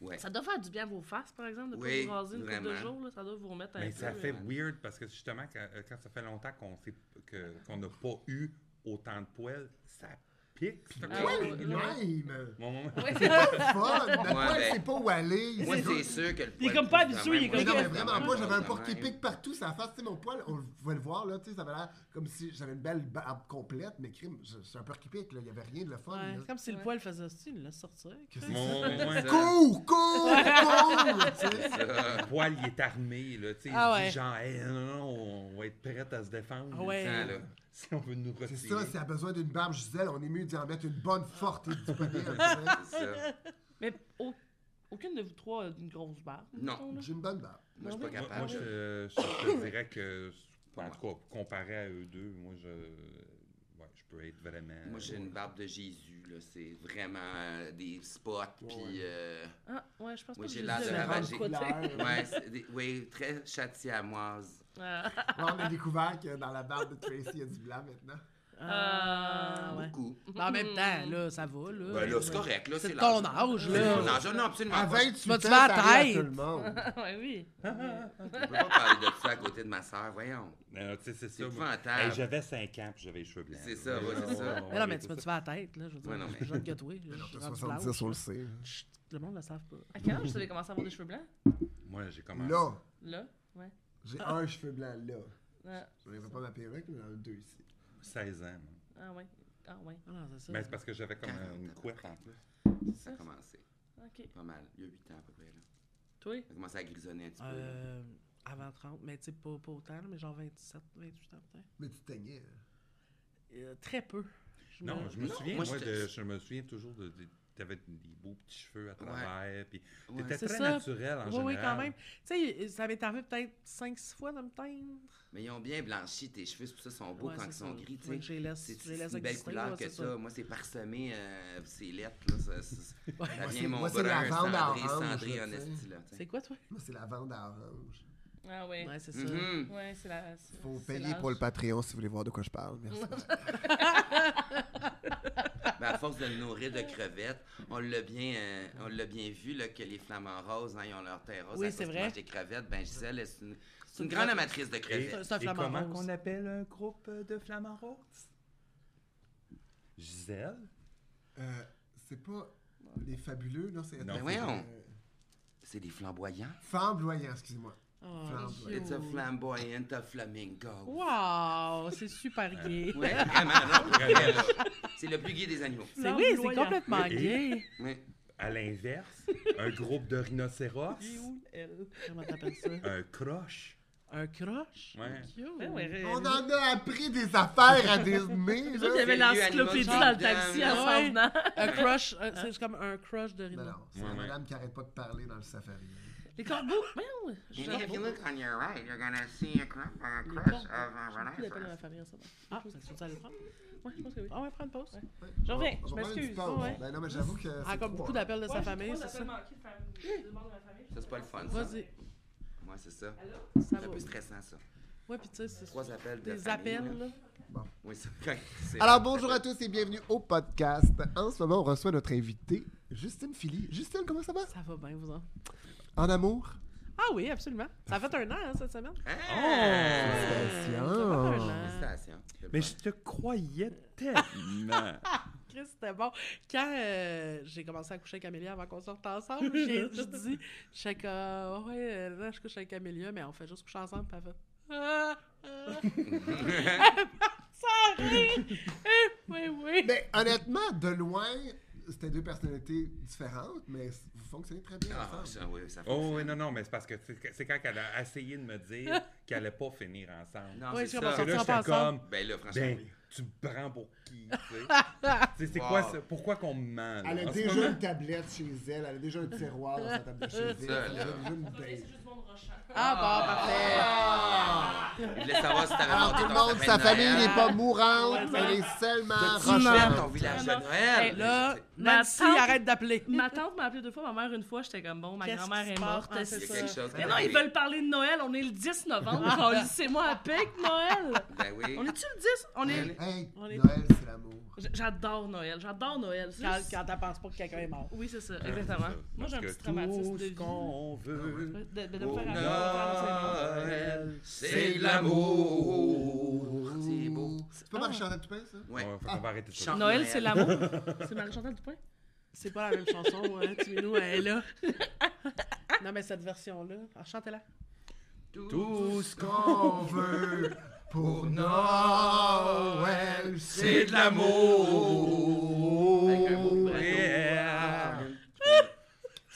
Speaker 3: Ouais.
Speaker 1: Ça doit faire du bien à vos faces, par exemple, de
Speaker 3: Oui,
Speaker 1: pas vous raser une couple de
Speaker 3: vraiment.
Speaker 1: jours, là. Ça doit vous remettre un
Speaker 5: Mais
Speaker 1: peu.
Speaker 5: ça fait
Speaker 1: euh,
Speaker 5: weird parce que justement, quand, euh, quand ça fait longtemps qu'on s'est- que- qu'on n'a pas eu autant de poils, ça pique. ce
Speaker 1: Ah,
Speaker 4: Ouais,
Speaker 5: poil.
Speaker 1: ouais.
Speaker 4: même!
Speaker 5: Mon- mon-
Speaker 4: Fun! Le
Speaker 3: Ouais,
Speaker 4: poil,
Speaker 3: ben-
Speaker 4: c'est pas où aller!
Speaker 3: Moi,
Speaker 4: c'est ça.
Speaker 3: c'est sûr que le
Speaker 1: Il est
Speaker 3: poil
Speaker 1: comme pas
Speaker 3: pousse de
Speaker 1: habitué,
Speaker 3: même.
Speaker 1: il est
Speaker 3: Moi,
Speaker 4: Mais
Speaker 1: comme
Speaker 4: non,
Speaker 1: Ok.
Speaker 4: mais
Speaker 3: je pousse de
Speaker 4: vraiment
Speaker 3: même,
Speaker 4: pas,
Speaker 3: je
Speaker 4: j'avais un
Speaker 3: pousse de même.
Speaker 4: porc-épic partout, ça face, tu sais, mon poil, on le pouvait le voir, là, tu sais, ça avait l'air comme si j'avais une belle barbe complète, mais crime, je- c'est un porc-épic, là, il y avait rien de le fun,
Speaker 2: Ouais,
Speaker 4: là.
Speaker 2: c'est comme si le
Speaker 1: Ouais. Euh.
Speaker 2: poil faisait aussi, il l'a sorti.
Speaker 4: Que c'est
Speaker 5: mon-
Speaker 3: C'est
Speaker 5: ouais.
Speaker 3: ça.
Speaker 4: Cours, cours, cours, tu sais.
Speaker 3: Ça.
Speaker 5: Le poil, il est armé, là, tu sais, il
Speaker 2: Ah
Speaker 5: dit
Speaker 2: ouais.
Speaker 5: genre, Hey, non, non, non, on va être prête à se défendre,
Speaker 2: Ah ouais.
Speaker 5: tu sais,
Speaker 3: là.
Speaker 5: si on veut nous retirer.
Speaker 4: C'est ça, si elle a besoin d'une barbe, Gisèle, on est mieux d'y en mettre une bonne, forte et hein, disponible. tu sais.
Speaker 3: C'est ça.
Speaker 1: Mais au- aucune de vous trois a une grosse barbe.
Speaker 3: Non.
Speaker 1: mettons, là.
Speaker 4: J'ai une bonne barbe.
Speaker 3: Moi, je suis
Speaker 1: Moi,
Speaker 3: pas
Speaker 5: Moi,
Speaker 3: capable.
Speaker 5: moi,
Speaker 3: je-
Speaker 5: je, je te dirais que, en
Speaker 3: Ouais.
Speaker 5: tout cas, comparé à eux deux, moi, je, ouais, je peux être vraiment...
Speaker 3: Moi, j'ai une barbe de Jésus, là. C'est vraiment euh, des spots, puis... euh,
Speaker 1: Ah, ouais, je pense
Speaker 3: Moi,
Speaker 1: pas que
Speaker 3: j'ai
Speaker 1: je
Speaker 3: l'air
Speaker 1: disais
Speaker 3: de
Speaker 1: la
Speaker 4: Différentes
Speaker 1: barbe quoi, tu sais.
Speaker 3: ravager.
Speaker 4: couleurs.
Speaker 3: ouais, c'est des- oui, très châtillamoise.
Speaker 1: Ah,
Speaker 4: Ouais, on a découvert que dans la barbe de Tracy, il y a du blanc maintenant.
Speaker 2: Ah,
Speaker 1: Euh,
Speaker 2: ouais.
Speaker 3: Beaucoup.
Speaker 2: Mais en
Speaker 1: Mm. hmm.
Speaker 2: même temps, là, ça va, là.
Speaker 3: Ben là, c'est correct, là.
Speaker 2: C'est de
Speaker 3: l'âge.
Speaker 2: ton âge,
Speaker 3: C'est
Speaker 2: là.
Speaker 3: mon âge. Non, absolument
Speaker 4: À
Speaker 3: pas.
Speaker 4: 28 ans,
Speaker 2: Vas-tu
Speaker 4: ça
Speaker 2: vas à
Speaker 4: arrive à
Speaker 2: tête?
Speaker 4: tout le monde.
Speaker 1: ouais, oui.
Speaker 3: On peut pas parler de ça à côté de ma sœur, voyons.
Speaker 5: Non, non, tu sais,
Speaker 3: C'est
Speaker 5: c'est ça, moi.
Speaker 3: épouvantable.
Speaker 5: Hey, j'avais 5 ans, puis j'avais les cheveux blancs.
Speaker 3: C'est ça, ouais, c'est ça.
Speaker 2: Mais non, mais tu me tues à la tête, là. Je veux dire,
Speaker 3: Ouais, non,
Speaker 2: je suis
Speaker 3: mais-
Speaker 2: plus jeune que toi. là, je suis rendu blanche.
Speaker 4: on le sait.
Speaker 2: Chut, Le monde le savent pas.
Speaker 1: À quel âge vous avez commencé à avoir des cheveux blancs?
Speaker 5: Moi, j'ai commencé...
Speaker 4: Là,
Speaker 1: Là? Ouais.
Speaker 4: j'ai un cheveu blanc là.
Speaker 1: Ah,
Speaker 4: Je n'aurais pas ma perruque, mais j'en ai deux ici.
Speaker 5: 16 ans, moi.
Speaker 1: ah ouais. Ah ouais.
Speaker 2: Ah non, c'est ça.
Speaker 5: Mais c'est parce que j'avais comme
Speaker 3: 40
Speaker 5: une
Speaker 3: à peu
Speaker 5: couette
Speaker 3: près.
Speaker 5: en plus.
Speaker 3: Ça a commencé.
Speaker 1: OK.
Speaker 3: Pas mal. Il y a 8 ans à peu près, là.
Speaker 1: Toi?
Speaker 3: Ça a commencé à grisonner un petit peu. là.
Speaker 2: Euh, avant 30, mais tu sais, pas, pas autant, là, mais genre 27, 28 ans, peut-être.
Speaker 4: Mais tu teignais. hein.
Speaker 2: Euh, très peu. Je
Speaker 5: Non,
Speaker 2: me-
Speaker 5: je me
Speaker 3: Non,
Speaker 5: souviens, moi,
Speaker 3: moi, j'étais-
Speaker 5: de- je me souviens toujours de... de- T'avais des beaux petits cheveux à travers, puis
Speaker 3: Ouais.
Speaker 5: t'étais
Speaker 2: C'est
Speaker 5: très
Speaker 2: ça.
Speaker 5: naturel en
Speaker 2: Oui,
Speaker 5: général.
Speaker 2: oui, quand même. Tu sais, ça m'est arrivé peut-être 5-6 fois de me teindre.
Speaker 3: Mais ils ont bien blanchi tes cheveux, c'est pour ça qu'ils sont beaux
Speaker 2: Ouais,
Speaker 3: quand
Speaker 2: c'est
Speaker 3: ils
Speaker 2: ça.
Speaker 3: sont gris, tu
Speaker 2: Faut
Speaker 3: sais.
Speaker 2: que je les laisse-
Speaker 3: C'est
Speaker 2: je les laisse
Speaker 3: c'est une Ah, belle
Speaker 2: exister,
Speaker 3: couleur
Speaker 2: ouais,
Speaker 3: que
Speaker 2: c'est
Speaker 3: ça.
Speaker 2: ça.
Speaker 3: Moi, c'est parsemé, euh, c'est lettre, là. Ça, ça, ça
Speaker 4: Moi,
Speaker 3: vient
Speaker 4: c'est-
Speaker 3: mon
Speaker 4: moi, c'est
Speaker 3: brun,
Speaker 4: lavande à
Speaker 3: cendré,
Speaker 4: orange,
Speaker 3: cendré
Speaker 4: là,
Speaker 3: en
Speaker 4: tu sais.
Speaker 3: esti, là. tu sais.
Speaker 2: C'est quoi, toi?
Speaker 4: Moi, c'est la vente à orange.
Speaker 1: Ah ouais.
Speaker 2: Ouais, c'est ça.
Speaker 3: Mhm.
Speaker 1: Ouais, c'est la... c'est-
Speaker 4: Faut
Speaker 1: c'est
Speaker 4: payer
Speaker 1: l'âge.
Speaker 4: pour le Patreon si vous voulez voir de quoi je parle. Merci.
Speaker 3: Ben, Puis à force de le nourrir de crevettes, on l'a bien, euh, on l'a bien vu là, que les flamants roses, hein, ils ont leur terre rose.
Speaker 2: Oui,
Speaker 3: à
Speaker 2: c'est
Speaker 3: cause qu'ils
Speaker 2: vrai.
Speaker 3: mangent des crevettes, ben Gisèle, c'est une, c'est une
Speaker 2: une
Speaker 3: grande
Speaker 2: grande-
Speaker 3: amatrice de
Speaker 5: Et,
Speaker 3: crevettes.
Speaker 2: C'est un
Speaker 5: et
Speaker 2: flamand
Speaker 5: comment
Speaker 2: rose.
Speaker 5: qu'on appelle un groupe de flamants roses? Gisèle?
Speaker 4: Euh, c'est pas les fabuleux, non, c'est...
Speaker 5: Non.
Speaker 4: attends,
Speaker 3: Ben
Speaker 4: c'est,
Speaker 3: voyons.
Speaker 4: euh,
Speaker 3: C'est des flamboyants.
Speaker 4: Flamboyant, excusez-moi.
Speaker 2: Oh,
Speaker 4: Flamboyant.
Speaker 2: cute.
Speaker 3: It's a flamboyant a flamingo.
Speaker 2: Wow, c'est super gay.
Speaker 3: Ouais, vraiment, non, pour vrai, là. C'est le plus gai des animaux.
Speaker 2: C'est oui, c'est
Speaker 1: Flamboyant.
Speaker 2: complètement
Speaker 5: Et-
Speaker 2: gay.
Speaker 3: Ouais.
Speaker 5: À l'inverse, un groupe de rhinocéros,
Speaker 2: Comment t'appelles ça?
Speaker 5: un croche.
Speaker 2: Un crush?
Speaker 5: Ouais.
Speaker 2: Cute.
Speaker 1: Ben ouais, Rémi.
Speaker 4: On en a appris des affaires à Disney,
Speaker 1: Nous autres, il y
Speaker 4: là.
Speaker 1: avait
Speaker 3: C'est lui,
Speaker 1: l'encyclopédie dans
Speaker 3: Animal
Speaker 1: le
Speaker 3: Kingdom.
Speaker 1: taxi en
Speaker 2: Ouais.
Speaker 1: s'en venant.
Speaker 2: Un crush, euh, c'est juste comme un crush de Rino.
Speaker 4: Non, non, c'est
Speaker 5: Ouais,
Speaker 4: la
Speaker 5: ouais.
Speaker 4: madame qui arrête pas de parler dans le safari.
Speaker 1: Les corbeaux. Voyons, je-
Speaker 3: And if you look on your right, you're gonna see a crop, a
Speaker 1: Les
Speaker 3: crush
Speaker 1: corbeaux.
Speaker 3: of euh, a
Speaker 1: Je sais plus l'appel de ma
Speaker 3: rhinoceros.
Speaker 1: famille en ce moment.
Speaker 2: Ah, ça se trouve, ça le prendre?
Speaker 1: Ouais, je pense que oui.
Speaker 2: Ah ouais, prends une pause.
Speaker 1: Je reviens,
Speaker 4: On va
Speaker 1: je
Speaker 4: parler du
Speaker 1: m'excuse.
Speaker 4: sport.
Speaker 1: Ouais, ouais.
Speaker 4: Ben non, mais j'avoue que
Speaker 2: Ah,
Speaker 4: c'est
Speaker 2: comme
Speaker 4: trop,
Speaker 2: beaucoup
Speaker 4: hein.
Speaker 2: d'appels de sa famille, c'est ça?
Speaker 3: Ça, c'est pas le fun, ça.
Speaker 2: Vas-y.
Speaker 3: Moi, c'est ça.
Speaker 2: Ça
Speaker 3: C'est un
Speaker 2: va.
Speaker 3: peu stressant, ça.
Speaker 2: Ouais, puis tu sais, c'est
Speaker 3: Trois appels de
Speaker 2: des
Speaker 3: famille,
Speaker 2: appels,
Speaker 3: là.
Speaker 2: là.
Speaker 3: Oui, ça, quand c'est-
Speaker 4: Alors bonjour à tous et bienvenue au podcast. En ce moment, on reçoit notre invitée, Justine Philly. Justine, comment ça va?
Speaker 2: Ça va bien, vous en.
Speaker 4: En amour?
Speaker 2: Ah oui, absolument. Ça a fait un an, hein, cette semaine.
Speaker 3: Ah!
Speaker 2: oh! Ça fait un an.
Speaker 3: Félicitations. C'est le
Speaker 5: Mais
Speaker 3: fun.
Speaker 5: je te croyais tellement.
Speaker 2: Chris, c'était bon. Quand euh, j'ai commencé à coucher avec Amélia avant qu'on sorte ensemble, j'ai je dis, je suis comme, Ah ouais, euh, là, je couche avec Amélia, mais on fait juste coucher ensemble, puis elle fait, ah, ah. Ça rit. Eh, Oui, oui.
Speaker 1: Ben,
Speaker 4: Mais Ben, honnêtement, de loin, c'était deux personnalités différentes, mais vous fonctionnez très bien
Speaker 3: Ah,
Speaker 4: ensemble.
Speaker 3: ça, oui, ça
Speaker 5: Oh oui,
Speaker 3: fonctionne.
Speaker 5: non, non, mais c'est parce que c'est c'est quand elle a essayé de me dire qu'elle allait pas finir ensemble.
Speaker 3: Non,
Speaker 2: Ouais,
Speaker 3: c'est
Speaker 2: c'est comme
Speaker 5: Parce que
Speaker 2: sortir
Speaker 3: ça.
Speaker 5: là,
Speaker 2: pas
Speaker 5: j'étais
Speaker 2: ensemble.
Speaker 5: comme,
Speaker 3: Ben là, franchement,
Speaker 5: ben,
Speaker 3: oui.
Speaker 5: tu me prends pour qui, tu sais? Tu sais, c'est quoi
Speaker 3: Wow.
Speaker 5: ça? Pourquoi qu'on me ment? là,
Speaker 4: Elle a
Speaker 5: en ce
Speaker 4: déjà
Speaker 5: moment?
Speaker 4: une tablette chez elle, elle a déjà un tiroir dans sa table de chez elle, elle
Speaker 3: Ça,
Speaker 4: a
Speaker 3: là.
Speaker 4: déjà une
Speaker 1: Ben.
Speaker 4: base.
Speaker 2: Ah
Speaker 1: bah,
Speaker 2: bon, parfait.
Speaker 1: ah.
Speaker 3: Je voulais savoir si t'avais
Speaker 4: Alors
Speaker 3: monté
Speaker 4: tout le
Speaker 3: ton
Speaker 4: monde, sa
Speaker 3: sapin de
Speaker 4: famille
Speaker 3: Noël.
Speaker 4: n'est pas mourante,
Speaker 1: Ouais.
Speaker 4: elle est seulement
Speaker 3: Tu gères ton
Speaker 4: rochante.
Speaker 3: village de
Speaker 1: Vraiment.
Speaker 3: Noël.
Speaker 2: Ben, Là,
Speaker 3: Il
Speaker 1: Ma
Speaker 2: Nancy,
Speaker 1: tante-
Speaker 2: arrête d'appeler.
Speaker 1: Ma tante m'a appelé deux fois, ma mère une fois, j'étais comme bon, ma
Speaker 2: Qu'est-ce
Speaker 1: grand-mère
Speaker 2: qui
Speaker 1: est
Speaker 2: se passe?
Speaker 1: morte.
Speaker 2: Ah,
Speaker 1: c'est
Speaker 3: y a
Speaker 1: ça.
Speaker 3: quelque chose.
Speaker 1: Mais non, ils veulent parler de Noël, on est le 10
Speaker 2: Ah.
Speaker 1: novembre. c'est moi à pic, Noël.
Speaker 3: Ben oui.
Speaker 1: On est-tu le 10? On est...
Speaker 4: Hey,
Speaker 2: On est-
Speaker 4: Noël, c'est l'amour.
Speaker 1: J- J'adore Noël, j'adore Noël. C'est
Speaker 2: Quand,
Speaker 1: juste-
Speaker 2: quand t'en penses pas que quelqu'un est mort.
Speaker 1: Oui, c'est ça, exactement.
Speaker 5: Parce
Speaker 1: Moi, j'ai un
Speaker 5: que
Speaker 1: petit traumatisme
Speaker 5: tout
Speaker 1: de
Speaker 5: ce
Speaker 1: vie.
Speaker 5: qu'on veut.
Speaker 1: De, de, de me
Speaker 3: Au
Speaker 1: faire avoir.
Speaker 3: Noël, c'est de l'amour. C'est beau.
Speaker 4: C'est pas Marie-Chantal Toupin, ça?
Speaker 3: Ouais.
Speaker 5: Ouais, fait qu'on va arrêter ça.
Speaker 3: Chante
Speaker 1: Noël, c'est l'amour. C'est Marie-Chantal Dupin.
Speaker 2: C'est pas la même chanson, hein. Tu nous, elle est là. Non, mais cette version-là. Alors, chantez-la.
Speaker 5: Tout ce qu'on
Speaker 4: qu'on veut pour Noël,
Speaker 3: C'est de l'amour. Avec un beau bras.
Speaker 5: Yeah.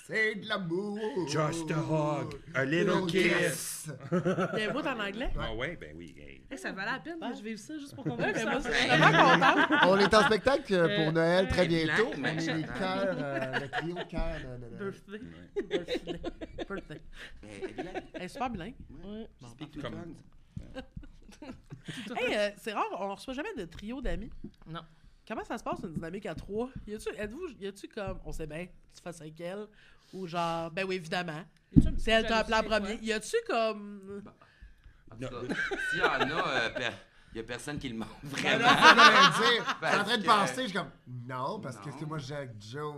Speaker 4: C'est de l'amour.
Speaker 5: Just a hug, a little kiss.
Speaker 2: Il y a un bout en anglais.
Speaker 5: Ah ouais, ben oui. hey.
Speaker 1: Hey, ça valait la peine que je vive ça juste pour qu'on
Speaker 2: Ouais,
Speaker 1: vive
Speaker 2: mais
Speaker 1: ça.
Speaker 2: moi, je suis vraiment contente.
Speaker 4: On est en spectacle euh, pour Noël très
Speaker 3: euh,
Speaker 4: bientôt.
Speaker 3: blanc,
Speaker 4: On est les
Speaker 3: blanc.
Speaker 4: cœurs, euh, le trio cœur. de- de- de-
Speaker 1: Birthday.
Speaker 5: Ouais.
Speaker 2: Birthday.
Speaker 3: Mais, évidemment,
Speaker 2: Elle est super bilingue.
Speaker 1: Ouais.
Speaker 3: je speak two
Speaker 5: Comme-
Speaker 3: tongues.
Speaker 2: Hey, euh, c'est rare, on reçoit jamais de trio d'amis.
Speaker 1: Non.
Speaker 2: Comment ça se passe une dynamique à trois? Y a-tu, êtes-vous, y a-tu comme, on sait bien, tu fasses avec elle, ou genre, ben oui, évidemment, c'est elle qui t'a appelé en premier. Y a-tu comme.
Speaker 3: En tout cas, S'il y en a, euh, il n'y a personne qui le manque.
Speaker 4: Ah non,
Speaker 3: Vraiment.
Speaker 4: ça veut rien dire. Je suis en
Speaker 3: Parce
Speaker 4: train de
Speaker 3: que-
Speaker 4: penser, je suis comme non, parce que
Speaker 3: Non.
Speaker 4: c'est moi Jack Joe.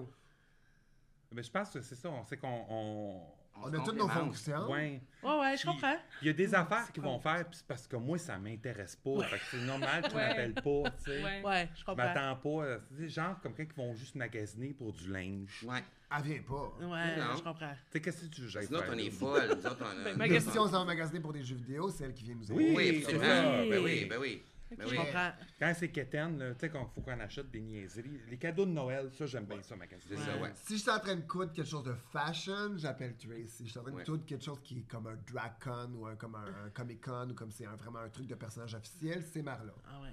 Speaker 5: Mais je pense que c'est ça, on sait qu'on... on-
Speaker 4: On a toutes nos
Speaker 1: Oh.
Speaker 4: fonctions.
Speaker 5: Ouais.
Speaker 2: Ouais, ouais, je
Speaker 5: Puis,
Speaker 2: comprends.
Speaker 5: Il y a des affaires qu'ils vont faire, puis c'est parce que moi, ça m'intéresse pas. Fait que c'est normal qu'on
Speaker 1: Ouais.
Speaker 5: m'appelle pas, tu sais.
Speaker 1: Ouais.
Speaker 2: Ouais, je
Speaker 5: Je
Speaker 2: comprends.
Speaker 5: m'attends pas. euh, C'est des gens comme quand qui vont juste magasiner pour du linge.
Speaker 3: Ouais.
Speaker 4: Elle vient pas.
Speaker 2: Ouais,
Speaker 3: Non.
Speaker 2: je comprends.
Speaker 5: Tu sais, qu'est-ce que tu veux que j'aille
Speaker 3: Nous autres,
Speaker 5: faire,
Speaker 3: on est
Speaker 5: là?
Speaker 3: folles. Nous autres, on a.
Speaker 1: ma
Speaker 4: Mais si
Speaker 1: question-
Speaker 4: on s'en va magasiner pour des jeux vidéo, c'est elle qui vient nous aider.
Speaker 5: Oui,
Speaker 3: Oui,
Speaker 5: c'est
Speaker 3: absolument.
Speaker 5: ça.
Speaker 3: Ben oui, ben oui. Ben
Speaker 2: Je
Speaker 3: oui.
Speaker 2: comprends.
Speaker 5: Quand c'est quétaine, là, tu sais, qu'il faut qu'on achète des niaiseries. Les cadeaux de Noël, ça, j'aime bien ça, magasiner.
Speaker 3: C'est ça, ouais.
Speaker 4: Si je suis en train de coudre quelque chose de fashion, j'appelle Tracy. Je suis en train de
Speaker 3: Ouais.
Speaker 4: coudre quelque chose qui est comme un drag con ou un, comme un, comic con ou comme c'est un- vraiment un truc de personnage officiel, c'est Marla.
Speaker 2: Ah ouais.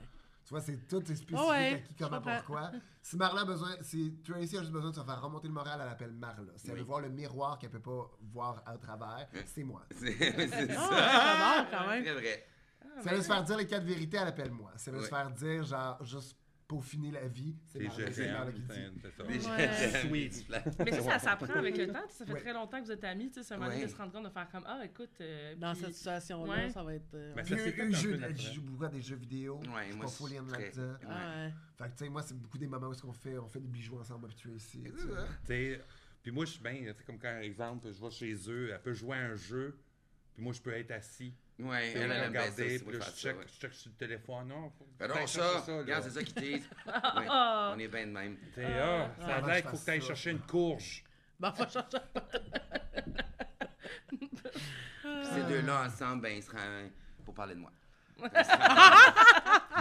Speaker 4: Tu vois, c'est tout est spécifique
Speaker 2: Ah ouais,
Speaker 4: à qui,
Speaker 2: je
Speaker 4: comment,
Speaker 2: comprends.
Speaker 4: pourquoi. Si Marla a besoin, si Tracy a juste besoin de se faire remonter le moral, elle appelle Marla. Si elle veut voir le miroir qu'elle peut pas voir à travers, c'est moi.
Speaker 3: C'est c'est
Speaker 2: Ah, ouais,
Speaker 3: ça.
Speaker 2: j'adore quand
Speaker 3: C'est
Speaker 2: même.
Speaker 3: très vrai.
Speaker 1: Ah, ben,
Speaker 4: Si elle veut se faire dire les quatre vérités, elle appelle moi. Si elle veut
Speaker 3: Ouais.
Speaker 4: se faire dire, genre, juste peaufiner la vie, c'est
Speaker 5: C'est
Speaker 4: Marlowe
Speaker 5: gérable,
Speaker 4: c'est Marlowe qui dit.
Speaker 5: c'est- c'est ça.
Speaker 3: Des
Speaker 1: Ouais.
Speaker 3: gens-
Speaker 5: Sweet.
Speaker 3: des plans.
Speaker 1: Mais ça, ça s'apprend avec le temps. tu sais, Ça fait
Speaker 4: Ouais.
Speaker 1: très longtemps que vous êtes amis. tu sais, C'est un moment donné
Speaker 3: Ouais.
Speaker 1: de se rendre compte de faire comme Ah, écoute. euh,
Speaker 2: Dans
Speaker 1: puis-
Speaker 2: cette situation-là,
Speaker 1: Ouais.
Speaker 2: ça va être. euh,
Speaker 5: Ben,
Speaker 4: Puis
Speaker 5: ça s'est
Speaker 4: eux,
Speaker 5: fait
Speaker 4: eux,
Speaker 5: un
Speaker 4: jouent-
Speaker 5: peu
Speaker 4: elles
Speaker 5: naturel.
Speaker 4: jouent beaucoup à des jeux vidéo.
Speaker 3: Ouais,
Speaker 4: je suis
Speaker 3: moi,
Speaker 4: pas
Speaker 3: je suis
Speaker 4: full in
Speaker 3: très-
Speaker 4: là-dedans.
Speaker 3: ouais.
Speaker 2: ah ouais.
Speaker 4: Fait que, tu sais, moi, c'est beaucoup des moments où est-ce qu'on fait, on fait des bijoux ensemble, puis tu es ici. tu sais.
Speaker 5: Tu sais, Puis moi, je suis bien, tu sais, comme quand, par exemple, je vais chez eux, elle peut jouer à un jeu, puis moi, je peux être assis,
Speaker 3: Ouais,
Speaker 5: puis elle
Speaker 3: elle, elle aime bien ça,
Speaker 5: regarder,
Speaker 3: c'est
Speaker 5: puis
Speaker 3: moi
Speaker 5: là,
Speaker 3: qui
Speaker 5: je
Speaker 3: fais ça,
Speaker 5: check,
Speaker 3: ouais.
Speaker 5: je check sur le téléphone, non? faut-
Speaker 3: Ben
Speaker 5: faut
Speaker 3: non,
Speaker 5: aller
Speaker 3: ça,
Speaker 5: chercher là.
Speaker 3: regarde, c'est ça qu'ils disent. Ouais, on est bien de même.
Speaker 5: Tu sais, ah, ça a
Speaker 4: Avant
Speaker 5: l'air
Speaker 4: que
Speaker 5: qu'il
Speaker 4: je
Speaker 5: faut
Speaker 4: fasse
Speaker 5: que tu ailles
Speaker 4: ça.
Speaker 5: chercher une courge.
Speaker 2: Bon, on va changer.
Speaker 3: Puis ces deux-là, ensemble, ben, ils se rendent pour parler de moi. Ben,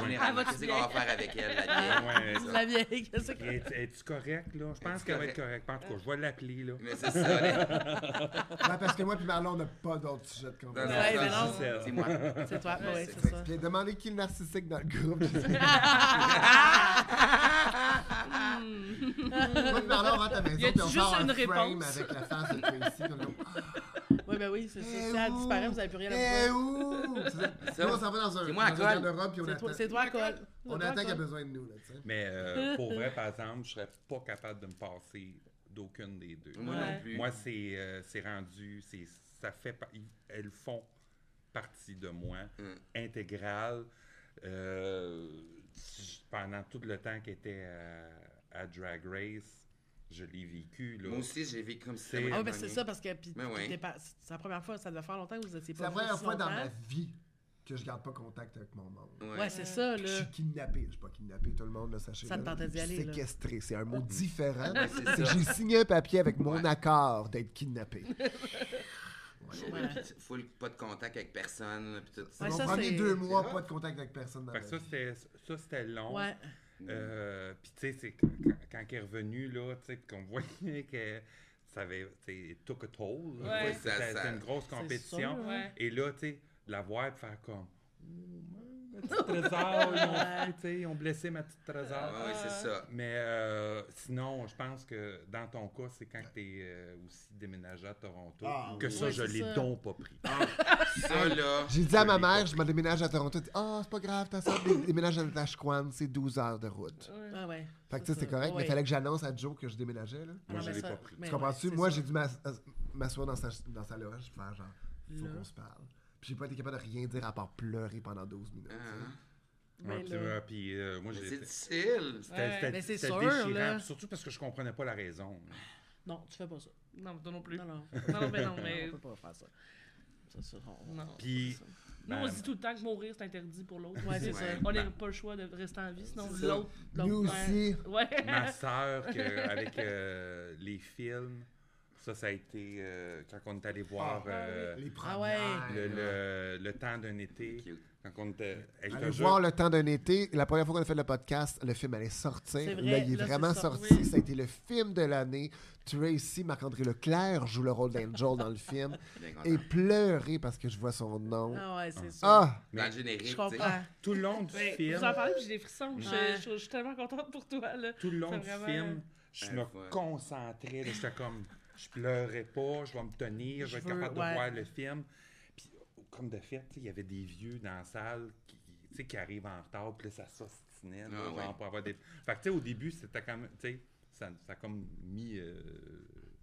Speaker 3: On est
Speaker 1: va-tu
Speaker 3: Qu'est-ce qu'on va
Speaker 1: bien?
Speaker 3: faire avec elle, la vieille?
Speaker 5: Ouais, ça.
Speaker 2: La vieille, qu'est-ce que.
Speaker 5: Est- Es-tu correct, là? Je pense
Speaker 3: Es-tu
Speaker 5: qu'elle va être
Speaker 3: correct?
Speaker 5: correcte. En tout cas, je vais l'appeler, là.
Speaker 3: Mais c'est ça, là.
Speaker 4: Ouais, parce que moi, puis Marlon, on n'a pas d'autres sujets de conversation.
Speaker 2: Ouais, mais non.
Speaker 5: Gisèle.
Speaker 3: C'est moi.
Speaker 2: C'est toi,
Speaker 3: Ouais,
Speaker 2: ouais,
Speaker 3: c'est
Speaker 2: c'est ça.
Speaker 4: Puis demandez qui est le narcissique dans le groupe. moi, puis Marlon, on rentre à la
Speaker 1: Hmm. Y
Speaker 4: maison,
Speaker 1: a-tu
Speaker 4: puis on
Speaker 1: juste
Speaker 4: sort un
Speaker 1: une
Speaker 4: frame
Speaker 1: réponse?
Speaker 4: avec la face de Tracy. puis on est comme,
Speaker 2: Oui, ben oui, c'est ça.
Speaker 4: Eh
Speaker 2: Si elle
Speaker 4: ouh,
Speaker 2: disparaît, vous n'avez plus rien
Speaker 4: Eh
Speaker 2: à
Speaker 4: ouh! C'est ça. Nous, on s'en va dans un,
Speaker 3: C'est moi à
Speaker 4: dans un
Speaker 3: colle.
Speaker 4: garde-robe, puis on
Speaker 2: C'est
Speaker 4: attend.
Speaker 2: toi, c'est toi, Cole.
Speaker 4: On attend qu'il y a besoin de nous, là, tu sais.
Speaker 5: Mais euh, pour vrai, par exemple, je serais pas capable de me passer d'aucune des deux.
Speaker 3: Moi
Speaker 1: Ouais.
Speaker 3: non plus.
Speaker 5: Moi, c'est euh, c'est rendu, c'est ça fait, par- ils- elles font partie de moi,
Speaker 3: Mm.
Speaker 5: intégrale. Euh, j- pendant tout le temps qu'elle était à, à Drag Race, je l'ai vécu. Là.
Speaker 3: Moi aussi, j'ai vécu comme si
Speaker 5: C'est-
Speaker 3: moi,
Speaker 2: Ah,
Speaker 3: la
Speaker 2: ben c'est
Speaker 3: première.
Speaker 2: ça, parce que puis
Speaker 3: Ben oui.
Speaker 2: t'étais pas- c'est la première fois, ça devait faire longtemps que vous étiez
Speaker 4: C'est
Speaker 2: pas
Speaker 4: la
Speaker 2: venus
Speaker 4: première
Speaker 2: si
Speaker 4: fois dans
Speaker 2: longtemps.
Speaker 4: ma vie que je garde pas contact avec mon monde.
Speaker 3: Ouais.
Speaker 2: Ouais, c'est ça,
Speaker 4: Je
Speaker 2: là.
Speaker 4: suis kidnappé. Je suis pas kidnappé, tout le monde, là, sachez
Speaker 2: Ça te tentait d'y aller, là.
Speaker 4: Séquestré, c'est un mot différent.
Speaker 3: Ouais, c'est ça.
Speaker 4: J'ai signé un papier avec mon
Speaker 3: Ouais.
Speaker 4: accord d'être kidnappé.
Speaker 3: J'ai
Speaker 2: Ouais.
Speaker 3: puis t- full pas de contact avec personne, là, puis tout ça.
Speaker 2: Ouais,
Speaker 4: Mon
Speaker 2: ça, c'est-
Speaker 4: premier deux mois,
Speaker 3: c'est
Speaker 4: pas de contact avec personne dans
Speaker 5: Fait
Speaker 4: ma
Speaker 5: que ça,
Speaker 4: vie.
Speaker 5: c'était- ça, c'était long.
Speaker 2: Ouais.
Speaker 5: Euh, Puis, tu sais, c'est quand, quand- quand elle est revenue, là, tu sais, puis qu'on voyait que ça avait, tu sais, it took a toll. là.
Speaker 1: Ouais.
Speaker 5: C'était
Speaker 3: Ça-
Speaker 5: c'était
Speaker 3: ça-
Speaker 5: une grosse compétition.
Speaker 2: sûr,
Speaker 1: ouais.
Speaker 5: Et là, tu sais, de la voir et de faire comme, Oh, ma petite trésor, ils ont- tu sais, ils ont blessé ma petite trésor.
Speaker 2: Ah,
Speaker 3: Ouais, ouais, c'est ça.
Speaker 5: Mais euh, sinon, je pense que dans ton cas, c'est quand tu es aussi déménagé à Toronto
Speaker 4: Ah,
Speaker 5: que
Speaker 4: oui.
Speaker 5: ça,
Speaker 2: Ouais,
Speaker 5: je
Speaker 2: c'est
Speaker 5: l'ai
Speaker 2: ça.
Speaker 5: donc pas pris.
Speaker 3: Ça, là.
Speaker 4: J'ai dit à ma
Speaker 5: l'ai pas
Speaker 4: mère, je me déménage à Toronto. Elle dit, Ah, c'est pas grave, ta soeur déménage à Natashquan, c'est 12 heures de route.
Speaker 2: Ah ouais.
Speaker 4: Fait que tu sais, c'est correct, mais
Speaker 2: Ouais.
Speaker 4: il fallait que j'annonce à Joe que je déménageais. Là.
Speaker 2: Ah
Speaker 5: Moi,
Speaker 2: non,
Speaker 5: je
Speaker 2: mais
Speaker 5: l'ai
Speaker 2: ça-
Speaker 5: pas pris.
Speaker 2: mais
Speaker 4: Tu
Speaker 2: ouais,
Speaker 4: comprends-tu?
Speaker 2: c'est
Speaker 4: Moi,
Speaker 2: ça.
Speaker 4: j'ai dû m'as- m'asseoir dans sa, dans sa loge, faire genre, faut
Speaker 2: Là.
Speaker 4: qu'on se parle. Puis j'ai pas été capable de rien dire à part pleurer pendant 12 minutes.
Speaker 3: Ah,
Speaker 5: Ouais,
Speaker 2: Mais
Speaker 5: puis,
Speaker 2: ben là-
Speaker 5: euh, puis, euh, moi,
Speaker 3: mais
Speaker 5: j'ai
Speaker 3: C'est difficile.
Speaker 5: C'était- C'était
Speaker 2: Mais c'est
Speaker 5: c'était
Speaker 2: sûr,
Speaker 5: déchirant,
Speaker 2: là. Ah,
Speaker 5: puis surtout parce que je comprenais pas la raison.
Speaker 2: Non, tu fais pas ça.
Speaker 1: Non, toi non plus.
Speaker 2: Non,
Speaker 1: Non,
Speaker 2: non.
Speaker 1: non, mais non, mais.
Speaker 2: On peut pas faire ça. Ça, ça, on-
Speaker 1: non.
Speaker 5: Puis,
Speaker 1: Nous, on
Speaker 5: ben,
Speaker 1: se dit tout le temps que mourir, c'est interdit pour l'autre.
Speaker 2: Ouais, c'est
Speaker 3: Ouais.
Speaker 2: ça.
Speaker 1: On n'a
Speaker 5: Ben.
Speaker 1: pas le choix de rester en vie, sinon
Speaker 3: C'est ça.
Speaker 1: l'autre. l'autre-
Speaker 4: Nous aussi,
Speaker 1: Ouais.
Speaker 5: ma soeur, avec euh, les films, ça, ça a été euh, quand on est allé voir
Speaker 4: Ah,
Speaker 5: euh,
Speaker 4: les premières.
Speaker 2: Ah ouais.
Speaker 5: le, le- le temps d'un été,
Speaker 3: Cute.
Speaker 5: quand on était. hey, je te
Speaker 4: Allez
Speaker 5: jure,
Speaker 4: voir le temps d'un été. La première fois qu'on a fait le podcast, le film allait sortir.
Speaker 2: C'est vrai,
Speaker 4: là, il est
Speaker 2: là, c'est
Speaker 4: vraiment
Speaker 2: sorti.
Speaker 4: sorti. Ça a été le film de l'année. Tracy, Marc-André Leclerc joue le rôle d'Angel dans le film.
Speaker 3: Bien content.
Speaker 4: Et pleurer parce que je vois son nom.
Speaker 2: Ah ouais, c'est ça.
Speaker 4: Ah!
Speaker 3: Dans le générique,
Speaker 2: Je
Speaker 3: tu sais.
Speaker 2: comprends.
Speaker 5: tout le long du film,
Speaker 1: Ben, Vous en parlez, puis j'ai des frissons. Je,
Speaker 2: Ouais.
Speaker 1: je- je suis tellement contente pour toi, là.
Speaker 5: tout le long
Speaker 1: C'est
Speaker 5: du
Speaker 1: vraiment-
Speaker 5: film, je
Speaker 3: Ouais,
Speaker 5: me
Speaker 3: Ben, ouais.
Speaker 5: concentrais. là, J'étais comme, je pleurais pas, je vais me tenir, je vais
Speaker 2: Je
Speaker 5: être
Speaker 2: veux-
Speaker 5: capable
Speaker 2: ouais.
Speaker 5: de voir le film. Puis, comme de fait, tu sais, il y avait des vieux dans la salle qui, tu sais, qui arrivent en retard, puis là, ça s'ostinait, là,
Speaker 3: Ah,
Speaker 5: genre,
Speaker 3: ouais.
Speaker 5: pour avoir des... Fait que, tu sais, au début, c'était quand même, tu sais, ça, ça a comme mis euh,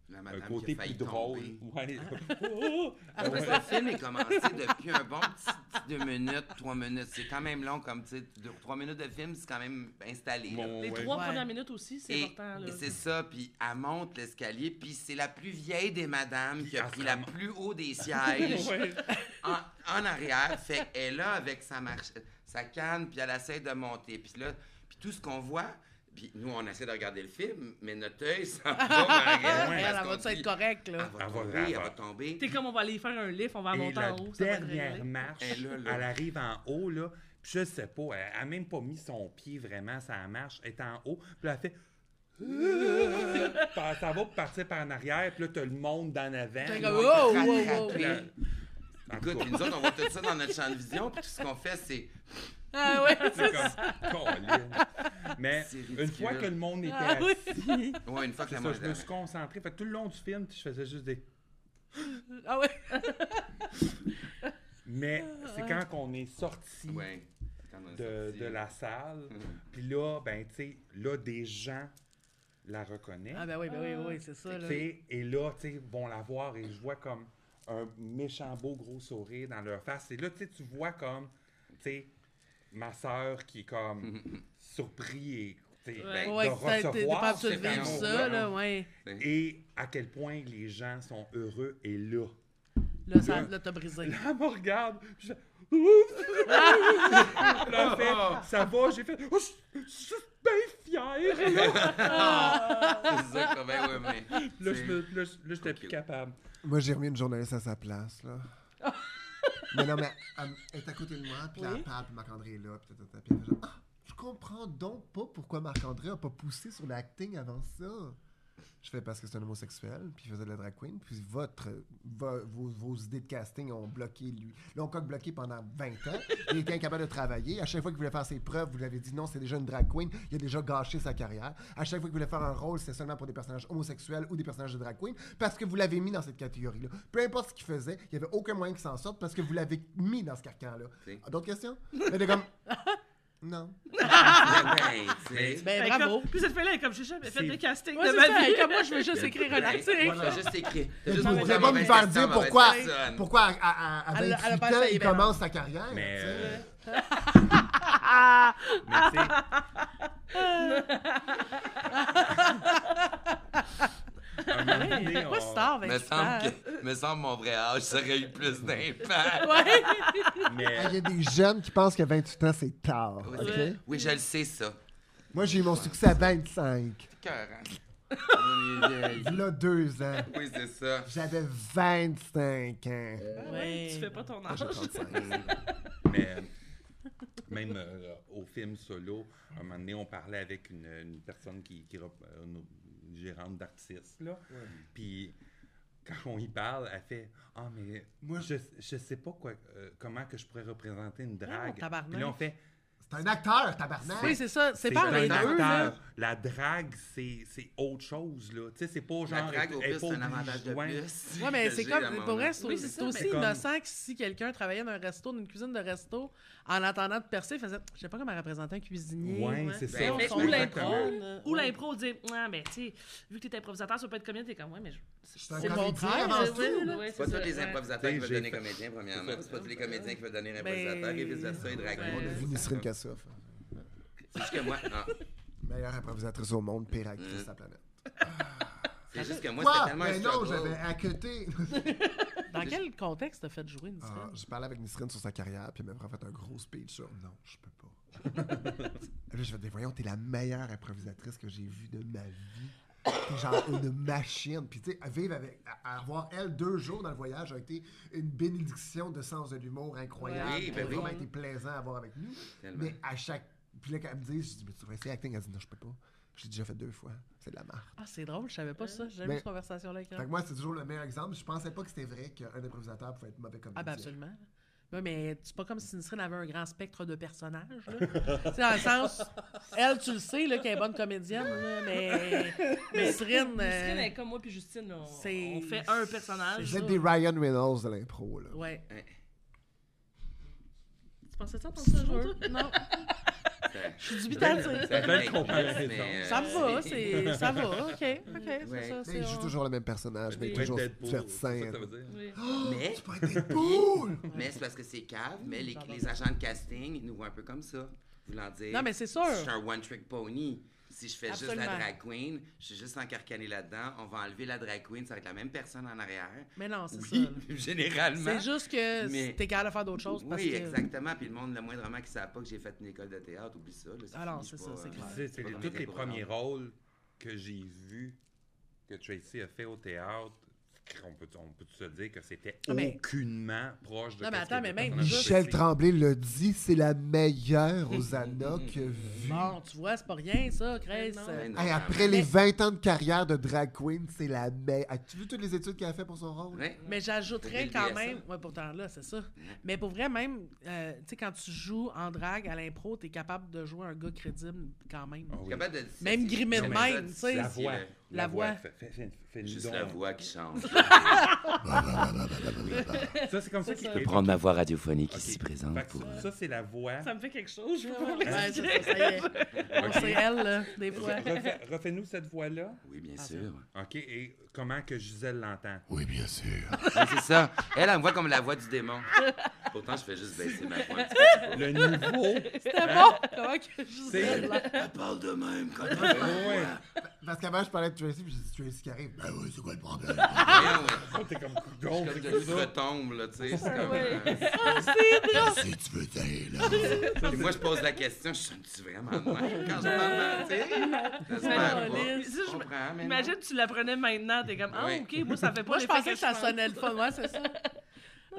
Speaker 3: La
Speaker 5: un
Speaker 3: madame qui a
Speaker 5: côté
Speaker 3: failli
Speaker 5: plus drôle.
Speaker 3: tomber.
Speaker 5: Ouais.
Speaker 1: Oh,
Speaker 3: Ah, parce que le film est commencé depuis un bon petit petit deux minutes, trois minutes. C'est quand même long comme, tu sais, deux- trois minutes de film, c'est quand même installé. là.
Speaker 5: Mon-
Speaker 1: Les
Speaker 5: ouais.
Speaker 1: trois
Speaker 2: Ouais.
Speaker 1: premières minutes aussi, c'est
Speaker 3: Et
Speaker 1: important, là.
Speaker 3: c'est ça, puis elle monte l'escalier, puis c'est la plus vieille des madames qui a
Speaker 5: elle
Speaker 3: pris
Speaker 5: se
Speaker 3: la
Speaker 5: ramasse.
Speaker 3: plus haut des sièges
Speaker 5: Ouais.
Speaker 3: en, en arrière. Fait qu'elle est là avec sa, marche, sa canne, puis elle essaie de monter. Puis là, puis tout ce qu'on voit, puis nous, on essaie de regarder le film, mais notre œil s'en va vers elle.
Speaker 2: Elle, elle
Speaker 3: parce
Speaker 2: va
Speaker 3: qu'on
Speaker 2: tu être
Speaker 3: dit,
Speaker 2: correcte,
Speaker 3: Elle
Speaker 2: là?
Speaker 3: va
Speaker 5: Elle va-
Speaker 3: tomber,
Speaker 5: elle
Speaker 3: elle
Speaker 5: va-
Speaker 3: va tomber.
Speaker 1: T'es comme on va aller faire un lift, on va
Speaker 5: Et
Speaker 1: monter
Speaker 5: la
Speaker 1: en haut. ça va être
Speaker 5: dernière
Speaker 1: réglé.
Speaker 5: marche,
Speaker 3: Elle
Speaker 5: elle,
Speaker 3: est là, là.
Speaker 5: arrive en haut, là, puis je sais pas, elle elle a même pas mis son pied vraiment sur la marche, elle est en haut, puis là, elle fait... Puis elle s'en va pour partir par en arrière, puis là, t'as le monde d'en avant.
Speaker 2: T'es
Speaker 5: là,
Speaker 2: comme, wow,
Speaker 5: qui
Speaker 1: oh!
Speaker 5: te
Speaker 2: wow, wow.
Speaker 5: rattrape, là. En tout
Speaker 3: Écoute,
Speaker 5: cas,
Speaker 3: puis nous autres, on voit tout ça dans notre champ de vision, puis tout ce qu'on fait, c'est.
Speaker 2: Ah ouais,
Speaker 5: c'est comme, Colin. Mais
Speaker 3: C'est ridicule.
Speaker 5: une fois que le monde était
Speaker 2: ah oui.
Speaker 3: Ouais, une fois que
Speaker 5: C'est
Speaker 3: la
Speaker 5: ça,
Speaker 3: mort
Speaker 5: je me suis concentré. Fait que tout le long du film, je faisais juste des.
Speaker 2: Ah ouais.
Speaker 5: Mais c'est quand on est sorti
Speaker 3: Ouais. Quand on a
Speaker 5: de,
Speaker 3: sorti.
Speaker 5: de la salle. Puis là, ben, tu sais, là, des gens la reconnaissent.
Speaker 2: Ah ben oui, ben oui, oui, c'est ça. Là.
Speaker 5: Tu sais, Et là, tu sais, vont la voir et je vois comme un méchant beau gros sourire dans leur face. Et là, tu sais, tu vois comme, tu sais, ma sœur qui est comme surpris et, tu sais, ben,
Speaker 2: ouais,
Speaker 5: de
Speaker 2: que t'as- t'es- t'es pas
Speaker 5: recevoir
Speaker 2: habitué de
Speaker 5: cet
Speaker 2: vivre ça,
Speaker 5: amour-là.
Speaker 2: là, ouais.
Speaker 5: Et à quel point les gens sont heureux et là.
Speaker 2: Là, ça, là, t'as brisé. Ben,
Speaker 5: Là, elle me regarde. puis je fais, Ouf! Elle a fait, ça va, j'ai fait. Oh, je je suis juste bien fière. Là,
Speaker 3: C'est ça, quand même, ouais, mais.
Speaker 5: Là, je me- là, je- là, j'étais plus
Speaker 3: Cute.
Speaker 5: capable.
Speaker 4: Moi, j'ai remis une journaliste à sa place, là. mais non, mais elle, elle est à côté de moi, puis là,
Speaker 2: Oui.
Speaker 4: elle parle, puis Marc-André est là, puis tata, tata, puis elle fait genre, Ah, je comprends donc pas pourquoi Marc-André a pas poussé sur l'acting avant ça. Je fais parce que c'est un homosexuel, puis il faisait de la drag queen, puis votre, vo- vos, vos idées de casting ont bloqué lui. L'ont encore bloqué pendant 20 ans. Il était incapable de travailler. À chaque fois qu'il voulait faire ses preuves, vous lui avez dit non, c'est déjà une drag queen. Il a déjà gâché sa carrière. À chaque fois qu'il voulait faire un rôle, c'est seulement pour des personnages homosexuels ou des personnages de drag queen, parce que vous l'avez mis dans cette catégorie-là. Peu importe ce qu'il faisait, il n'y avait aucun moyen qu'il s'en sorte parce que vous l'avez mis dans ce carcan-là.
Speaker 3: Si.
Speaker 4: D'autres questions? Elle était comme. Non.
Speaker 3: Ben, tu sais.
Speaker 2: Ben
Speaker 1: Fait que
Speaker 2: bravo.
Speaker 1: comme- Puis cette fille-là, elle est comme, j'ai jamais fait
Speaker 5: C'est-
Speaker 1: de casting
Speaker 2: Moi,
Speaker 1: de
Speaker 2: c'est
Speaker 1: ma
Speaker 2: ça,
Speaker 1: vie.
Speaker 2: hey, comme moi, je veux juste écrire un
Speaker 3: Ben,
Speaker 2: article.
Speaker 3: T'as juste écrit. T'as
Speaker 4: Je
Speaker 3: juste
Speaker 4: ne
Speaker 3: posé
Speaker 4: pourrais pas
Speaker 3: la
Speaker 4: me
Speaker 3: mauvaise
Speaker 4: faire
Speaker 3: question à
Speaker 4: dire
Speaker 3: la
Speaker 4: pourquoi,
Speaker 3: mauvaise personne.
Speaker 4: pourquoi à, à, à- à
Speaker 2: Elle- elle a
Speaker 4: 28
Speaker 2: pas
Speaker 4: ans,
Speaker 2: essayé,
Speaker 4: il
Speaker 2: ben non.
Speaker 4: commence sa carrière.
Speaker 5: Mais,
Speaker 4: tu sais.
Speaker 5: euh, mais tu sais, à un moment donné,
Speaker 2: Pas
Speaker 5: on-
Speaker 2: si tard,
Speaker 3: Me
Speaker 2: 28 ans.
Speaker 3: semble que, me semble mon vrai âge, ça aurait eu plus d'impact.
Speaker 2: Ouais.
Speaker 5: mais-
Speaker 4: Il y a des jeunes qui pensent que 28 ans, c'est tard.
Speaker 3: Oui,
Speaker 4: ok?
Speaker 3: c'est- Oui, je le sais, ça.
Speaker 4: Moi, j'ai eu mon succès à 25.
Speaker 3: Cœur, hein? On est vieille.
Speaker 4: Là, deux ans.
Speaker 3: Oui, c'est ça.
Speaker 4: J'avais 25 ans.
Speaker 3: Euh.
Speaker 1: Ah Ouais, Tu fais pas ton âge.
Speaker 4: J'ai 35.
Speaker 5: Mais même euh, au film solo, à un moment donné, on parlait avec une, une personne qui, qui rep- une gérante d'artiste, là. Puis quand on y parle, elle fait « Ah, mais moi, je, je sais pas quoi, euh, comment que je pourrais représenter une drague.
Speaker 2: tabarnak.
Speaker 5: Puis là, on fait
Speaker 4: C'est un acteur, tabarnak.
Speaker 2: Oui, c'est ça. C'est
Speaker 5: c'est
Speaker 2: pas
Speaker 5: un
Speaker 2: les deux, là.
Speaker 5: acteur. La drague, c'est c'est autre chose, là. Tu sais, c'est pas genre...
Speaker 3: La drague, au
Speaker 5: elle- elle
Speaker 3: pire,
Speaker 5: pas
Speaker 3: c'est un avantage de
Speaker 5: obligée-
Speaker 3: plus.
Speaker 2: Ouais, mais
Speaker 3: Que
Speaker 2: c'est
Speaker 3: j'ai
Speaker 2: comme,
Speaker 3: à mon
Speaker 2: pour vrai,
Speaker 3: âge.
Speaker 2: c'est
Speaker 1: Oui, c'est
Speaker 2: c'est
Speaker 1: ça,
Speaker 2: aussi
Speaker 1: mais
Speaker 5: comme-
Speaker 2: innocent que si quelqu'un travaillait dans un resto, dans une cuisine de resto, en attendant de percer, il faisait, je sais pas comment représenter un cuisinier.
Speaker 5: Ouais, c'est
Speaker 3: Ben,
Speaker 5: ça.
Speaker 3: mais-
Speaker 2: Son
Speaker 3: mais-
Speaker 2: l'impro.
Speaker 5: Exactement.
Speaker 2: là.
Speaker 1: Ou l'impro, dire, ouais, mais tu sais, vu que t'es improvisateur, ça peut être comédien, t'es comme, ouais, mais je.
Speaker 4: C'est un
Speaker 2: C'est le
Speaker 4: comédien
Speaker 2: contraire,
Speaker 4: avant
Speaker 2: c'est
Speaker 4: tout.
Speaker 2: vrai, là.
Speaker 1: Ouais,
Speaker 3: C'est pas
Speaker 1: ça,
Speaker 3: tous les
Speaker 1: ouais.
Speaker 3: improvisateurs qui
Speaker 5: T'sais,
Speaker 3: veulent
Speaker 5: j'ai
Speaker 3: donner
Speaker 5: fait-
Speaker 3: comédien, premièrement.
Speaker 5: c'est ça.
Speaker 3: C'est pas tous les comédiens qui veulent donner
Speaker 2: Ben-
Speaker 3: improvisateur et vice-versa, ils draguent.
Speaker 1: Ouais.
Speaker 3: On a vu
Speaker 4: Devinez, Cyril
Speaker 3: ça.
Speaker 4: Kassoff.
Speaker 3: C'est juste que moi, non.
Speaker 4: Meilleure improvisatrice au monde, pire actrice de la planète.
Speaker 3: C'est juste que moi,
Speaker 4: Quoi?
Speaker 3: c'était tellement un
Speaker 4: Mais non,
Speaker 3: struggle.
Speaker 4: j'avais à côté.
Speaker 2: Dans quel contexte t'as fait jouer une
Speaker 4: Ah,
Speaker 2: scène?
Speaker 4: J'ai parlé avec Nisrine sur sa carrière, puis elle m'a fait un gros speech sur Non, je peux pas. Et là, je vais dire Voyons, t'es la meilleure improvisatrice que j'ai vue de ma vie. T'es genre une machine. Puis, tu sais, vivre avec. à- à Avoir elle deux jours dans le voyage a été une bénédiction de sens de l'humour incroyable.
Speaker 3: Oui, ben
Speaker 4: Ça a
Speaker 3: oui.
Speaker 4: vraiment été plaisant à avoir avec nous.
Speaker 3: Tellement.
Speaker 4: Mais à chaque. Puis là, quand elle me dit Je dis Mais tu vas essayer acting Elle dit Non, je peux pas. Je l'ai déjà fait deux fois. C'est de la marque.
Speaker 2: Ah, c'est drôle, je savais pas ça.
Speaker 3: Ben,
Speaker 2: J'ai jamais
Speaker 4: Mais-
Speaker 2: eu cette conversation-là avec
Speaker 4: Fait que
Speaker 2: elle.
Speaker 4: moi, c'est toujours le meilleur exemple. Je pensais pas que c'était vrai qu'un improvisateur pouvait être mauvais comme
Speaker 2: Ah, ben absolument. Oui, mais c'est pas comme si Nisrine avait un grand spectre de personnages. Là. Tu sais, dans le sens, elle, tu le sais, là, qu'elle est bonne comédienne, là, mais Nisrine.
Speaker 1: Justine, elle
Speaker 2: euh,
Speaker 1: est comme moi puis Justine, on,
Speaker 2: c'est-
Speaker 1: on fait un personnage.
Speaker 4: Vous êtes des Ryan Reynolds de l'impro, là.
Speaker 2: Ouais.
Speaker 1: Tu pensais ça, ton
Speaker 2: Je
Speaker 1: seul jour, toi?
Speaker 2: jure, Non, je suis
Speaker 3: C'est
Speaker 2: dubitative.
Speaker 3: une belle
Speaker 5: comparaison.
Speaker 3: comparaison. mais, euh,
Speaker 2: Ça me va, c'est, ça va, ok, ok, c'est
Speaker 3: Ouais.
Speaker 2: ça,
Speaker 4: Mais
Speaker 2: c'est
Speaker 4: il joue
Speaker 2: on-
Speaker 4: Ben, toujours le même personnage, mais
Speaker 5: Ouais,
Speaker 4: toujours
Speaker 5: Deadpool,
Speaker 4: divertissant.
Speaker 5: c'est ça que ça veut dire.
Speaker 1: Oui.
Speaker 3: Mais,
Speaker 4: Tu peux être Deadpool!
Speaker 3: mais c'est parce que c'est cave, mais
Speaker 2: Mm,
Speaker 3: les, les agents de casting, ils nous voient un peu comme ça. Voulant dire.
Speaker 2: Non, mais c'est sûr.
Speaker 3: Je suis un one-trick pony. Si je fais juste
Speaker 2: Absolument.
Speaker 3: la drag queen, je suis juste encarcané là-dedans. On va enlever la drag queen, ça va être la même personne en arrière.
Speaker 2: Mais non, c'est
Speaker 3: Oui,
Speaker 2: ça.
Speaker 3: généralement.
Speaker 2: C'est juste que
Speaker 3: Mais-
Speaker 2: t'es capable de faire d'autres choses parce
Speaker 3: oui,
Speaker 2: que.
Speaker 3: exactement. Puis le monde, le moindrement qui ne savent pas que j'ai fait une école de théâtre, oublie ça. là,
Speaker 2: Ah non,
Speaker 3: fini,
Speaker 2: c'est
Speaker 3: je
Speaker 2: ça,
Speaker 3: vais-
Speaker 2: c'est clair.
Speaker 5: C'est- C'est
Speaker 3: je vais dans
Speaker 5: tous
Speaker 3: mes
Speaker 5: les
Speaker 3: programmes.
Speaker 5: premiers rôles que j'ai vus que Tracy a fait au théâtre. On peut, on peut se dire que c'était
Speaker 2: Ah, mais-
Speaker 5: aucunement proche de
Speaker 2: Non, mais
Speaker 5: qu'est-ce
Speaker 2: attends,
Speaker 5: que
Speaker 2: mais même
Speaker 5: le personnage de
Speaker 4: Michel
Speaker 5: Tracy.
Speaker 4: Tremblay le dit, c'est la meilleure Rosanna que vue.
Speaker 2: Bon, tu vois, c'est pas rien, ça, Chris.
Speaker 1: non.
Speaker 2: Euh,
Speaker 3: Ben non,
Speaker 4: Hey,
Speaker 3: quand
Speaker 4: après
Speaker 3: même.
Speaker 4: les 20 ans de carrière de drag queen, c'est la meilleure. As-tu vu toutes les études qu'elle a fait pour son rôle?
Speaker 3: Ouais.
Speaker 2: Mais j'ajouterais
Speaker 3: Pour
Speaker 2: quand
Speaker 3: LBSM.
Speaker 2: même. Ouais, pourtant là, c'est ça. Mais pour vrai, même, euh, tu sais, quand tu joues en drague à l'impro, t'es capable de jouer un gars crédible quand même.
Speaker 5: Ah oui.
Speaker 3: Capable de dissocier.
Speaker 2: Même grimé de
Speaker 3: Non, mais
Speaker 2: même,
Speaker 3: ça,
Speaker 2: tu sais.
Speaker 5: La
Speaker 3: dissocier
Speaker 5: voix.
Speaker 3: le-
Speaker 2: La voix.
Speaker 5: Fais- fais- fais- fais-nous
Speaker 3: Juste
Speaker 5: donc.
Speaker 3: la voix qui change.
Speaker 5: Ça, c'est comme ça
Speaker 1: C'est
Speaker 5: qu'il
Speaker 1: ça.
Speaker 3: Je peux prendre ma voix radiophonique
Speaker 5: Ok.
Speaker 3: ici
Speaker 5: Fait
Speaker 3: présente
Speaker 5: que
Speaker 3: pour.
Speaker 5: ça, ça, c'est la voix.
Speaker 1: Ça me fait quelque chose, je veux pas
Speaker 2: Ouais, c'est ça, ça y est. On sait elle, là, des fois.
Speaker 5: Refais- Refais-nous cette voix-là.
Speaker 3: Oui,
Speaker 2: Ah,
Speaker 3: bien sûr.
Speaker 5: OK, et comment que Gisèle l'entend?
Speaker 4: Oui, bien sûr.
Speaker 3: Ouais, c'est ça. Elle, elle me voit comme la voix du démon. Pourtant, je fais juste baisser ma voix un petit peu.
Speaker 5: Le niveau...
Speaker 2: C'était bon! Comment que je
Speaker 5: C'est-
Speaker 2: là?
Speaker 3: Elle parle de même quand
Speaker 5: Ouais.
Speaker 4: Parce qu'avant, je parlais de Tracy, puis j'ai dit Tracy qui arrive. Ben oui, c'est quoi le problème?
Speaker 5: Oh, T'es comme coudon,
Speaker 3: Comme
Speaker 5: c'est
Speaker 3: de
Speaker 5: quoi ça?
Speaker 3: retombe, là, tu sais. c'est comme,
Speaker 1: Ouais.
Speaker 3: euh,
Speaker 4: si tu veux t'aller, là.
Speaker 3: Puis moi, je pose la question, je suis vraiment moi quand je parle, tu sais? J'espère pas.
Speaker 2: Caroline,
Speaker 3: Je comprends, mais non.
Speaker 1: Imagine, tu l'apprenais maintenant, t'es comme, ah,
Speaker 3: Ouais.
Speaker 1: ok, moi, ça fait pas
Speaker 2: Moi, je
Speaker 1: l'effet
Speaker 2: pensais que ça
Speaker 1: pense.
Speaker 2: sonnait le fun. Ouais, c'est ça.
Speaker 1: Non, non,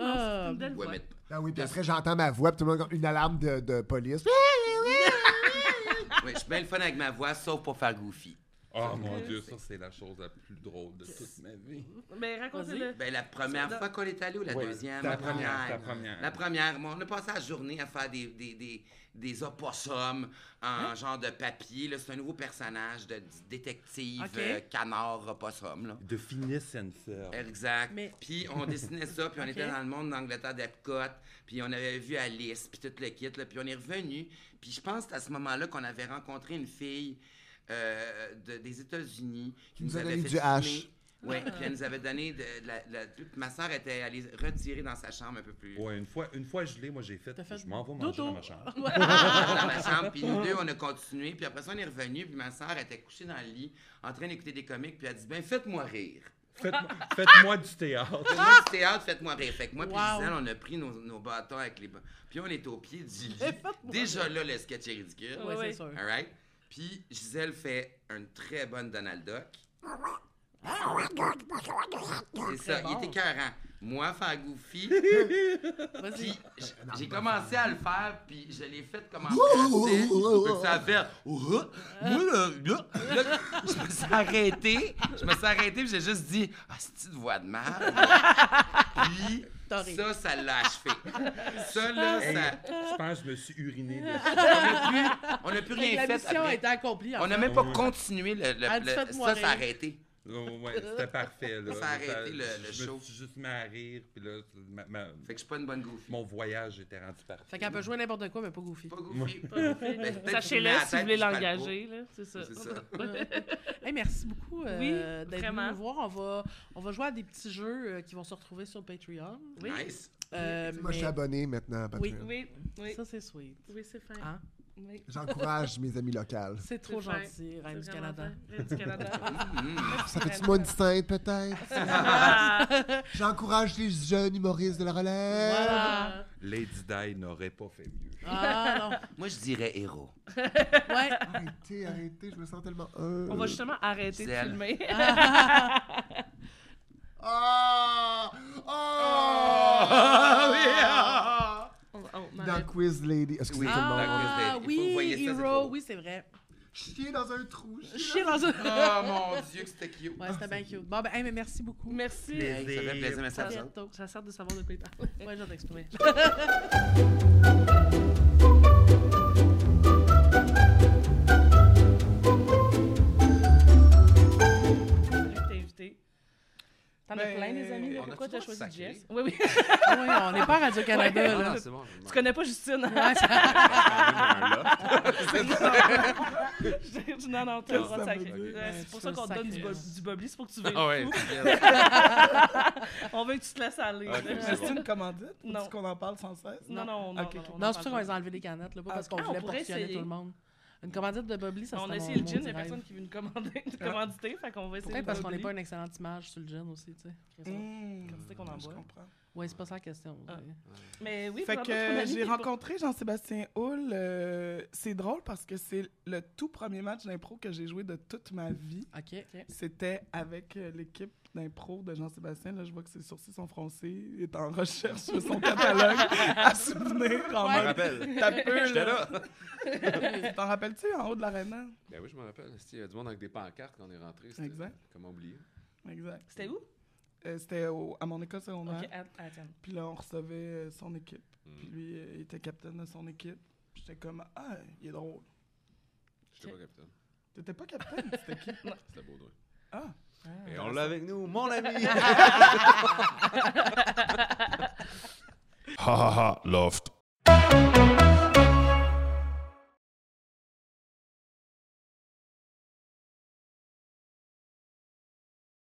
Speaker 1: Ah, c'est une belle
Speaker 3: Ouais,
Speaker 1: voix.
Speaker 3: mais
Speaker 4: Ben oui, puis après, j'entends ma voix, puis tout le monde comme une alarme de, de police.
Speaker 3: ouais, je suis bien le fun avec ma voix, sauf pour faire goofy.
Speaker 5: Oh mon Dieu, ça, c'est la chose la plus drôle de toute ma vie.
Speaker 1: Mais racontez-le.
Speaker 3: Ben, la première
Speaker 1: Ça-
Speaker 3: fois qu'on est allé ou la
Speaker 5: Ouais,
Speaker 3: deuxième?
Speaker 5: ta première, ta première.
Speaker 2: Hein?
Speaker 3: La première. Bon, on a passé la journée à faire des, des, des, des opossums en
Speaker 2: Hein?
Speaker 3: genre de papier. là. C'est un nouveau personnage de d- détective
Speaker 2: Ok.
Speaker 3: euh, canard opossum. Là.
Speaker 5: De finisse and serve.
Speaker 3: Exact.
Speaker 2: Mais-
Speaker 3: Puis on dessinait ça, puis on
Speaker 2: Ok.
Speaker 3: était dans le monde d'Angleterre d'Epcot, puis on avait vu Alice, puis tout le kit, là, puis on est revenu. Puis je pense que c'est à ce moment-là qu'on avait rencontré une fille euh, de- des États-Unis qui
Speaker 4: nous
Speaker 3: nous,
Speaker 4: a
Speaker 3: avait
Speaker 4: donné
Speaker 3: fait
Speaker 4: du hash.
Speaker 3: Oui,
Speaker 2: Ah.
Speaker 3: puis elle nous avait donné de, de la, de la- toute- Ma soeur était allée retirer dans sa chambre un peu plus.
Speaker 5: Ouais, une fois, une fois je l'ai, moi, j'ai fait,
Speaker 2: T'as fait
Speaker 5: je m'en vais manger
Speaker 2: dodo.
Speaker 5: dans ma chambre.
Speaker 2: Ah!
Speaker 3: dans ma chambre, puis nous deux, on a continué, puis après ça, on est revenu, puis ma soeur était couchée dans le lit, en train d'écouter des comiques, puis elle a dit, ben faites-moi rire.
Speaker 5: Faites-moi faites-moi du théâtre.
Speaker 3: Faites-moi du théâtre, faites-moi rire. Fait que moi, puis
Speaker 2: Ah! Wow.
Speaker 3: Gisèle, on a pris nos, nos bâtons avec les. ba- Puis on est au pied du lit.
Speaker 2: faites-moi
Speaker 3: Déjà là, le sketch est ridicule.
Speaker 2: Ouais,
Speaker 1: Ouais.
Speaker 2: c'est sûr.
Speaker 3: All right? Puis Gisèle fait une très bonne Donald Duck. C'est ça,
Speaker 2: bon.
Speaker 3: il était écœurant. Moi, faire Goofy,
Speaker 2: Vas-y.
Speaker 3: puis j- j'ai commencé à le faire, puis je l'ai fait comme en
Speaker 4: ouh,
Speaker 3: français.
Speaker 4: ouh, ouh,
Speaker 3: Fait que Ça fait... Ouh, moi, là, là, là, je me suis arrêté, je me suis arrêté, puis j'ai juste dit « Ah, c'est-tu de voix de merde? » Puis
Speaker 2: T'as ri.
Speaker 3: ça, ça l'a achevé. Ça, là,
Speaker 5: Hey,
Speaker 3: ça...
Speaker 5: je pense que je me suis uriné. dessus.
Speaker 3: On n'a plus
Speaker 2: Fait que
Speaker 3: rien
Speaker 2: La
Speaker 3: fait
Speaker 2: mission
Speaker 3: après.
Speaker 2: a été accomplie.
Speaker 3: On n'a
Speaker 2: enfin.
Speaker 3: même pas
Speaker 5: Ouais.
Speaker 3: continué le... le-
Speaker 2: Ah, tu
Speaker 3: le-
Speaker 2: fais-moi
Speaker 3: ça, ça a
Speaker 2: rire.
Speaker 3: arrêté.
Speaker 5: Oh, ouais, c'était parfait. Là.
Speaker 3: Ça a arrêté le- le
Speaker 5: je
Speaker 3: show.
Speaker 5: me suis juste mis à rire, puis là, ma- ma-
Speaker 3: Fait que je suis pas une bonne goofy.
Speaker 5: mon voyage était rendu parfait.
Speaker 2: Fait qu'elle peut jouer n'importe quoi, mais pas Goofy.
Speaker 3: Pas goofy. Pas goofy. Ben, peut-être
Speaker 1: Sachez-le
Speaker 3: que je me mets à la
Speaker 1: si vous
Speaker 3: tête,
Speaker 1: voulez
Speaker 3: puis je parle pas.
Speaker 1: l'engager, là. C'est ça.
Speaker 3: C'est ça.
Speaker 2: Hey, merci beaucoup euh,
Speaker 1: Oui,
Speaker 2: d'être venu
Speaker 1: vraiment.
Speaker 2: nous voir. On va, on va jouer à des petits jeux euh, qui vont se retrouver sur Patreon.
Speaker 1: Oui.
Speaker 3: Nice.
Speaker 2: Euh,
Speaker 4: Moi, je suis
Speaker 2: mais-
Speaker 4: abonné maintenant à Patreon.
Speaker 1: Oui, oui.
Speaker 2: Ça, c'est sweet.
Speaker 1: Oui, c'est fin.
Speaker 2: Hein?
Speaker 1: Oui.
Speaker 4: J'encourage mes amis locaux.
Speaker 2: C'est trop
Speaker 1: fin.
Speaker 2: gentil,
Speaker 1: C'est
Speaker 2: Reine du
Speaker 1: vraiment
Speaker 2: Canada.
Speaker 1: fin. Reine du Canada.
Speaker 3: Mm.
Speaker 4: Ça fait-tu moi une sainte, peut-être?
Speaker 1: Ah,
Speaker 4: J'encourage les jeunes humoristes de la relève.
Speaker 2: Voilà.
Speaker 5: Lady Di n'aurait pas fait mieux.
Speaker 2: Ah
Speaker 3: Moi, je dirais héros.
Speaker 2: non. Ouais.
Speaker 4: Arrêtez, arrêtez, je me sens tellement heureux.
Speaker 1: On va justement arrêter de
Speaker 3: Gisèle.
Speaker 1: filmer.
Speaker 4: Ah!
Speaker 5: Ah!
Speaker 4: Ah!
Speaker 1: On- on
Speaker 4: Dans
Speaker 1: arrête.
Speaker 4: Quiz Lady. Excusez
Speaker 3: Oui.
Speaker 4: tout le monde.
Speaker 2: Ah
Speaker 3: Il faut
Speaker 2: oui,
Speaker 3: envoyer ça, c'est
Speaker 2: Hero,
Speaker 3: trop.
Speaker 2: oui, c'est vrai.
Speaker 4: Chier dans un trou.
Speaker 2: Chier dans un.
Speaker 3: Oh mon Dieu, que c'était cute.
Speaker 2: Ouais, c'était bien cute. Bon, ben, hey, mais merci beaucoup.
Speaker 1: Merci.
Speaker 5: Mais-
Speaker 3: Hey, ça fait plaisir, merci
Speaker 2: À
Speaker 3: à vous autres.
Speaker 2: bientôt.
Speaker 1: Ça sert de savoir de quoi il parle.
Speaker 2: Ouais, j'en t'exprimer.
Speaker 1: Je t'ai invité. T'en as
Speaker 3: Ben,
Speaker 1: plein, des amis. là.
Speaker 3: on a
Speaker 1: Pourquoi
Speaker 3: tout
Speaker 1: t'as
Speaker 3: le
Speaker 1: choisi
Speaker 3: droit de sacrer.
Speaker 1: Jess? Oui, oui.
Speaker 2: Ah ouais, on n'est pas à Radio-Canada,
Speaker 1: Ouais.
Speaker 2: là.
Speaker 3: Non, non, c'est bon. je m'en-
Speaker 1: Tu connais pas Justine. Je- non, non, t'as le droit de
Speaker 4: Ça me
Speaker 1: sacrer.
Speaker 4: dit.
Speaker 1: Ouais, C'est pour ça qu'on te donne du, bo du bobli, c'est pour que tu vérifies.
Speaker 3: Ah ouais.
Speaker 1: On veut que tu te laisses aller.
Speaker 3: Ok,
Speaker 1: là.
Speaker 3: c'est
Speaker 6: C'est une commandite?
Speaker 1: Non.
Speaker 6: Est-ce qu'on en parle sans cesse?
Speaker 1: Non, non, non.
Speaker 6: Ok,
Speaker 1: non,
Speaker 6: ok.
Speaker 1: non, on
Speaker 2: Non, c'est
Speaker 1: en
Speaker 2: pour ça qu'on
Speaker 1: parle
Speaker 2: les a enlevé les canettes, là, pas
Speaker 1: Ah,
Speaker 2: parce qu'on
Speaker 1: ah, on
Speaker 2: voulait
Speaker 1: pourrait
Speaker 2: portionner
Speaker 1: essayer.
Speaker 2: tout le monde. Une commandite de Bobli, ça
Speaker 1: pas. On a
Speaker 2: serait mon,
Speaker 1: essayé le
Speaker 2: mon
Speaker 1: gin, il y a
Speaker 2: petit rêve.
Speaker 1: personne qui veut nous commander, nous commanditer, fait qu'on va essayer
Speaker 2: Peut-être
Speaker 1: le
Speaker 2: parce qu'on n'est
Speaker 1: bubbly.
Speaker 2: pas une excellente image sur le gin aussi, tu sais.
Speaker 6: Mmh.
Speaker 1: Quantité qu'on en
Speaker 6: Je
Speaker 1: boit.
Speaker 6: comprends.
Speaker 2: Ouais, c'est pas ça la question.
Speaker 1: Ah.
Speaker 2: mais-
Speaker 1: Mais oui,
Speaker 6: Fait
Speaker 1: vraiment,
Speaker 6: que
Speaker 1: ton ami
Speaker 6: j'ai
Speaker 1: est pas-
Speaker 6: rencontré Jean-Sébastien Houle. euh, c'est drôle parce que c'est le tout premier match d'impro que j'ai joué de toute ma vie.
Speaker 2: OK.
Speaker 6: C'était avec euh, l'équipe d'impro de Jean-Sébastien. Là, je vois que ses sourcils sont froncés. Il est en recherche de son catalogue à souvenir. En
Speaker 2: Ouais.
Speaker 6: mode,
Speaker 7: rappelle.
Speaker 6: T'as peu,
Speaker 7: J'étais
Speaker 6: là.
Speaker 7: là.
Speaker 6: T'en rappelles-tu en haut de l'aréna?
Speaker 7: Ben oui, je me rappelle. Esti, Il y a du monde avec des pancartes quand on est rentré. c'était-
Speaker 6: Exact.
Speaker 7: Comment oublier?
Speaker 6: Exact.
Speaker 1: C'était où?
Speaker 6: Euh, C'était au- à mon école secondaire.
Speaker 1: Ok, ah, à- à Athènes.
Speaker 6: Puis là, on recevait euh, son équipe. Puis lui, euh, il était capitaine de son équipe. J'étais comme, ah, il est drôle.
Speaker 7: J'étais pas capitaine.
Speaker 6: T'étais pas capitaine, c'était qui?
Speaker 7: C'était Baudouin.
Speaker 6: Ah.
Speaker 7: Et on l'a avec nous, mon ami!
Speaker 8: Ha ha ha, Loft.